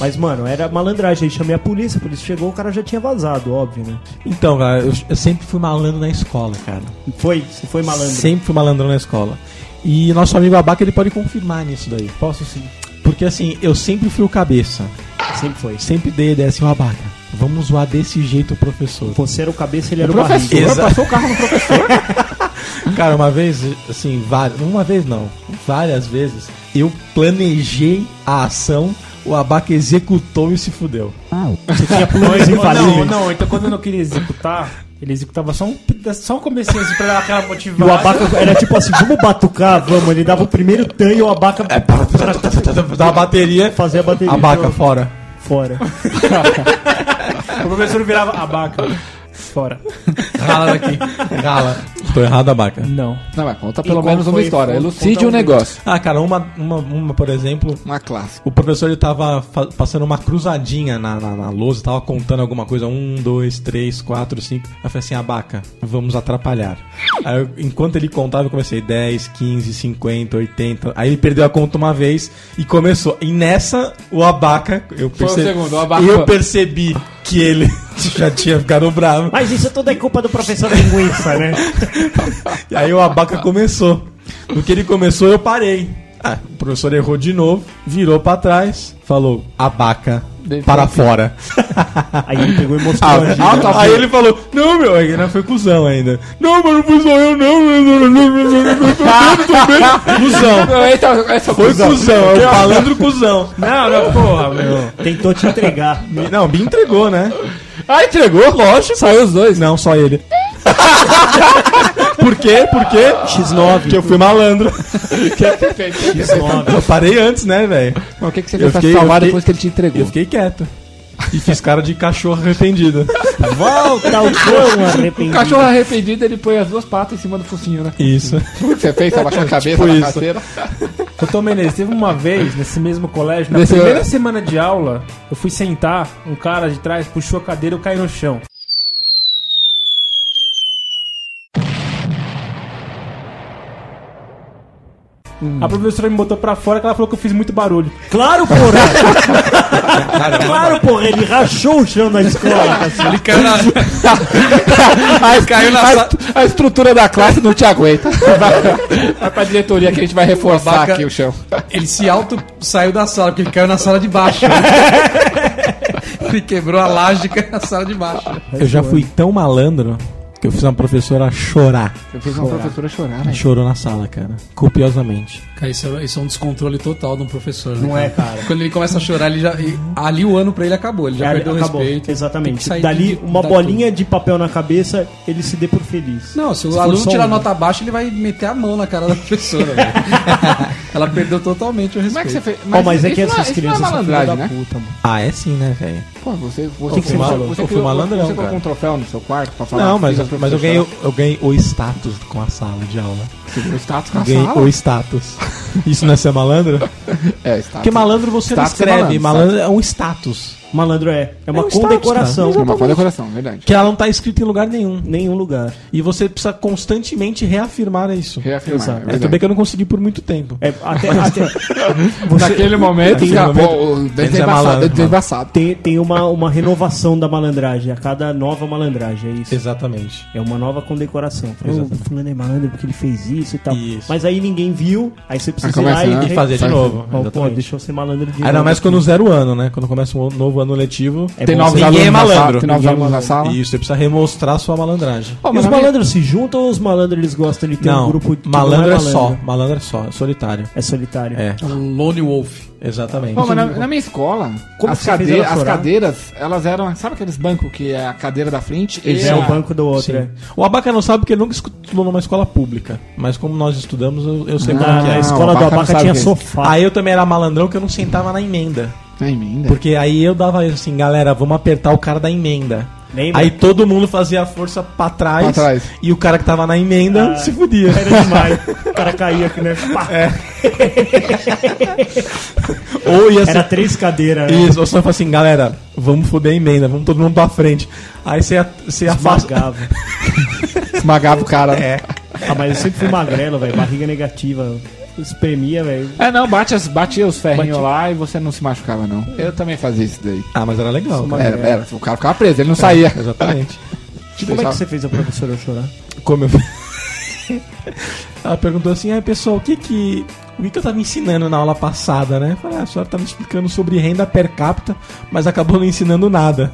Speaker 7: Mas, mano, era malandragem. Aí chamei a polícia, a polícia chegou, o cara já tinha vazado, óbvio, né?
Speaker 3: Então, cara, eu, eu sempre fui malandro na escola, cara.
Speaker 7: Foi? Você foi malandro?
Speaker 3: Sempre fui malandrão na escola. E nosso amigo Abaca, ele pode confirmar nisso daí.
Speaker 7: Posso sim.
Speaker 3: Porque assim, eu sempre fui o cabeça.
Speaker 7: Sempre foi.
Speaker 3: Sempre dei a ideia assim, ó, Abaca, vamos zoar desse jeito o professor.
Speaker 7: Você era o cabeça, ele era o,
Speaker 3: professor.
Speaker 7: barriga.
Speaker 3: Passou o carro no professor. Cara, uma vez, assim, várias, uma vez não, várias vezes, eu planejei a ação, o Abaca executou e se fudeu.
Speaker 11: Você
Speaker 7: tinha
Speaker 3: planos
Speaker 11: Não,
Speaker 3: infalíveis.
Speaker 11: não, então quando eu não queria executar, ele executava só um pedaço, só um comecinho assim pra dar aquela
Speaker 7: E
Speaker 11: motivada.
Speaker 7: o abaca era tipo assim, vamos batucar, vamos. Ele dava o primeiro tan e o abaca.
Speaker 3: Da bateria.
Speaker 7: Fazia a bateria.
Speaker 3: Abaca, fora.
Speaker 7: Fora.
Speaker 11: O professor virava abaca. Fora.
Speaker 3: Rala daqui. Rala. Tô errado, Abaca.
Speaker 11: Não.
Speaker 4: Não, mas conta pelo menos uma história. Elucide um negócio.
Speaker 3: Ah, cara, uma, uma, uma, por exemplo.
Speaker 4: Uma classe.
Speaker 3: O professor ele tava fa- passando uma cruzadinha na, na, na lousa, tava contando alguma coisa. Um, dois, três, quatro, cinco. Aí eu falei assim: abaca, vamos atrapalhar. Aí eu- enquanto ele contava, eu comecei 10, 15, 50, 80. Aí ele perdeu a conta uma vez e começou. E nessa, o abaca. Eu
Speaker 4: Foi o
Speaker 3: perce-
Speaker 4: segundo, o abaca-
Speaker 3: Eu percebi que ele já tinha ficado bravo.
Speaker 7: Mas isso tudo é culpa do professor linguiça, né?
Speaker 3: E aí o abaca começou. No que ele começou, eu parei. Ah, o professor errou de novo, virou pra trás, falou: abaca, para fora.
Speaker 7: Aí ele pegou e mostrou
Speaker 3: Ah,
Speaker 7: a agenda.
Speaker 3: ah, tá, aí ele falou: não, meu, aí não foi cuzão ainda. Não, mas não fui só eu, não. não, não, não, não, não, não, não, não, não, Cuzão.
Speaker 4: Não, então, essa
Speaker 3: Foi
Speaker 4: cuzão.
Speaker 3: cuzão, é o malandro cuzão.
Speaker 11: Não, não, porra, meu.
Speaker 7: Tentou te entregar.
Speaker 3: Me- Não, me entregou, né?
Speaker 4: Ah, entregou?
Speaker 3: Lógico.
Speaker 4: Saiu os dois?
Speaker 3: Não, só ele. Por quê? Por quê? X9. Porque eu fui malandro. Eu parei antes, né, velho?
Speaker 4: Mas o que, que você
Speaker 3: Eu
Speaker 4: fez pra
Speaker 3: fiquei- eu
Speaker 4: salvar
Speaker 3: fiquei-
Speaker 4: depois que ele te entregou?
Speaker 3: Eu fiquei quieto. E fiz cara de cachorro arrependido.
Speaker 7: Volta o cão
Speaker 4: O
Speaker 7: arrependido.
Speaker 4: cachorro é arrependido, ele põe as duas patas em cima do focinho, né?
Speaker 3: Isso.
Speaker 4: O que você fez? Você abaixou a cabeça
Speaker 11: Tipo
Speaker 4: na
Speaker 11: isso.
Speaker 4: carteira?
Speaker 11: Ô Tom Menezes, teve uma vez nesse mesmo colégio, na
Speaker 4: Nesse-
Speaker 11: primeira semana de aula, eu fui sentar, um cara de trás puxou a cadeira e eu caí no chão.
Speaker 3: Hum.
Speaker 11: A professora me botou pra fora que ela falou que eu fiz muito barulho.
Speaker 7: Claro, porra! claro, porra, ele rachou o chão na escola.
Speaker 15: Ele caiu na.
Speaker 4: Aí
Speaker 15: caiu na
Speaker 4: a,
Speaker 15: sa-
Speaker 4: a estrutura da classe não te aguenta. Vai, vai pra diretoria que a gente vai reforçar
Speaker 15: Abaca-
Speaker 4: aqui o chão.
Speaker 15: Ele se auto saiu da sala, porque ele caiu na sala de baixo. né? ele quebrou a laje e caiu na sala de baixo.
Speaker 3: Eu já fui tão malandro que eu fiz uma professora chorar.
Speaker 4: Eu fiz uma professora chorar,
Speaker 3: Ela chorou na sala, cara. Copiosamente.
Speaker 15: Cara, isso é, isso é um descontrole total de um professor.
Speaker 7: Não é, cara.
Speaker 15: Quando ele começa a chorar, ele já. e- ali o ano pra ele acabou, ele já
Speaker 7: Ali-
Speaker 15: perdeu o
Speaker 7: acabou,
Speaker 15: respeito. Tem que
Speaker 7: Exatamente.
Speaker 15: sair
Speaker 7: Dali,
Speaker 15: de-
Speaker 7: uma
Speaker 15: dar
Speaker 7: bolinha de papel na cabeça, ele se dê por feliz.
Speaker 15: Não, se o
Speaker 7: for
Speaker 15: aluno
Speaker 7: só
Speaker 15: tirar
Speaker 7: um.
Speaker 15: nota baixa, ele vai meter a mão na cara da professora. velho.
Speaker 8: Ela perdeu totalmente o respeito.
Speaker 4: Como é que você fez?
Speaker 7: Ó, mas é que essas
Speaker 4: isso não
Speaker 7: crianças são filhas da
Speaker 4: malandragem, né?
Speaker 7: puta, mano.
Speaker 3: Ah, é sim, né, velho?
Speaker 4: Pô, você, você,
Speaker 3: que que você
Speaker 4: criou-
Speaker 3: falou?
Speaker 4: você
Speaker 3: Eu fui
Speaker 4: criou-
Speaker 3: malandro,
Speaker 4: você
Speaker 3: não,
Speaker 4: colocou
Speaker 3: cara.
Speaker 4: um troféu no seu quarto pra falar né,
Speaker 3: Não,
Speaker 4: que
Speaker 3: mas,
Speaker 4: fez as
Speaker 3: mas eu,
Speaker 4: professoras?
Speaker 3: ganhei, eu ganhei o status com a sala de aula.
Speaker 4: O status com a
Speaker 3: Ganhei
Speaker 4: sala?
Speaker 3: o status. Isso não é ser malandro?
Speaker 4: É, status.
Speaker 3: Porque malandro você não
Speaker 4: Status é
Speaker 3: escreve,
Speaker 4: malandro,
Speaker 3: malandro, é um status.
Speaker 7: Malandro é. É uma
Speaker 3: um
Speaker 7: condecoração.
Speaker 4: né?
Speaker 3: status, cara.
Speaker 7: É uma
Speaker 4: condecoração, verdade.
Speaker 3: Que ela não tá escrita em lugar nenhum.
Speaker 7: Nenhum lugar.
Speaker 3: E você precisa constantemente reafirmar isso.
Speaker 4: Reafirmar, é
Speaker 3: É,
Speaker 4: verdade.
Speaker 3: tudo bem que eu não consegui por muito tempo.
Speaker 7: É, até, até-
Speaker 4: Naquele momento,
Speaker 7: Naquele
Speaker 4: já,
Speaker 7: momento,
Speaker 4: pô, o
Speaker 7: eles
Speaker 4: desenho
Speaker 7: é
Speaker 4: embaçado,
Speaker 7: malandro,
Speaker 4: desenho
Speaker 7: mano.
Speaker 4: embaçado.
Speaker 7: Tem, tem uma, uma renovação da malandragem, a cada nova malandragem, é isso?
Speaker 3: Exatamente.
Speaker 7: É uma nova condecoração. Fala, "Ô,
Speaker 3: Exatamente.
Speaker 7: fulano é malandro porque ele fez isso e tal. Mas aí ninguém viu, aí você precisa
Speaker 3: Aí
Speaker 7: ir
Speaker 3: começa,
Speaker 7: lá
Speaker 3: né? E fazer de
Speaker 7: faz-
Speaker 3: novo,
Speaker 7: Fala, Pô,
Speaker 3: exatamente.
Speaker 7: deixa eu ser malandro de novo.
Speaker 3: Ainda mais
Speaker 7: aqui."
Speaker 3: quando zero ano, né? Quando começa um novo ano letivo,
Speaker 7: É
Speaker 4: bom
Speaker 3: ninguém é
Speaker 4: ser- alunos na sala,
Speaker 3: malandro.
Speaker 4: tem novos
Speaker 3: Ninguém é
Speaker 4: alunos na
Speaker 3: malandro.
Speaker 4: sala.
Speaker 3: Isso, você precisa remonstrar sua malandragem.
Speaker 7: Pô, mas os malandros se juntam ou os malandros eles gostam de ter
Speaker 3: né? não,
Speaker 7: um grupo que
Speaker 3: malandro,
Speaker 7: não
Speaker 3: é só, malandro é só, é solitário.
Speaker 7: É solitário.
Speaker 3: É.
Speaker 8: Um lone wolf.
Speaker 3: Exatamente.
Speaker 4: Pô, mas na, na minha escola,
Speaker 7: Como
Speaker 4: as,
Speaker 7: que você fez
Speaker 4: cadeiras,
Speaker 7: ela
Speaker 4: as
Speaker 7: chorar?
Speaker 4: cadeiras, elas eram. Sabe aqueles bancos que é a cadeira da frente?
Speaker 7: Esse
Speaker 4: e
Speaker 7: é
Speaker 4: a-
Speaker 7: o banco do outro.
Speaker 3: Sim.
Speaker 7: é.
Speaker 3: O Abaca não sabe porque ele nunca estudou numa escola pública. Mas como nós estudamos, eu, eu sei
Speaker 7: Ah,
Speaker 3: como que é.
Speaker 7: a escola
Speaker 3: O
Speaker 7: do Abaca
Speaker 3: não sabe
Speaker 7: tinha
Speaker 3: o que é.
Speaker 7: sofá.
Speaker 3: Aí eu também era malandrão que eu não sentava na emenda.
Speaker 4: Na emenda?
Speaker 3: Porque aí eu dava assim, galera, vamos apertar o cara da emenda.
Speaker 7: Lembra?
Speaker 3: Aí todo mundo fazia a força pra trás,
Speaker 4: Pra trás.
Speaker 3: e o cara que tava na emenda
Speaker 7: Ah,
Speaker 3: se fudia.
Speaker 7: Era demais. O cara caía aqui, né? Pá.
Speaker 3: É. Ou ia ser-
Speaker 7: Era três cadeiras. né?
Speaker 3: Isso, ou senão fala assim, galera, vamos foder a emenda, vamos todo mundo pra frente. Aí você, a- você afasta.
Speaker 7: Esmagava.
Speaker 4: Esmagava o cara.
Speaker 3: É.
Speaker 7: Ah, mas eu sempre fui magrelo, velho. Barriga negativa. Espremia, velho.
Speaker 4: É, não, bate, as, bate os ferrinhos
Speaker 7: Bate-
Speaker 4: lá e você não se machucava, não. É. Eu também fazia isso daí.
Speaker 3: Ah, mas era legal. cara.
Speaker 4: Era, era, o cara ficava preso, ele não saía.
Speaker 3: Exatamente.
Speaker 4: Te
Speaker 7: Como é que
Speaker 4: deixava-
Speaker 7: você fez a professora chorar?
Speaker 3: Como eu Ela perguntou assim, ai pessoal, o que que. O que que eu tava ensinando na aula passada, né? Eu Falei, ah, a senhora tava explicando sobre renda per capita, mas acabou não ensinando nada.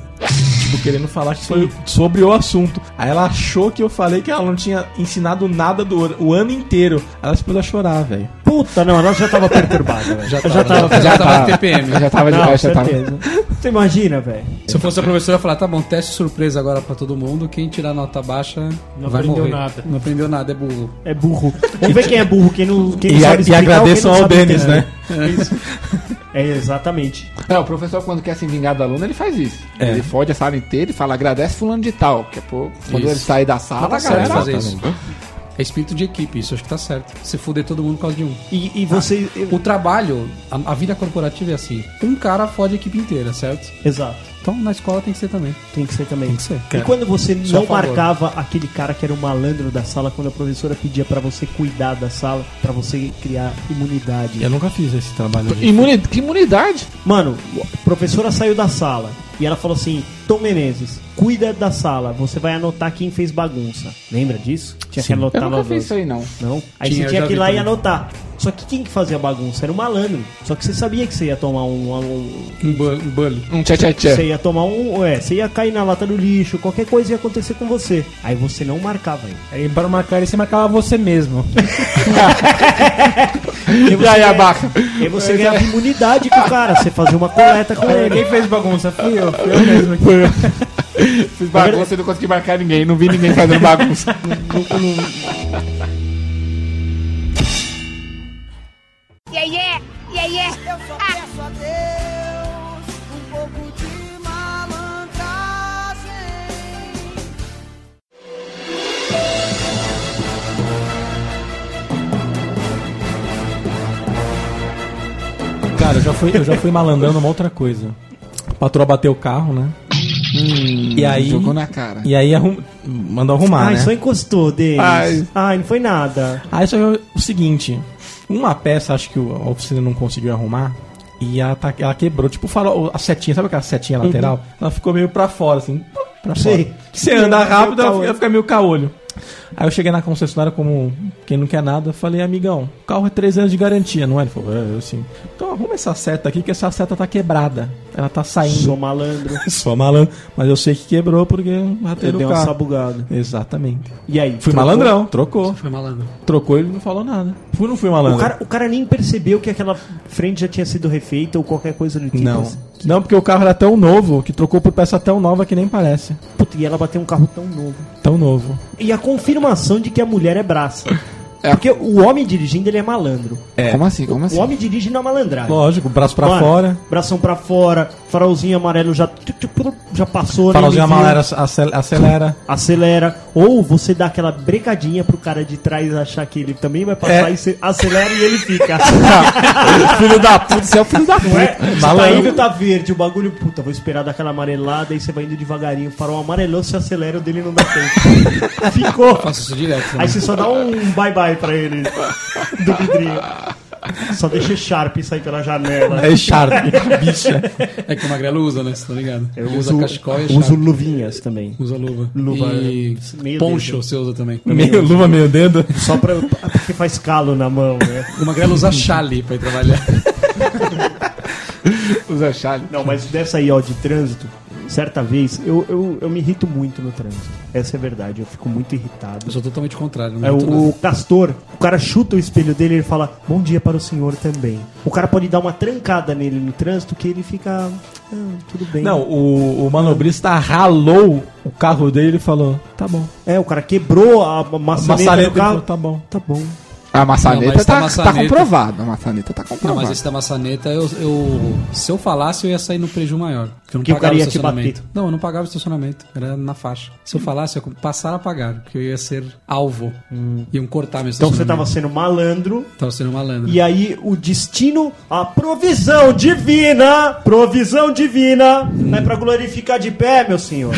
Speaker 3: Tipo, querendo falar que foi sobre o assunto. Aí ela achou que eu falei que ela não tinha ensinado nada do ano- o ano inteiro. Ela se pôs a chorar, velho.
Speaker 7: Puta, não, ela já tava perturbada, velho. Eu Já tava.
Speaker 8: Já tava de
Speaker 4: Eu
Speaker 8: TPM.
Speaker 4: Já tava de
Speaker 7: Não,
Speaker 4: já tava.
Speaker 7: certeza. Você imagina, velho.
Speaker 8: Se eu fosse a professora, eu ia falar, tá bom, teste surpresa agora pra todo mundo. Quem tirar nota baixa
Speaker 11: Não
Speaker 8: vai
Speaker 11: aprendeu
Speaker 8: morrer.
Speaker 11: nada.
Speaker 8: Não aprendeu nada, é burro.
Speaker 7: É burro. Vamos ver quem é burro, quem não, quem
Speaker 3: E,
Speaker 7: não
Speaker 3: a-
Speaker 7: sabe
Speaker 3: e
Speaker 7: explicar,
Speaker 3: agradeçam
Speaker 7: quem não
Speaker 3: ao
Speaker 7: sabe
Speaker 3: Denis, né?
Speaker 7: entender.
Speaker 8: É isso.
Speaker 7: É, exatamente.
Speaker 4: É, o professor, quando quer se vingar do aluno, ele faz isso.
Speaker 3: É.
Speaker 4: Ele fode a sala inteira e fala, agradece fulano de tal. Que é, pô, quando
Speaker 8: Isso.
Speaker 4: ele sair da
Speaker 8: Mas
Speaker 4: sala,
Speaker 8: tá
Speaker 4: a
Speaker 8: certo
Speaker 4: galera...
Speaker 8: fazer isso. É espírito de equipe, isso acho que tá certo. Você fuder todo mundo por causa de um.
Speaker 7: E, e você.
Speaker 8: O trabalho, a, a vida corporativa é assim. Um cara fode a equipe inteira, certo?
Speaker 7: Exato.
Speaker 8: Então na escola tem que ser também.
Speaker 7: Tem que ser também.
Speaker 8: Tem que ser.
Speaker 7: E quando você
Speaker 8: Só
Speaker 7: não
Speaker 8: a favor.
Speaker 7: marcava aquele cara que era o malandro da sala, quando a professora pedia pra você cuidar da sala, pra você criar imunidade.
Speaker 3: Eu nunca fiz esse trabalho.
Speaker 4: Imuni... Que imunidade?
Speaker 7: Mano, a professora saiu da sala e ela falou assim: Tom Menezes, cuida da sala, você vai anotar quem fez bagunça. Lembra disso? Tinha que
Speaker 4: Eu
Speaker 7: anotar
Speaker 4: nunca fiz
Speaker 7: bagunça.
Speaker 4: isso aí, não.
Speaker 7: Não? Aí
Speaker 8: Tinha,
Speaker 7: você
Speaker 8: eu
Speaker 7: tinha
Speaker 8: já
Speaker 7: que ir
Speaker 8: vi
Speaker 7: lá e
Speaker 8: também.
Speaker 7: anotar. Só que quem que fazia bagunça era o malandro. Só que você sabia que você ia tomar um. um-
Speaker 8: Um, ban, um bully.
Speaker 4: Um tchê tchê
Speaker 7: Você
Speaker 4: tchê.
Speaker 7: ia tomar um. É, você ia cair na lata do lixo, qualquer coisa ia acontecer com você. Aí você não marcava ele.
Speaker 11: Aí para marcar isso, você marcava você mesmo.
Speaker 7: E
Speaker 4: E aí,
Speaker 7: ganha-
Speaker 4: abaca?
Speaker 7: E aí você ganhava imunidade com o cara, você fazia uma coleta
Speaker 3: É.
Speaker 7: com
Speaker 11: Aí,
Speaker 7: ele.
Speaker 11: Quem fez bagunça? Fui eu, fui eu mesmo. aqui.
Speaker 4: Fiz bagunça e não consegui marcar ninguém. Não vi ninguém fazendo bagunça.
Speaker 2: Yeah, yeah, yeah, yeah.
Speaker 14: Eu só peço a Deus um pouco de malandragem.
Speaker 3: Cara, eu já fui, eu já fui malandrando uma outra coisa. A patroa bateu o carro, né? e aí.
Speaker 4: Hum, Jogou na cara.
Speaker 3: E aí arrum... mandou arrumar,
Speaker 7: Ai,
Speaker 3: né?
Speaker 7: só encostou, Denis. Ai.
Speaker 4: Ai.
Speaker 7: não foi nada.
Speaker 3: Aí só que o seguinte, uma peça acho que o- a oficina não conseguiu arrumar e ela, tá- ela quebrou, tipo, falou a setinha, sabe aquela setinha lateral? Ela ficou meio pra fora assim, pra
Speaker 7: Uhum. Sei.
Speaker 3: fora. Você anda
Speaker 7: Meio
Speaker 3: rápido, ela
Speaker 7: caolho.
Speaker 3: fica, ela fica meio caolho. Aí eu cheguei na concessionária como quem não quer nada, falei, amigão, o carro é 3 anos de garantia, não é? Ele falou, é, eu sim. Então arruma essa seta aqui que essa seta tá quebrada. Ela tá
Speaker 7: Sou
Speaker 3: saindo.
Speaker 7: malandro.
Speaker 3: Só malandro, mas eu sei que quebrou porque
Speaker 7: Eu
Speaker 3: bateram
Speaker 7: dei
Speaker 3: o
Speaker 7: uma
Speaker 3: carro.
Speaker 7: sabugada.
Speaker 3: Exatamente.
Speaker 7: E aí?
Speaker 3: Fui
Speaker 7: trocou?
Speaker 3: malandrão, trocou.
Speaker 8: Foi malandro.
Speaker 3: Trocou e ele não falou nada. Fui ou não fui
Speaker 7: O
Speaker 3: malandro?
Speaker 7: cara, o cara nem percebeu que aquela frente já tinha sido refeita ou qualquer coisa do tipo.
Speaker 3: Não. Não, porque o carro era tão novo que trocou por peça tão nova que nem parece.
Speaker 7: Puta, e ela bateu um carro tão novo.
Speaker 3: Tão novo.
Speaker 7: E a confirmação de que a mulher é braça. Porque o homem dirigindo, ele é malandro.
Speaker 4: É. Como assim? Como
Speaker 7: o
Speaker 4: assim?
Speaker 7: homem dirige na malandragem.
Speaker 3: Lógico, braço pra
Speaker 7: Mano,
Speaker 3: fora.
Speaker 7: Bração pra fora, farolzinho amarelo já, tu- tu- tu- já passou.
Speaker 3: Farolzinho
Speaker 7: nem me viu.
Speaker 3: amarelo acel- acelera.
Speaker 7: Acelera. Ou você dá aquela brecadinha pro cara de trás achar que ele também vai passar
Speaker 3: É.
Speaker 7: e você acelera e ele fica.
Speaker 3: Filho da puta, você é o filho da
Speaker 7: Não é?
Speaker 3: puta.
Speaker 7: Você tá
Speaker 3: Malandro.
Speaker 7: indo, tá verde, o bagulho, puta, vou esperar daquela amarelada, aí você vai indo devagarinho, o farol amarelou, você acelera, o dele não dá tempo. Ficou.
Speaker 8: Faço isso direto. né?
Speaker 7: Aí você só dá um bye-bye pra ele do vidrinho. Só deixa Sharp sair pela janela.
Speaker 3: É Sharp, bicha.
Speaker 8: É que o Magrelo usa, né? Você tá ligado?
Speaker 7: Eu
Speaker 8: Ele
Speaker 7: uso,
Speaker 8: usa cachecol e
Speaker 7: uso
Speaker 8: chave.
Speaker 7: luvinhas também.
Speaker 8: Usa luva.
Speaker 7: Luva, é.
Speaker 8: E
Speaker 7: meio
Speaker 8: poncho
Speaker 7: dedo.
Speaker 8: você usa também.
Speaker 7: Também uso.
Speaker 3: luva, meio dedo.
Speaker 7: Só pra, porque faz calo na mão, né?
Speaker 8: O Magrelo usa chale pra ir trabalhar.
Speaker 4: Usa chale.
Speaker 7: Não, mas dessa aí, ó, de trânsito, certa vez, eu, eu, eu me irrito muito no trânsito. Essa é verdade, eu fico muito irritado.
Speaker 8: Eu sou totalmente contrário. né? não
Speaker 7: É, o,
Speaker 8: adianta nada.
Speaker 7: o castor, o cara chuta o espelho dele e ele fala, bom dia para o senhor também. O cara pode dar uma trancada nele no trânsito que ele fica, "Ah, tudo bem.
Speaker 3: Não, o, o manobrista ralou o carro dele e falou: tá bom.
Speaker 7: É, o cara quebrou a ma- maçaneta,
Speaker 3: maçaneta,
Speaker 7: do carro.
Speaker 3: ele falou, tá bom.
Speaker 7: Tá bom.
Speaker 4: A
Speaker 8: Não,
Speaker 4: maçaneta,
Speaker 8: mas
Speaker 4: tá,
Speaker 8: tá maçaneta-
Speaker 4: tá comprovada. A maçaneta tá
Speaker 8: Não,
Speaker 4: comprovada.
Speaker 8: mas esse da maçaneta, eu, eu- se eu falasse, eu ia sair no prejuízo maior. Porque eu não
Speaker 7: Que o
Speaker 8: pagava
Speaker 7: cara ia te
Speaker 8: estacionamento.
Speaker 7: bater.
Speaker 8: Não, eu não pagava estacionamento. Era na faixa. Se eu falasse, eu passar a pagar. Porque eu ia ser alvo. Iam cortar meu
Speaker 7: Então você
Speaker 8: estacionamento.
Speaker 7: tava sendo malandro
Speaker 8: Tava sendo malandro.
Speaker 7: e aí o destino, a provisão divina, provisão divina, não é pra glorificar de pé, meu senhor.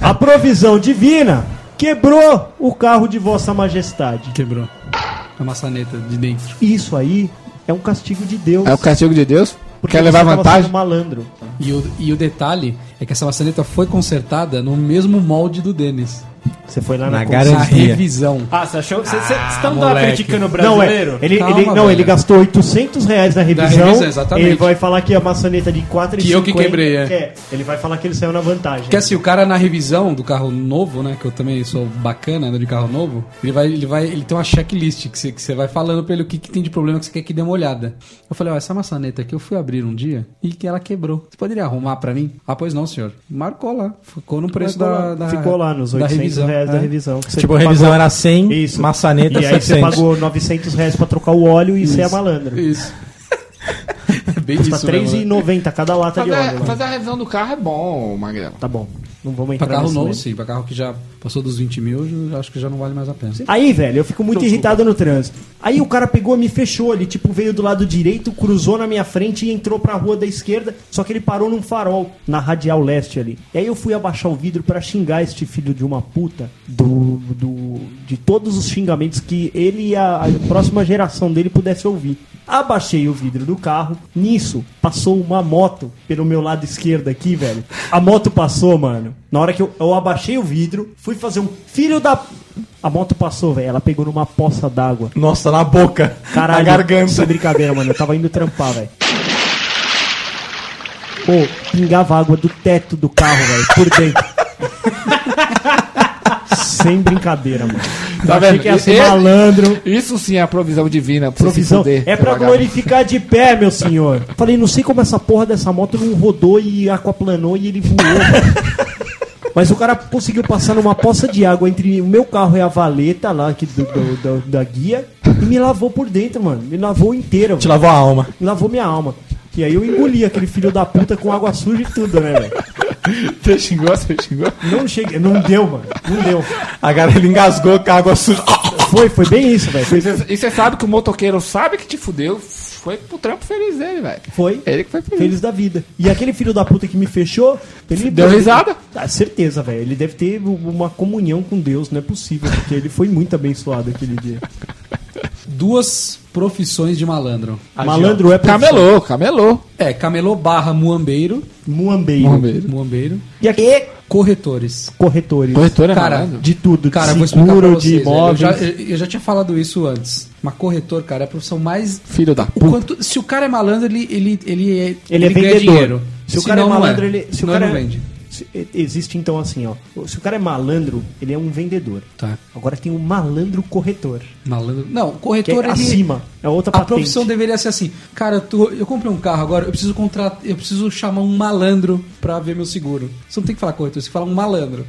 Speaker 7: A provisão divina quebrou o carro de vossa majestade.
Speaker 8: Quebrou. A maçaneta de dentro.
Speaker 7: Isso aí é um castigo de Deus.
Speaker 4: É o castigo de Deus?
Speaker 7: Porque
Speaker 4: Quer levar
Speaker 7: você tá tava
Speaker 4: vantagem?
Speaker 7: sendo malandro.
Speaker 8: E o, e o detalhe é que essa maçaneta foi consertada no mesmo molde do Denis.
Speaker 7: Você foi lá
Speaker 3: Na
Speaker 7: na,
Speaker 3: garantia.
Speaker 8: A revisão.
Speaker 16: Ah, você achou? Vocês estão
Speaker 8: moleque.
Speaker 16: criticando o
Speaker 7: Não, é,
Speaker 16: brasileiro?
Speaker 7: ele,
Speaker 8: Calma,
Speaker 7: ele- não,
Speaker 8: velho.
Speaker 7: ele gastou 800 reais na revisão.
Speaker 8: revisão, exatamente.
Speaker 7: Ele vai falar que a maçaneta de 4
Speaker 8: Que eu que quebrei, é.
Speaker 7: Ele vai falar que ele saiu na vantagem.
Speaker 8: Porque assim, o cara na revisão do carro novo, né? Que eu também sou bacana né, de carro novo, ele vai, ele vai, ele tem uma checklist que você, que você vai falando pra ele o que, que tem de problema que você quer que dê uma olhada. Eu falei, ó, essa maçaneta aqui eu fui abrir um dia e que ela quebrou. Você poderia arrumar pra mim? Ah, pois não, senhor. Marcou lá. Ficou no preço
Speaker 7: Marcou
Speaker 8: da,
Speaker 7: lá.
Speaker 8: da-
Speaker 7: Ficou lá nos
Speaker 8: da
Speaker 7: 800
Speaker 8: revisão.
Speaker 7: reais da
Speaker 8: É.
Speaker 7: revisão. que você
Speaker 3: Tipo, a revisão
Speaker 7: pagou.
Speaker 3: era 100, maçaneta
Speaker 7: E aí você
Speaker 3: 700.
Speaker 7: pagou 900 reais pra trocar o óleo e você é malandro.
Speaker 8: Isso. Bem
Speaker 7: Custa
Speaker 8: isso mesmo, né?
Speaker 7: 3,90 cada lata de
Speaker 4: Fazer,
Speaker 7: óleo. lá.
Speaker 4: fazer a revisão do carro é bom, Magrela.
Speaker 7: Tá bom. Não vamos
Speaker 8: Pra
Speaker 7: entrar
Speaker 8: carro
Speaker 7: nesse
Speaker 8: novo,
Speaker 7: mérito.
Speaker 8: sim. Pra carro que já passou dos 20 mil, eu acho que já não vale mais a pena.
Speaker 7: Aí, velho, eu fico muito irritado no trânsito. Aí o cara pegou, me fechou, ele tipo veio do lado direito, cruzou na minha frente e entrou pra rua da esquerda, só que ele parou num farol na radial leste ali. E aí eu fui abaixar o vidro pra xingar este filho de uma puta do, do de todos os xingamentos que ele e a, a próxima geração dele pudesse ouvir. Abaixei o vidro do carro, nisso passou uma moto pelo meu lado esquerdo aqui, velho. A moto passou, mano. Na hora que eu, eu abaixei o vidro, fui fazer um filho da a moto passou, velho. Ela pegou numa poça d'água.
Speaker 3: Nossa, na boca.
Speaker 7: Caralho,
Speaker 3: Na garganta.
Speaker 7: sem brincadeira, mano. Eu tava indo trampar, velho. Pô, pingava água do teto do carro, velho, por dentro. sem brincadeira, mano.
Speaker 3: Tá
Speaker 7: Eu achei que ia ser
Speaker 4: Esse-
Speaker 7: malandro.
Speaker 4: Isso sim é a provisão divina. pra você
Speaker 7: Provisão.
Speaker 4: se fuder,
Speaker 7: é pra
Speaker 4: vagabundo.
Speaker 7: glorificar de pé, meu senhor. Falei, não sei como essa porra dessa moto não rodou e aquaplanou e ele voou. velho. Mas o cara conseguiu passar numa poça de água entre o meu carro e a valeta lá aqui do, do- do- da guia e me lavou por dentro, mano. Me lavou inteira.
Speaker 3: Te
Speaker 7: mano.
Speaker 3: lavou a alma.
Speaker 7: Me lavou minha alma. E aí eu engoli aquele filho da puta com água suja e tudo, né, velho?
Speaker 4: Você xingou, você xingou.
Speaker 7: Não cheguei, não deu, mano. Não deu.
Speaker 3: Agora ele engasgou com a água suja.
Speaker 7: Foi, foi bem isso, velho. Foi,
Speaker 4: E você sabe que o motoqueiro sabe que te fudeu. Foi pro trampo feliz dele, velho.
Speaker 7: foi
Speaker 4: Ele que foi feliz.
Speaker 7: feliz da vida. E aquele filho da puta que me fechou, ele
Speaker 4: Deu risada?
Speaker 7: Ah, certeza, velho. Ele deve ter uma comunhão com Deus, não é possível, porque ele foi muito abençoado aquele dia.
Speaker 8: Duas profissões de malandro.
Speaker 7: Malandro é profissão.
Speaker 4: Camelô, camelô.
Speaker 8: É, camelô barra muambeiro.
Speaker 7: Muambeiro.
Speaker 4: Muambeiro.
Speaker 8: Muambeiro.
Speaker 7: E aqui,
Speaker 8: corretores.
Speaker 7: corretores.
Speaker 4: Corretora é
Speaker 8: Cara,
Speaker 4: malandro.
Speaker 7: De tudo,
Speaker 8: Cara, eu
Speaker 7: de
Speaker 8: vou explicar pra
Speaker 7: seguro,
Speaker 8: vocês.
Speaker 7: de
Speaker 8: velho. eu,
Speaker 7: imóveis.
Speaker 8: já, eu- eu já tinha falado isso antes. Mas corretor, cara, é a profissão mais.
Speaker 4: Filho da
Speaker 8: O quanto, se o cara é malandro, ele, ele, ele, é-
Speaker 7: Ele, é
Speaker 8: ganha
Speaker 7: vendedor.
Speaker 8: dinheiro.
Speaker 7: Se o cara
Speaker 8: não,
Speaker 7: é
Speaker 8: não
Speaker 7: malandro, ele. Se o
Speaker 8: Senão
Speaker 7: cara
Speaker 8: ele não
Speaker 7: é-
Speaker 8: vende.
Speaker 7: se- e- Existe então assim, ó. Se o cara é malandro, ele é um vendedor.
Speaker 8: Tá.
Speaker 7: Agora tem o malandro corretor.
Speaker 8: Malandro. Não, o
Speaker 7: Que é
Speaker 8: corretor ele-
Speaker 7: acima. É outra
Speaker 8: A
Speaker 7: patente.
Speaker 8: profissão deveria ser assim, cara, eu, tô- eu comprei um carro agora, eu preciso contratar, eu preciso chamar um malandro pra ver meu seguro. Você não tem que falar corretor, você fala um malandro.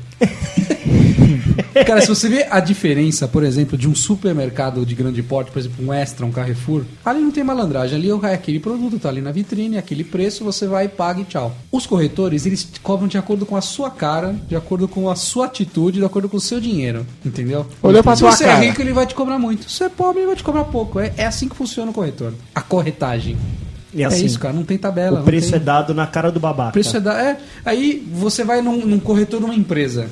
Speaker 8: Cara, se você vê a diferença, por exemplo, de um supermercado de grande porte, por exemplo, um Extra, um Carrefour, ali não tem malandragem, ali é aquele produto, tá ali na vitrine, é aquele preço, você vai, paga e tchau. Os corretores, eles te cobram de acordo com a sua cara, de acordo com a sua atitude, de acordo com o seu dinheiro, entendeu?
Speaker 4: Olhou pra
Speaker 8: se
Speaker 4: sua
Speaker 8: você
Speaker 4: cara.
Speaker 8: é rico, ele vai te cobrar muito. Se você é pobre, ele vai te cobrar pouco. É, é assim que funciona o corretor. A corretagem.
Speaker 7: E assim,
Speaker 8: é isso, cara. Não tem
Speaker 7: o
Speaker 8: tabela. não
Speaker 7: preço
Speaker 8: tem-
Speaker 7: é dado na cara do babaca.
Speaker 8: o preço é da. É, aí você vai num, num corretor numa empresa.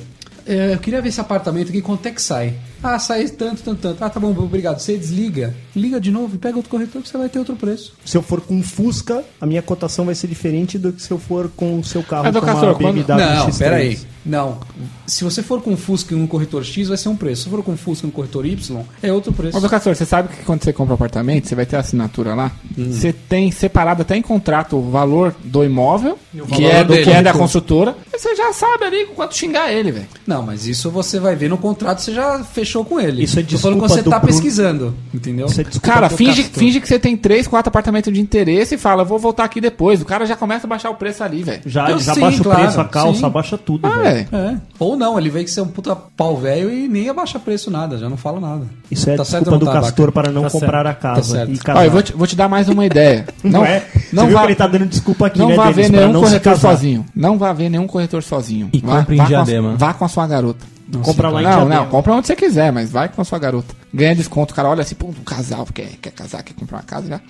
Speaker 8: É, eu queria ver esse apartamento aqui, quanto é que sai? Ah, sai tanto, tanto, tanto. Ah, tá bom, obrigado. Você desliga, liga de novo e pega outro corretor que você vai ter outro preço.
Speaker 7: Se eu for com um Fusca, a minha cotação vai ser diferente do que se eu for com o seu carro
Speaker 8: Mas,
Speaker 7: com
Speaker 8: É, Castor,
Speaker 7: uma BMW
Speaker 8: quando- Não,
Speaker 7: X3.
Speaker 8: peraí. Não. Se você for com Fusca em um corretor X, vai ser um preço. Se for com Fusca em um corretor Y, é outro preço.
Speaker 4: Ô, meu Castor, você sabe que quando você compra um apartamento, você vai ter a assinatura lá?
Speaker 7: Hum.
Speaker 4: Você tem separado até em contrato o valor do imóvel,
Speaker 8: E o
Speaker 4: que
Speaker 8: valor
Speaker 4: é, do,
Speaker 8: dele.
Speaker 4: que é da construtora. Você já sabe ali com quanto xingar ele, velho.
Speaker 8: Não, mas isso você vai ver no contrato, você já fechou com ele.
Speaker 4: Isso é
Speaker 8: Tô
Speaker 4: desculpa
Speaker 8: falando quando você
Speaker 4: do
Speaker 8: tá
Speaker 4: Bruno.
Speaker 8: pesquisando, entendeu?
Speaker 7: é
Speaker 4: Cara, finge, finge que você tem três, quatro apartamentos de interesse e fala, vou voltar aqui depois. O cara já começa a baixar o preço ali, velho.
Speaker 7: Já,
Speaker 8: Eu
Speaker 7: já
Speaker 8: sim,
Speaker 7: abaixa
Speaker 8: claro,
Speaker 7: o preço, a calça,
Speaker 8: sim.
Speaker 7: abaixa tudo.
Speaker 4: Ah,
Speaker 7: velho.
Speaker 4: é.
Speaker 8: É. Ou não, ele vem que ser um puta pau velho e nem abaixa preço nada, já não fala nada.
Speaker 7: Isso é
Speaker 8: Tá certo
Speaker 7: desculpa
Speaker 8: ou não
Speaker 7: do
Speaker 8: tá,
Speaker 7: Castor
Speaker 8: Baca?
Speaker 7: para não
Speaker 8: Tá
Speaker 7: comprar
Speaker 8: certo.
Speaker 7: a casa
Speaker 8: Tá certo.
Speaker 7: e
Speaker 4: Ó,
Speaker 7: casar.
Speaker 4: eu vou te, vou te dar mais uma ideia.
Speaker 7: Não é? Você viu que ele tá dando desculpa aqui,
Speaker 4: não
Speaker 7: né,
Speaker 4: vá
Speaker 7: Denis,
Speaker 4: ver
Speaker 7: pra
Speaker 4: nenhum
Speaker 7: não se
Speaker 4: corretor
Speaker 7: casar.
Speaker 4: sozinho. Não vá ver nenhum corretor sozinho.
Speaker 3: E compra em
Speaker 4: com a-
Speaker 3: Diadema.
Speaker 4: vá com a sua garota.
Speaker 7: Não Compra sei, lá em
Speaker 4: Não,
Speaker 7: Diadema.
Speaker 4: não, compra onde você quiser, mas vai com a sua garota. Ganha desconto, o cara olha assim, pô, um casal quer, quer casar, quer comprar uma casa já.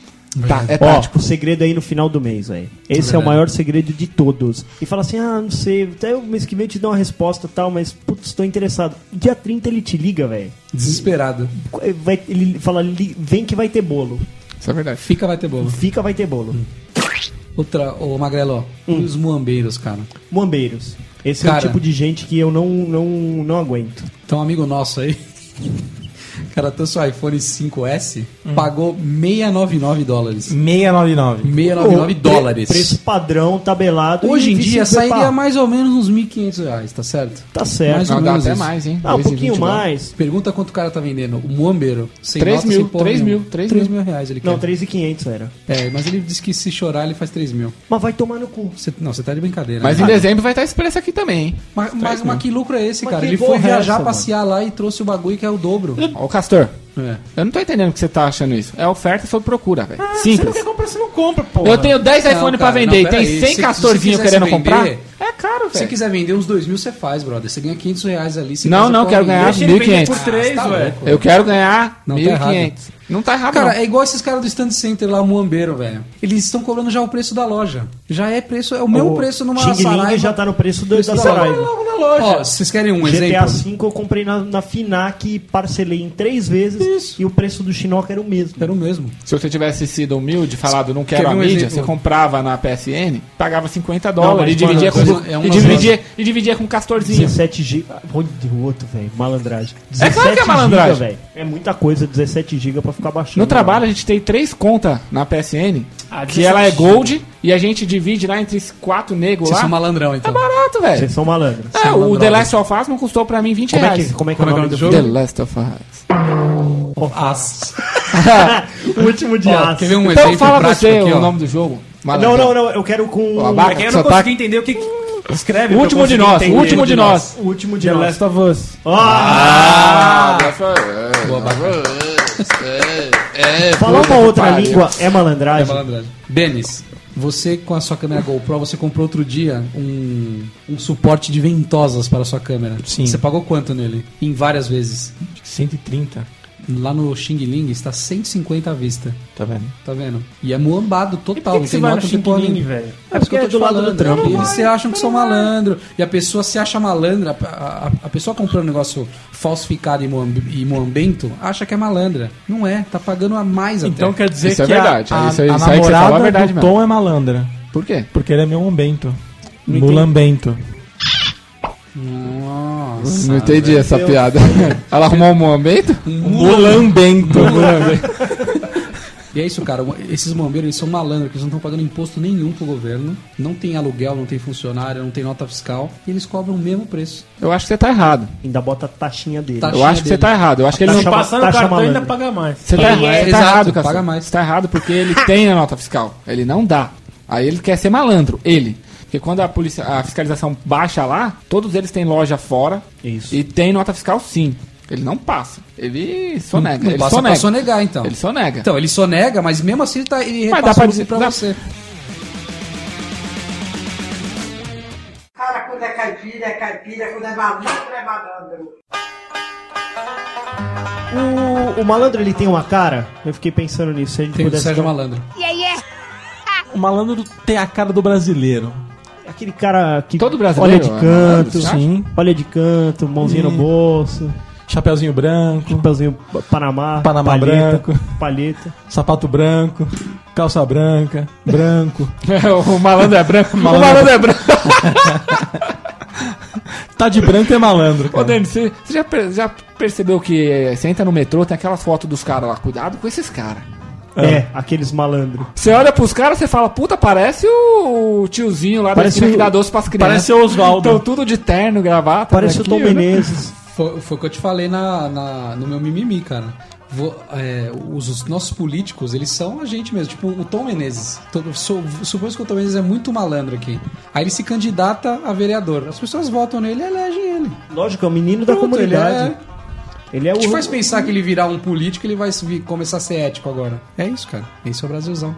Speaker 4: Tá, é
Speaker 7: Ó,
Speaker 4: tático.
Speaker 7: o segredo aí no final do mês, velho. Esse é o
Speaker 4: Verdade.
Speaker 7: maior segredo de todos. E fala assim: ah, não sei, até o mês que vem eu te dou uma resposta e tal, mas putz, estou interessado. Dia 30 ele te liga, velho.
Speaker 8: Desesperado.
Speaker 7: Vai- Ele fala: "Li- vem que vai ter bolo.
Speaker 4: Isso é verdade.
Speaker 8: Fica, vai ter bolo.
Speaker 7: Fica, vai ter bolo.
Speaker 8: Hum. Outra, ô Magrelo, ó,
Speaker 7: Hum.
Speaker 8: os muambeiros, cara.
Speaker 7: Muambeiros. Esse é o
Speaker 8: Cara.
Speaker 7: tipo de gente que eu não, não, não aguento.
Speaker 8: Então, um amigo nosso aí, cara, tem o seu iPhone 5S,
Speaker 7: Hum.
Speaker 8: pagou 699 dólares.
Speaker 3: 699.
Speaker 8: 699 dólares.
Speaker 7: Preço padrão, tabelado.
Speaker 8: Hoje
Speaker 7: e
Speaker 8: em dia
Speaker 7: vice-
Speaker 8: sairia
Speaker 7: pá,
Speaker 8: mais ou menos uns 1.500 reais, tá certo?
Speaker 7: Tá certo.
Speaker 8: Mais ou
Speaker 7: Não, dá
Speaker 8: menos
Speaker 7: até
Speaker 8: isso.
Speaker 7: mais, hein? Ah, um pouquinho
Speaker 8: 2,20
Speaker 7: mais.
Speaker 8: dólares. Pergunta quanto o cara tá vendendo. O Muambeiro. Sem
Speaker 4: Três
Speaker 8: nota,
Speaker 4: mil,
Speaker 8: sem porra
Speaker 4: três
Speaker 8: nenhuma.
Speaker 4: mil, três
Speaker 8: Três
Speaker 4: mil.
Speaker 8: mil reais ele quer.
Speaker 7: Não, 3.500 era.
Speaker 8: É, mas ele disse que se chorar ele faz 3 mil.
Speaker 7: Mas vai tomar no cu.
Speaker 8: Você- não, você tá de brincadeira.
Speaker 4: Mas é
Speaker 8: né?
Speaker 4: em dezembro vai estar esse preço aqui também, hein?
Speaker 8: Mas, mas, mas que lucro é esse,
Speaker 7: Mas
Speaker 8: cara?
Speaker 7: que
Speaker 8: Ele foi
Speaker 7: porra é
Speaker 8: viajar,
Speaker 7: essa,
Speaker 8: passear lá e trouxe o bagulho que é o dobro.
Speaker 4: Ó, o Castor,
Speaker 8: É.
Speaker 4: eu não tô entendendo o que você tá achando isso. É oferta sobre procura, velho.
Speaker 3: Você não
Speaker 4: Simples.
Speaker 3: quer comprar, você não compra, pô.
Speaker 4: Eu tenho 10
Speaker 8: Não,
Speaker 4: iPhone pra
Speaker 8: cara,
Speaker 4: vender e
Speaker 8: não,
Speaker 4: tem
Speaker 8: peraí.
Speaker 4: 100
Speaker 8: Se-
Speaker 4: castorzinho
Speaker 8: se quisesse
Speaker 4: querendo
Speaker 8: vender,
Speaker 4: comprar. É caro,
Speaker 8: Se você
Speaker 4: velho.
Speaker 8: quiser vender uns 2 mil, você faz, brother. Você ganha 500 reais ali. se
Speaker 4: Não,
Speaker 8: quiser
Speaker 4: não,
Speaker 8: pra
Speaker 4: quero
Speaker 8: vender.
Speaker 4: ganhar
Speaker 8: Deixa ele vender
Speaker 4: 1.500.
Speaker 8: por três,
Speaker 4: Ah, tá
Speaker 8: ué.
Speaker 4: louco, Eu quero ganhar
Speaker 8: Não, tá errado.
Speaker 4: 1.500. Não tá errado,
Speaker 8: Cara,
Speaker 4: não.
Speaker 8: é igual esses caras do stand center lá, o Muambeiro, velho. Eles estão cobrando já o preço da loja. Já é preço, é o mesmo preço numa
Speaker 7: Xing Ling
Speaker 8: Saraiva.
Speaker 7: já tá no preço do, da
Speaker 8: Então
Speaker 7: Saraiva.
Speaker 8: vai logo na loja. Ó, vocês querem um
Speaker 7: GTA
Speaker 8: exemplo?
Speaker 7: V eu comprei na, na Finac e parcelei em três vezes e o preço do Chinoca era o mesmo.
Speaker 8: Era o mesmo.
Speaker 4: Se você tivesse sido humilde, falado não quero a
Speaker 8: Quer ver um
Speaker 4: mídia,
Speaker 8: exemplo?
Speaker 4: você comprava na PSN, pagava 50 dólares e
Speaker 7: mas,
Speaker 4: dividia com
Speaker 7: mano,
Speaker 4: o-
Speaker 7: é um
Speaker 4: e dividia e dividia com o castorzinho.
Speaker 7: 17 GB. ah, Onde o outro, velho? Malandragem.
Speaker 4: É claro que é
Speaker 7: 17
Speaker 4: malandragem.
Speaker 7: giga, velho. É muita coisa 17 GB pra ficar baixando. né?
Speaker 4: No trabalho a gente tem três contas na PSN,
Speaker 8: Ah,
Speaker 4: que ela é gold e a gente divide lá entre esses quatro negros
Speaker 8: Vocês
Speaker 4: lá.
Speaker 8: são malandrão,
Speaker 4: É
Speaker 8: então.
Speaker 4: barato,
Speaker 7: Vocês
Speaker 4: velho.
Speaker 7: são malandros.
Speaker 4: É, o The Last of Us não custou pra mim 20
Speaker 7: Como é que-
Speaker 4: reais.
Speaker 7: como é que é o nome do
Speaker 4: The
Speaker 7: jogo?
Speaker 4: Last of Us.
Speaker 8: As.
Speaker 7: o último dia.
Speaker 8: Ó, quer ver um
Speaker 4: Então
Speaker 8: exemplo
Speaker 4: fala
Speaker 8: prático
Speaker 4: você
Speaker 8: aqui, ó?
Speaker 4: o nome do jogo.
Speaker 7: Não, não, não. Eu quero com.
Speaker 4: O abaca,
Speaker 7: eu
Speaker 4: só
Speaker 7: não
Speaker 4: tá-
Speaker 7: consegui entender o que.
Speaker 4: O
Speaker 7: Escreve.
Speaker 4: último de nós, o último de nós.
Speaker 7: O último de
Speaker 11: The
Speaker 7: nós. Ah!
Speaker 11: Last of Us.
Speaker 4: Ah,
Speaker 7: É,
Speaker 8: Boa, bacana.
Speaker 4: É,
Speaker 7: Falar uma outra língua é
Speaker 8: É
Speaker 7: malandragem.
Speaker 8: malandragem. Denis, você com a sua câmera GoPro, você comprou outro dia um, um suporte de ventosas para a sua câmera.
Speaker 3: Sim.
Speaker 8: Você pagou quanto nele? Em várias vezes.
Speaker 3: Acho que 130.
Speaker 8: Lá no Xing Ling está 150 à vista.
Speaker 3: Tá vendo?
Speaker 8: Tá vendo? E é muambado total.
Speaker 3: E por que que você vai no
Speaker 8: de
Speaker 3: Xing
Speaker 8: porra
Speaker 3: Ling,
Speaker 8: nenhuma.
Speaker 3: velho?
Speaker 7: É porque
Speaker 8: eu tô
Speaker 7: é
Speaker 8: te
Speaker 7: do lado do Trump,
Speaker 8: E
Speaker 7: né?
Speaker 8: Você acham que sou malandro. E a pessoa se acha malandra. A, a- a pessoa comprando um negócio falsificado e, moamb, e moambento acha que é malandra. Não é. Tá pagando a mais
Speaker 11: Então
Speaker 8: até.
Speaker 11: quer dizer
Speaker 4: Isso é
Speaker 11: que a-
Speaker 4: verdade.
Speaker 11: a,
Speaker 4: Isso aí-
Speaker 11: a
Speaker 4: isso aí que você
Speaker 11: namorada
Speaker 4: falou é verdade
Speaker 11: do
Speaker 4: mesmo.
Speaker 11: Tom é malandra.
Speaker 4: Por quê?
Speaker 3: Porque ele é meu ambento.
Speaker 11: entendi.
Speaker 3: Mulambento.
Speaker 4: Não entendi essa piada. Ela arrumou um momento?
Speaker 3: Mulambento.
Speaker 8: E é isso, cara. Esses bombeiros eles são malandros, que eles não estão pagando imposto nenhum pro governo. Não tem aluguel, não tem funcionário, não tem nota fiscal. E eles cobram o mesmo preço.
Speaker 4: Eu acho que você tá errado.
Speaker 7: Ainda bota a taxinha dele.
Speaker 8: Tá
Speaker 4: Eu acho que você tá errado. Eu acho que ele não
Speaker 7: Se
Speaker 4: tá.
Speaker 7: passar
Speaker 11: Passando
Speaker 7: no
Speaker 11: o
Speaker 7: Taxa
Speaker 11: cartão
Speaker 7: cartão ainda
Speaker 11: ainda
Speaker 7: malandra.
Speaker 11: paga mais.
Speaker 4: Você tá,
Speaker 8: mais.
Speaker 4: você tá
Speaker 8: Exato,
Speaker 4: errado, cara.
Speaker 8: paga mais.
Speaker 4: Você tá errado porque ele tem a nota fiscal. Ele não dá. Aí ele quer ser malandro. Ele. Porque quando a polícia, a fiscalização baixa lá, todos eles têm loja fora e tem nota fiscal sim. Ele não passa. Ele sonega.
Speaker 8: Não
Speaker 4: ele
Speaker 8: passa pra
Speaker 4: sonega.
Speaker 8: sonegar, então.
Speaker 4: Ele sonega.
Speaker 8: Então, ele sonega, mas mesmo assim ele, tá, ele
Speaker 4: Mas
Speaker 8: repassa
Speaker 4: dá pra
Speaker 8: o lucro
Speaker 4: dizer-
Speaker 8: pra
Speaker 4: dá-
Speaker 8: você.
Speaker 2: Cara, quando é caipira, é caipira. Quando é malandro, é malandro.
Speaker 7: O, o malandro ele tem uma cara? Eu fiquei pensando nisso. Se a gente
Speaker 8: Tem o
Speaker 7: pudesse.
Speaker 8: Sérgio Malandro.
Speaker 17: E aí é.
Speaker 3: O malandro tem a cara do brasileiro.
Speaker 7: Aquele cara que
Speaker 4: Todo
Speaker 7: olha
Speaker 3: brasileiro
Speaker 7: de
Speaker 3: é
Speaker 7: canto,
Speaker 3: malandro, você acha?
Speaker 7: sim. olha de canto, mãozinha no
Speaker 3: Sim.
Speaker 7: bolso,
Speaker 3: Chapeuzinho branco,
Speaker 7: chapeuzinho pa- Panamá,
Speaker 3: Panamá branco.
Speaker 7: palheta.
Speaker 3: Sapato branco, calça branca, branco.
Speaker 4: o malandro é branco. O malandro é branco.
Speaker 3: tá de branco é malandro.
Speaker 4: Ô, Dani, você, você já, per- já percebeu que eh, você entra no metrô, tem aquelas fotos dos caras lá. Cuidado com esses caras.
Speaker 7: É, aqueles malandros.
Speaker 4: Você olha pros caras, você fala, puta, parece o o tiozinho lá
Speaker 7: Parece
Speaker 4: da esquina
Speaker 7: o-
Speaker 4: que dá doce pras crianças.
Speaker 7: parece o Oswaldo.
Speaker 4: Estão tudo de terno, gravata.
Speaker 7: Parece o Tom
Speaker 4: branquinho, né?
Speaker 7: Menezes.
Speaker 8: Foi, foi o que eu te falei na, na- no meu mimimi, cara. Vo- é, os, os nossos políticos, eles são a gente mesmo. Tipo, o Tom Menezes. Todo- su- Suponho que o Tom Menezes é muito malandro aqui. Aí ele se candidata a vereador. As pessoas votam nele e elegem ele.
Speaker 7: Lógico, é o menino da
Speaker 8: Pronto, ele
Speaker 7: comunidade. Ele é,
Speaker 8: O que te
Speaker 7: o.
Speaker 8: faz pensar que ele virar um político, ele vai se- começar a ser ético agora. É isso, cara. Esse é o Brasilzão.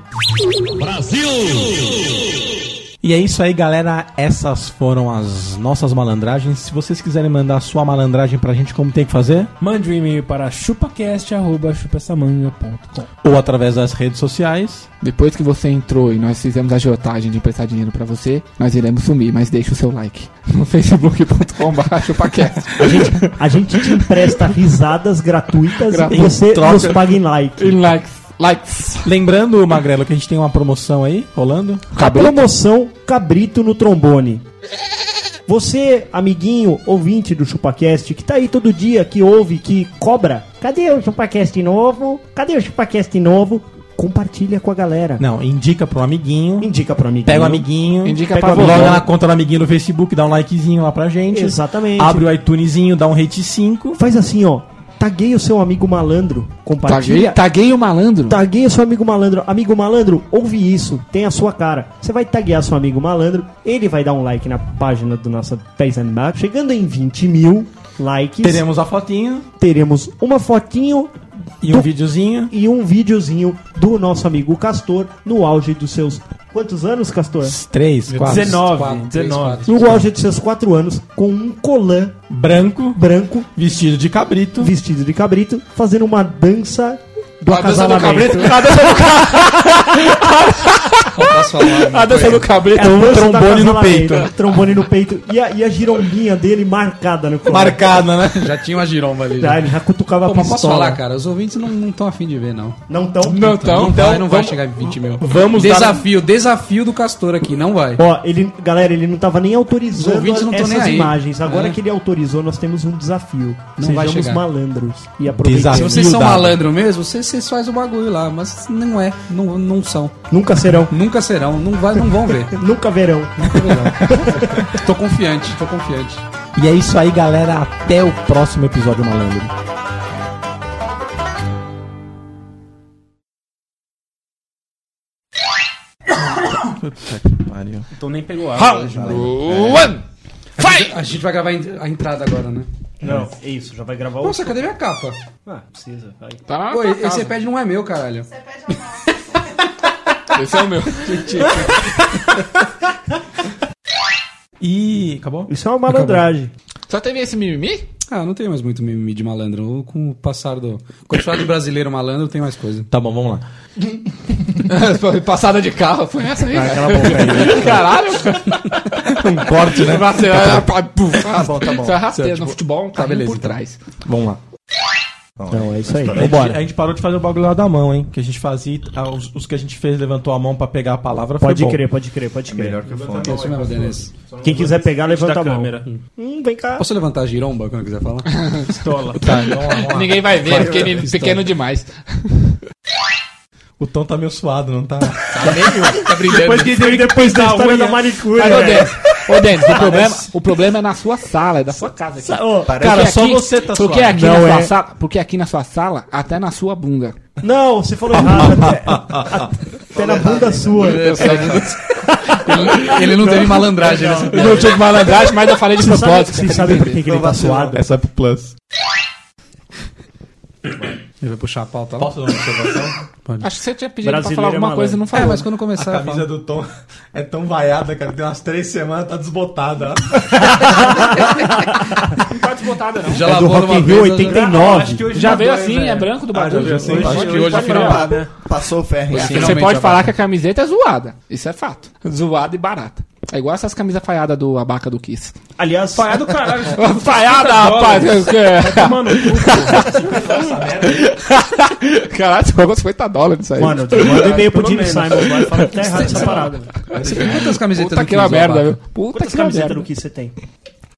Speaker 3: E é isso aí, galera. Essas foram as nossas malandragens. Se vocês quiserem mandar a sua malandragem pra gente, como tem que fazer?
Speaker 18: Mande um e-mail para chupacast.chupessamanga.com.
Speaker 3: Ou através das redes sociais.
Speaker 4: Depois que você entrou e nós fizemos a agiotagem de emprestar dinheiro pra você, nós iremos sumir, mas deixa o seu like no facebook.com.br chupacast.
Speaker 7: A gente, a gente te empresta risadas gratuitas
Speaker 4: Gratu-
Speaker 7: e você
Speaker 3: Em troca.
Speaker 7: nos paga em like.
Speaker 4: Em likes. Likes.
Speaker 3: Lembrando, Magrelo, que a gente tem uma promoção aí rolando.
Speaker 7: A promoção Cabrito no Trombone. Você, amiguinho, ouvinte do ChupaCast, que tá aí todo dia, que ouve, que cobra, cadê o ChupaCast novo? Cadê o ChupaCast novo? Compartilha com a galera.
Speaker 3: Não, indica pro amiguinho.
Speaker 7: Indica pro amiguinho.
Speaker 3: Pega o amiguinho.
Speaker 4: Indica
Speaker 3: pega
Speaker 4: pra
Speaker 3: o amiguinho,
Speaker 4: vovó.
Speaker 3: Loga na conta do amiguinho no Facebook, dá um likezinho lá pra gente.
Speaker 7: Exatamente.
Speaker 3: Abre o iTunesinho, dá um rate 5.
Speaker 7: Faz assim, ó. Taguei o seu amigo malandro. Compartilha.
Speaker 4: Taguei- Tá. taguei o malandro?
Speaker 7: Taguei o seu amigo malandro. Amigo malandro, ouve isso. Tem a sua cara. Você vai taguear seu amigo malandro. Ele vai dar um like na página do nosso Face and Map. Chegando em 20 mil likes.
Speaker 3: Teremos a fotinha
Speaker 7: teremos uma fotinho
Speaker 3: e um videozinho.
Speaker 7: e um videozinho do nosso amigo Castor no auge dos seus. Quantos anos, Castor?
Speaker 3: 3, 4.
Speaker 18: 19,
Speaker 8: Quatro, três,
Speaker 18: 19.
Speaker 7: No auge dos seus quatro anos, com um colã
Speaker 3: Branco,
Speaker 7: branco
Speaker 3: vestido de cabrito.
Speaker 7: vestido de cabrito, fazendo uma dança do
Speaker 4: A dança do cabrito.
Speaker 7: acasalamento.
Speaker 4: A dança do cabrito.
Speaker 3: Ah,
Speaker 4: A dança do cabrito.
Speaker 7: É o lance do
Speaker 3: um trombone no
Speaker 7: acasalamento. É,
Speaker 3: peito.
Speaker 7: Trombone no peito. E a, e a girombinha dele marcada no colo.
Speaker 3: Marcada, né?
Speaker 8: Já tinha uma giromba ali.
Speaker 7: Ah,
Speaker 8: Já.
Speaker 7: ele já cutucava
Speaker 8: Pô,
Speaker 7: a
Speaker 8: mas posso
Speaker 7: pistola.
Speaker 8: falar, cara? Os ouvintes não estão afim de ver, não.
Speaker 7: Não tão?
Speaker 4: Não, então,
Speaker 8: não
Speaker 4: então,
Speaker 8: vai, não vai chegar em 20 mil.
Speaker 3: Vamos dar-
Speaker 8: desafio, desafio do Castor aqui, não vai.
Speaker 7: Ó, ele, galera, ele não tava nem
Speaker 8: Os
Speaker 7: autorizando
Speaker 8: ouvintes não tão
Speaker 7: essas
Speaker 8: nem aí.
Speaker 7: imagens. Agora
Speaker 8: É.
Speaker 7: que ele autorizou, nós temos um desafio.
Speaker 8: Não vai
Speaker 7: Sejamos
Speaker 8: chegar.
Speaker 7: malandros e
Speaker 8: Se
Speaker 3: Desafio.
Speaker 7: aproveitemos.
Speaker 8: vocês são
Speaker 3: dado.
Speaker 8: malandro mesmo, vocês, vocês fazem o bagulho lá, mas não é, não, não são.
Speaker 7: Nunca serão,
Speaker 8: Nunca serão, não, vai, não vão ver.
Speaker 7: nunca verão.
Speaker 8: Nunca verão. tô confiante, tô confiante.
Speaker 3: E é isso aí, galera. Até o próximo episódio, malandro.
Speaker 18: Então nem pegou água. hoje, mano.
Speaker 4: One. Vai!
Speaker 8: A gente vai gravar a en- a entrada agora, né?
Speaker 7: Não, é isso, já vai gravar
Speaker 8: Nossa, cadê minha capa?
Speaker 7: Ah, precisa, vai.
Speaker 4: Tá lá na
Speaker 8: Pô,
Speaker 4: tua
Speaker 8: esse
Speaker 4: casa.
Speaker 8: iPad não é meu, caralho.
Speaker 4: Esse é o meu.
Speaker 3: E. Acabou?
Speaker 7: Isso é uma malandragem.
Speaker 4: Só teve esse mimimi?
Speaker 8: Ah, não tem mais muito mimimi de malandro. Com o passar do. Continuado brasileiro malandro, tem mais coisa.
Speaker 3: Tá bom, vamos lá.
Speaker 4: Passada de carro, foi Ah, essa aí,
Speaker 7: Vai,
Speaker 4: cara.
Speaker 7: cala a boca aí.
Speaker 4: Caralho!
Speaker 3: Um corte, né?
Speaker 4: Você tá bom, tá
Speaker 3: bom.
Speaker 4: Você é rasteiro no futebol, um caminho por trás.
Speaker 3: Vamos lá.
Speaker 7: Não, é isso aí.
Speaker 3: A gente, a gente parou de fazer o bagulho lá da mão, hein? Que a gente fazia. ah, Os, os que a gente fez levantou a mão pra pegar a palavra. foi
Speaker 7: Pode
Speaker 3: bom.
Speaker 7: crer, pode crer, pode crer.
Speaker 9: que o fone.
Speaker 8: É isso mesmo, Denis.
Speaker 7: Quem quiser pegar,
Speaker 3: Tá
Speaker 7: levanta
Speaker 18: Da
Speaker 7: a mão.
Speaker 18: câmera.
Speaker 7: Hum, vem cá.
Speaker 8: Posso levantar a giromba quando eu quiser falar?
Speaker 18: Pistola.
Speaker 3: Tá, então, vamos lá.
Speaker 4: Ninguém vai ver, porque ele é pequeno demais.
Speaker 3: O tom tá meio suado, não tá?
Speaker 4: Tá brilhando.
Speaker 7: que depois, depois da
Speaker 3: história
Speaker 7: da
Speaker 3: da
Speaker 7: manicure.
Speaker 4: Ô, Denis, ô, Denis, o problema, o problema é na sua sala, é da sua casa. Aqui.
Speaker 3: Cara, só você tá
Speaker 4: porque
Speaker 3: suado.
Speaker 4: aqui
Speaker 7: Não
Speaker 4: na sua
Speaker 7: é.
Speaker 4: sala, porque aqui na sua sala, até na sua bunda.
Speaker 7: Não, você falou errado. Até, até na bunda sua.
Speaker 4: Eu sei,
Speaker 15: Ele, ele não teve malandragem
Speaker 8: né?
Speaker 15: nessa
Speaker 4: Eu não tive malandragem, mas eu falei de
Speaker 7: Você sabe-
Speaker 4: propósito.
Speaker 7: Vocês sabem por que, que ele tá suado?
Speaker 3: É só pro plus.
Speaker 15: Ele vai puxar a pauta lá.
Speaker 3: Posso dar uma observação?
Speaker 15: Pode.
Speaker 4: Acho que você tinha pedido pra Brasileiro falar alguma é malandro. coisa e não falou.
Speaker 15: É, mas quando começar.
Speaker 4: A
Speaker 15: eu
Speaker 4: camisa
Speaker 15: falo.
Speaker 3: do Tom é tão vaiada, cara. Tem umas três semanas, tá desbotada.
Speaker 4: Não tá desbotada, não.
Speaker 3: Já É do lavou Rock numa in Rio
Speaker 8: né?
Speaker 3: vez, 89.
Speaker 4: Não, acho que hoje
Speaker 3: Já
Speaker 4: já veio
Speaker 3: dois,
Speaker 4: assim,
Speaker 3: né?
Speaker 4: é branco do
Speaker 3: Ah, já
Speaker 4: bagulho.
Speaker 3: veio assim,
Speaker 4: Hoje-
Speaker 3: acho
Speaker 4: hoje
Speaker 3: que hoje
Speaker 4: tá
Speaker 3: tá
Speaker 8: é
Speaker 4: virado.
Speaker 3: virado.
Speaker 9: Passou o ferro.
Speaker 4: Você pode falar que a camiseta é zoada. Isso é fato. Zoada e barata. É igual essas camisas falhadas do abaca do Kiss.
Speaker 7: Aliás,
Speaker 4: Falhado,
Speaker 7: caralho.
Speaker 4: Falhada, rapaz. é
Speaker 7: Vai tomar no cu,
Speaker 4: Caralho, você pagou 50 dólares isso tá aí.
Speaker 7: Mano, manda um e-mail pro Jimmy Simon agora falando que tá errado essa parada.
Speaker 15: Você tem quantas camisetas
Speaker 4: Puta
Speaker 15: do
Speaker 4: que lá
Speaker 15: Kiss,
Speaker 4: merda,
Speaker 15: Abaca?
Speaker 4: viu? Puta
Speaker 7: Quantas
Speaker 4: que é lá
Speaker 7: camisetas
Speaker 4: merda.
Speaker 7: do que você tem?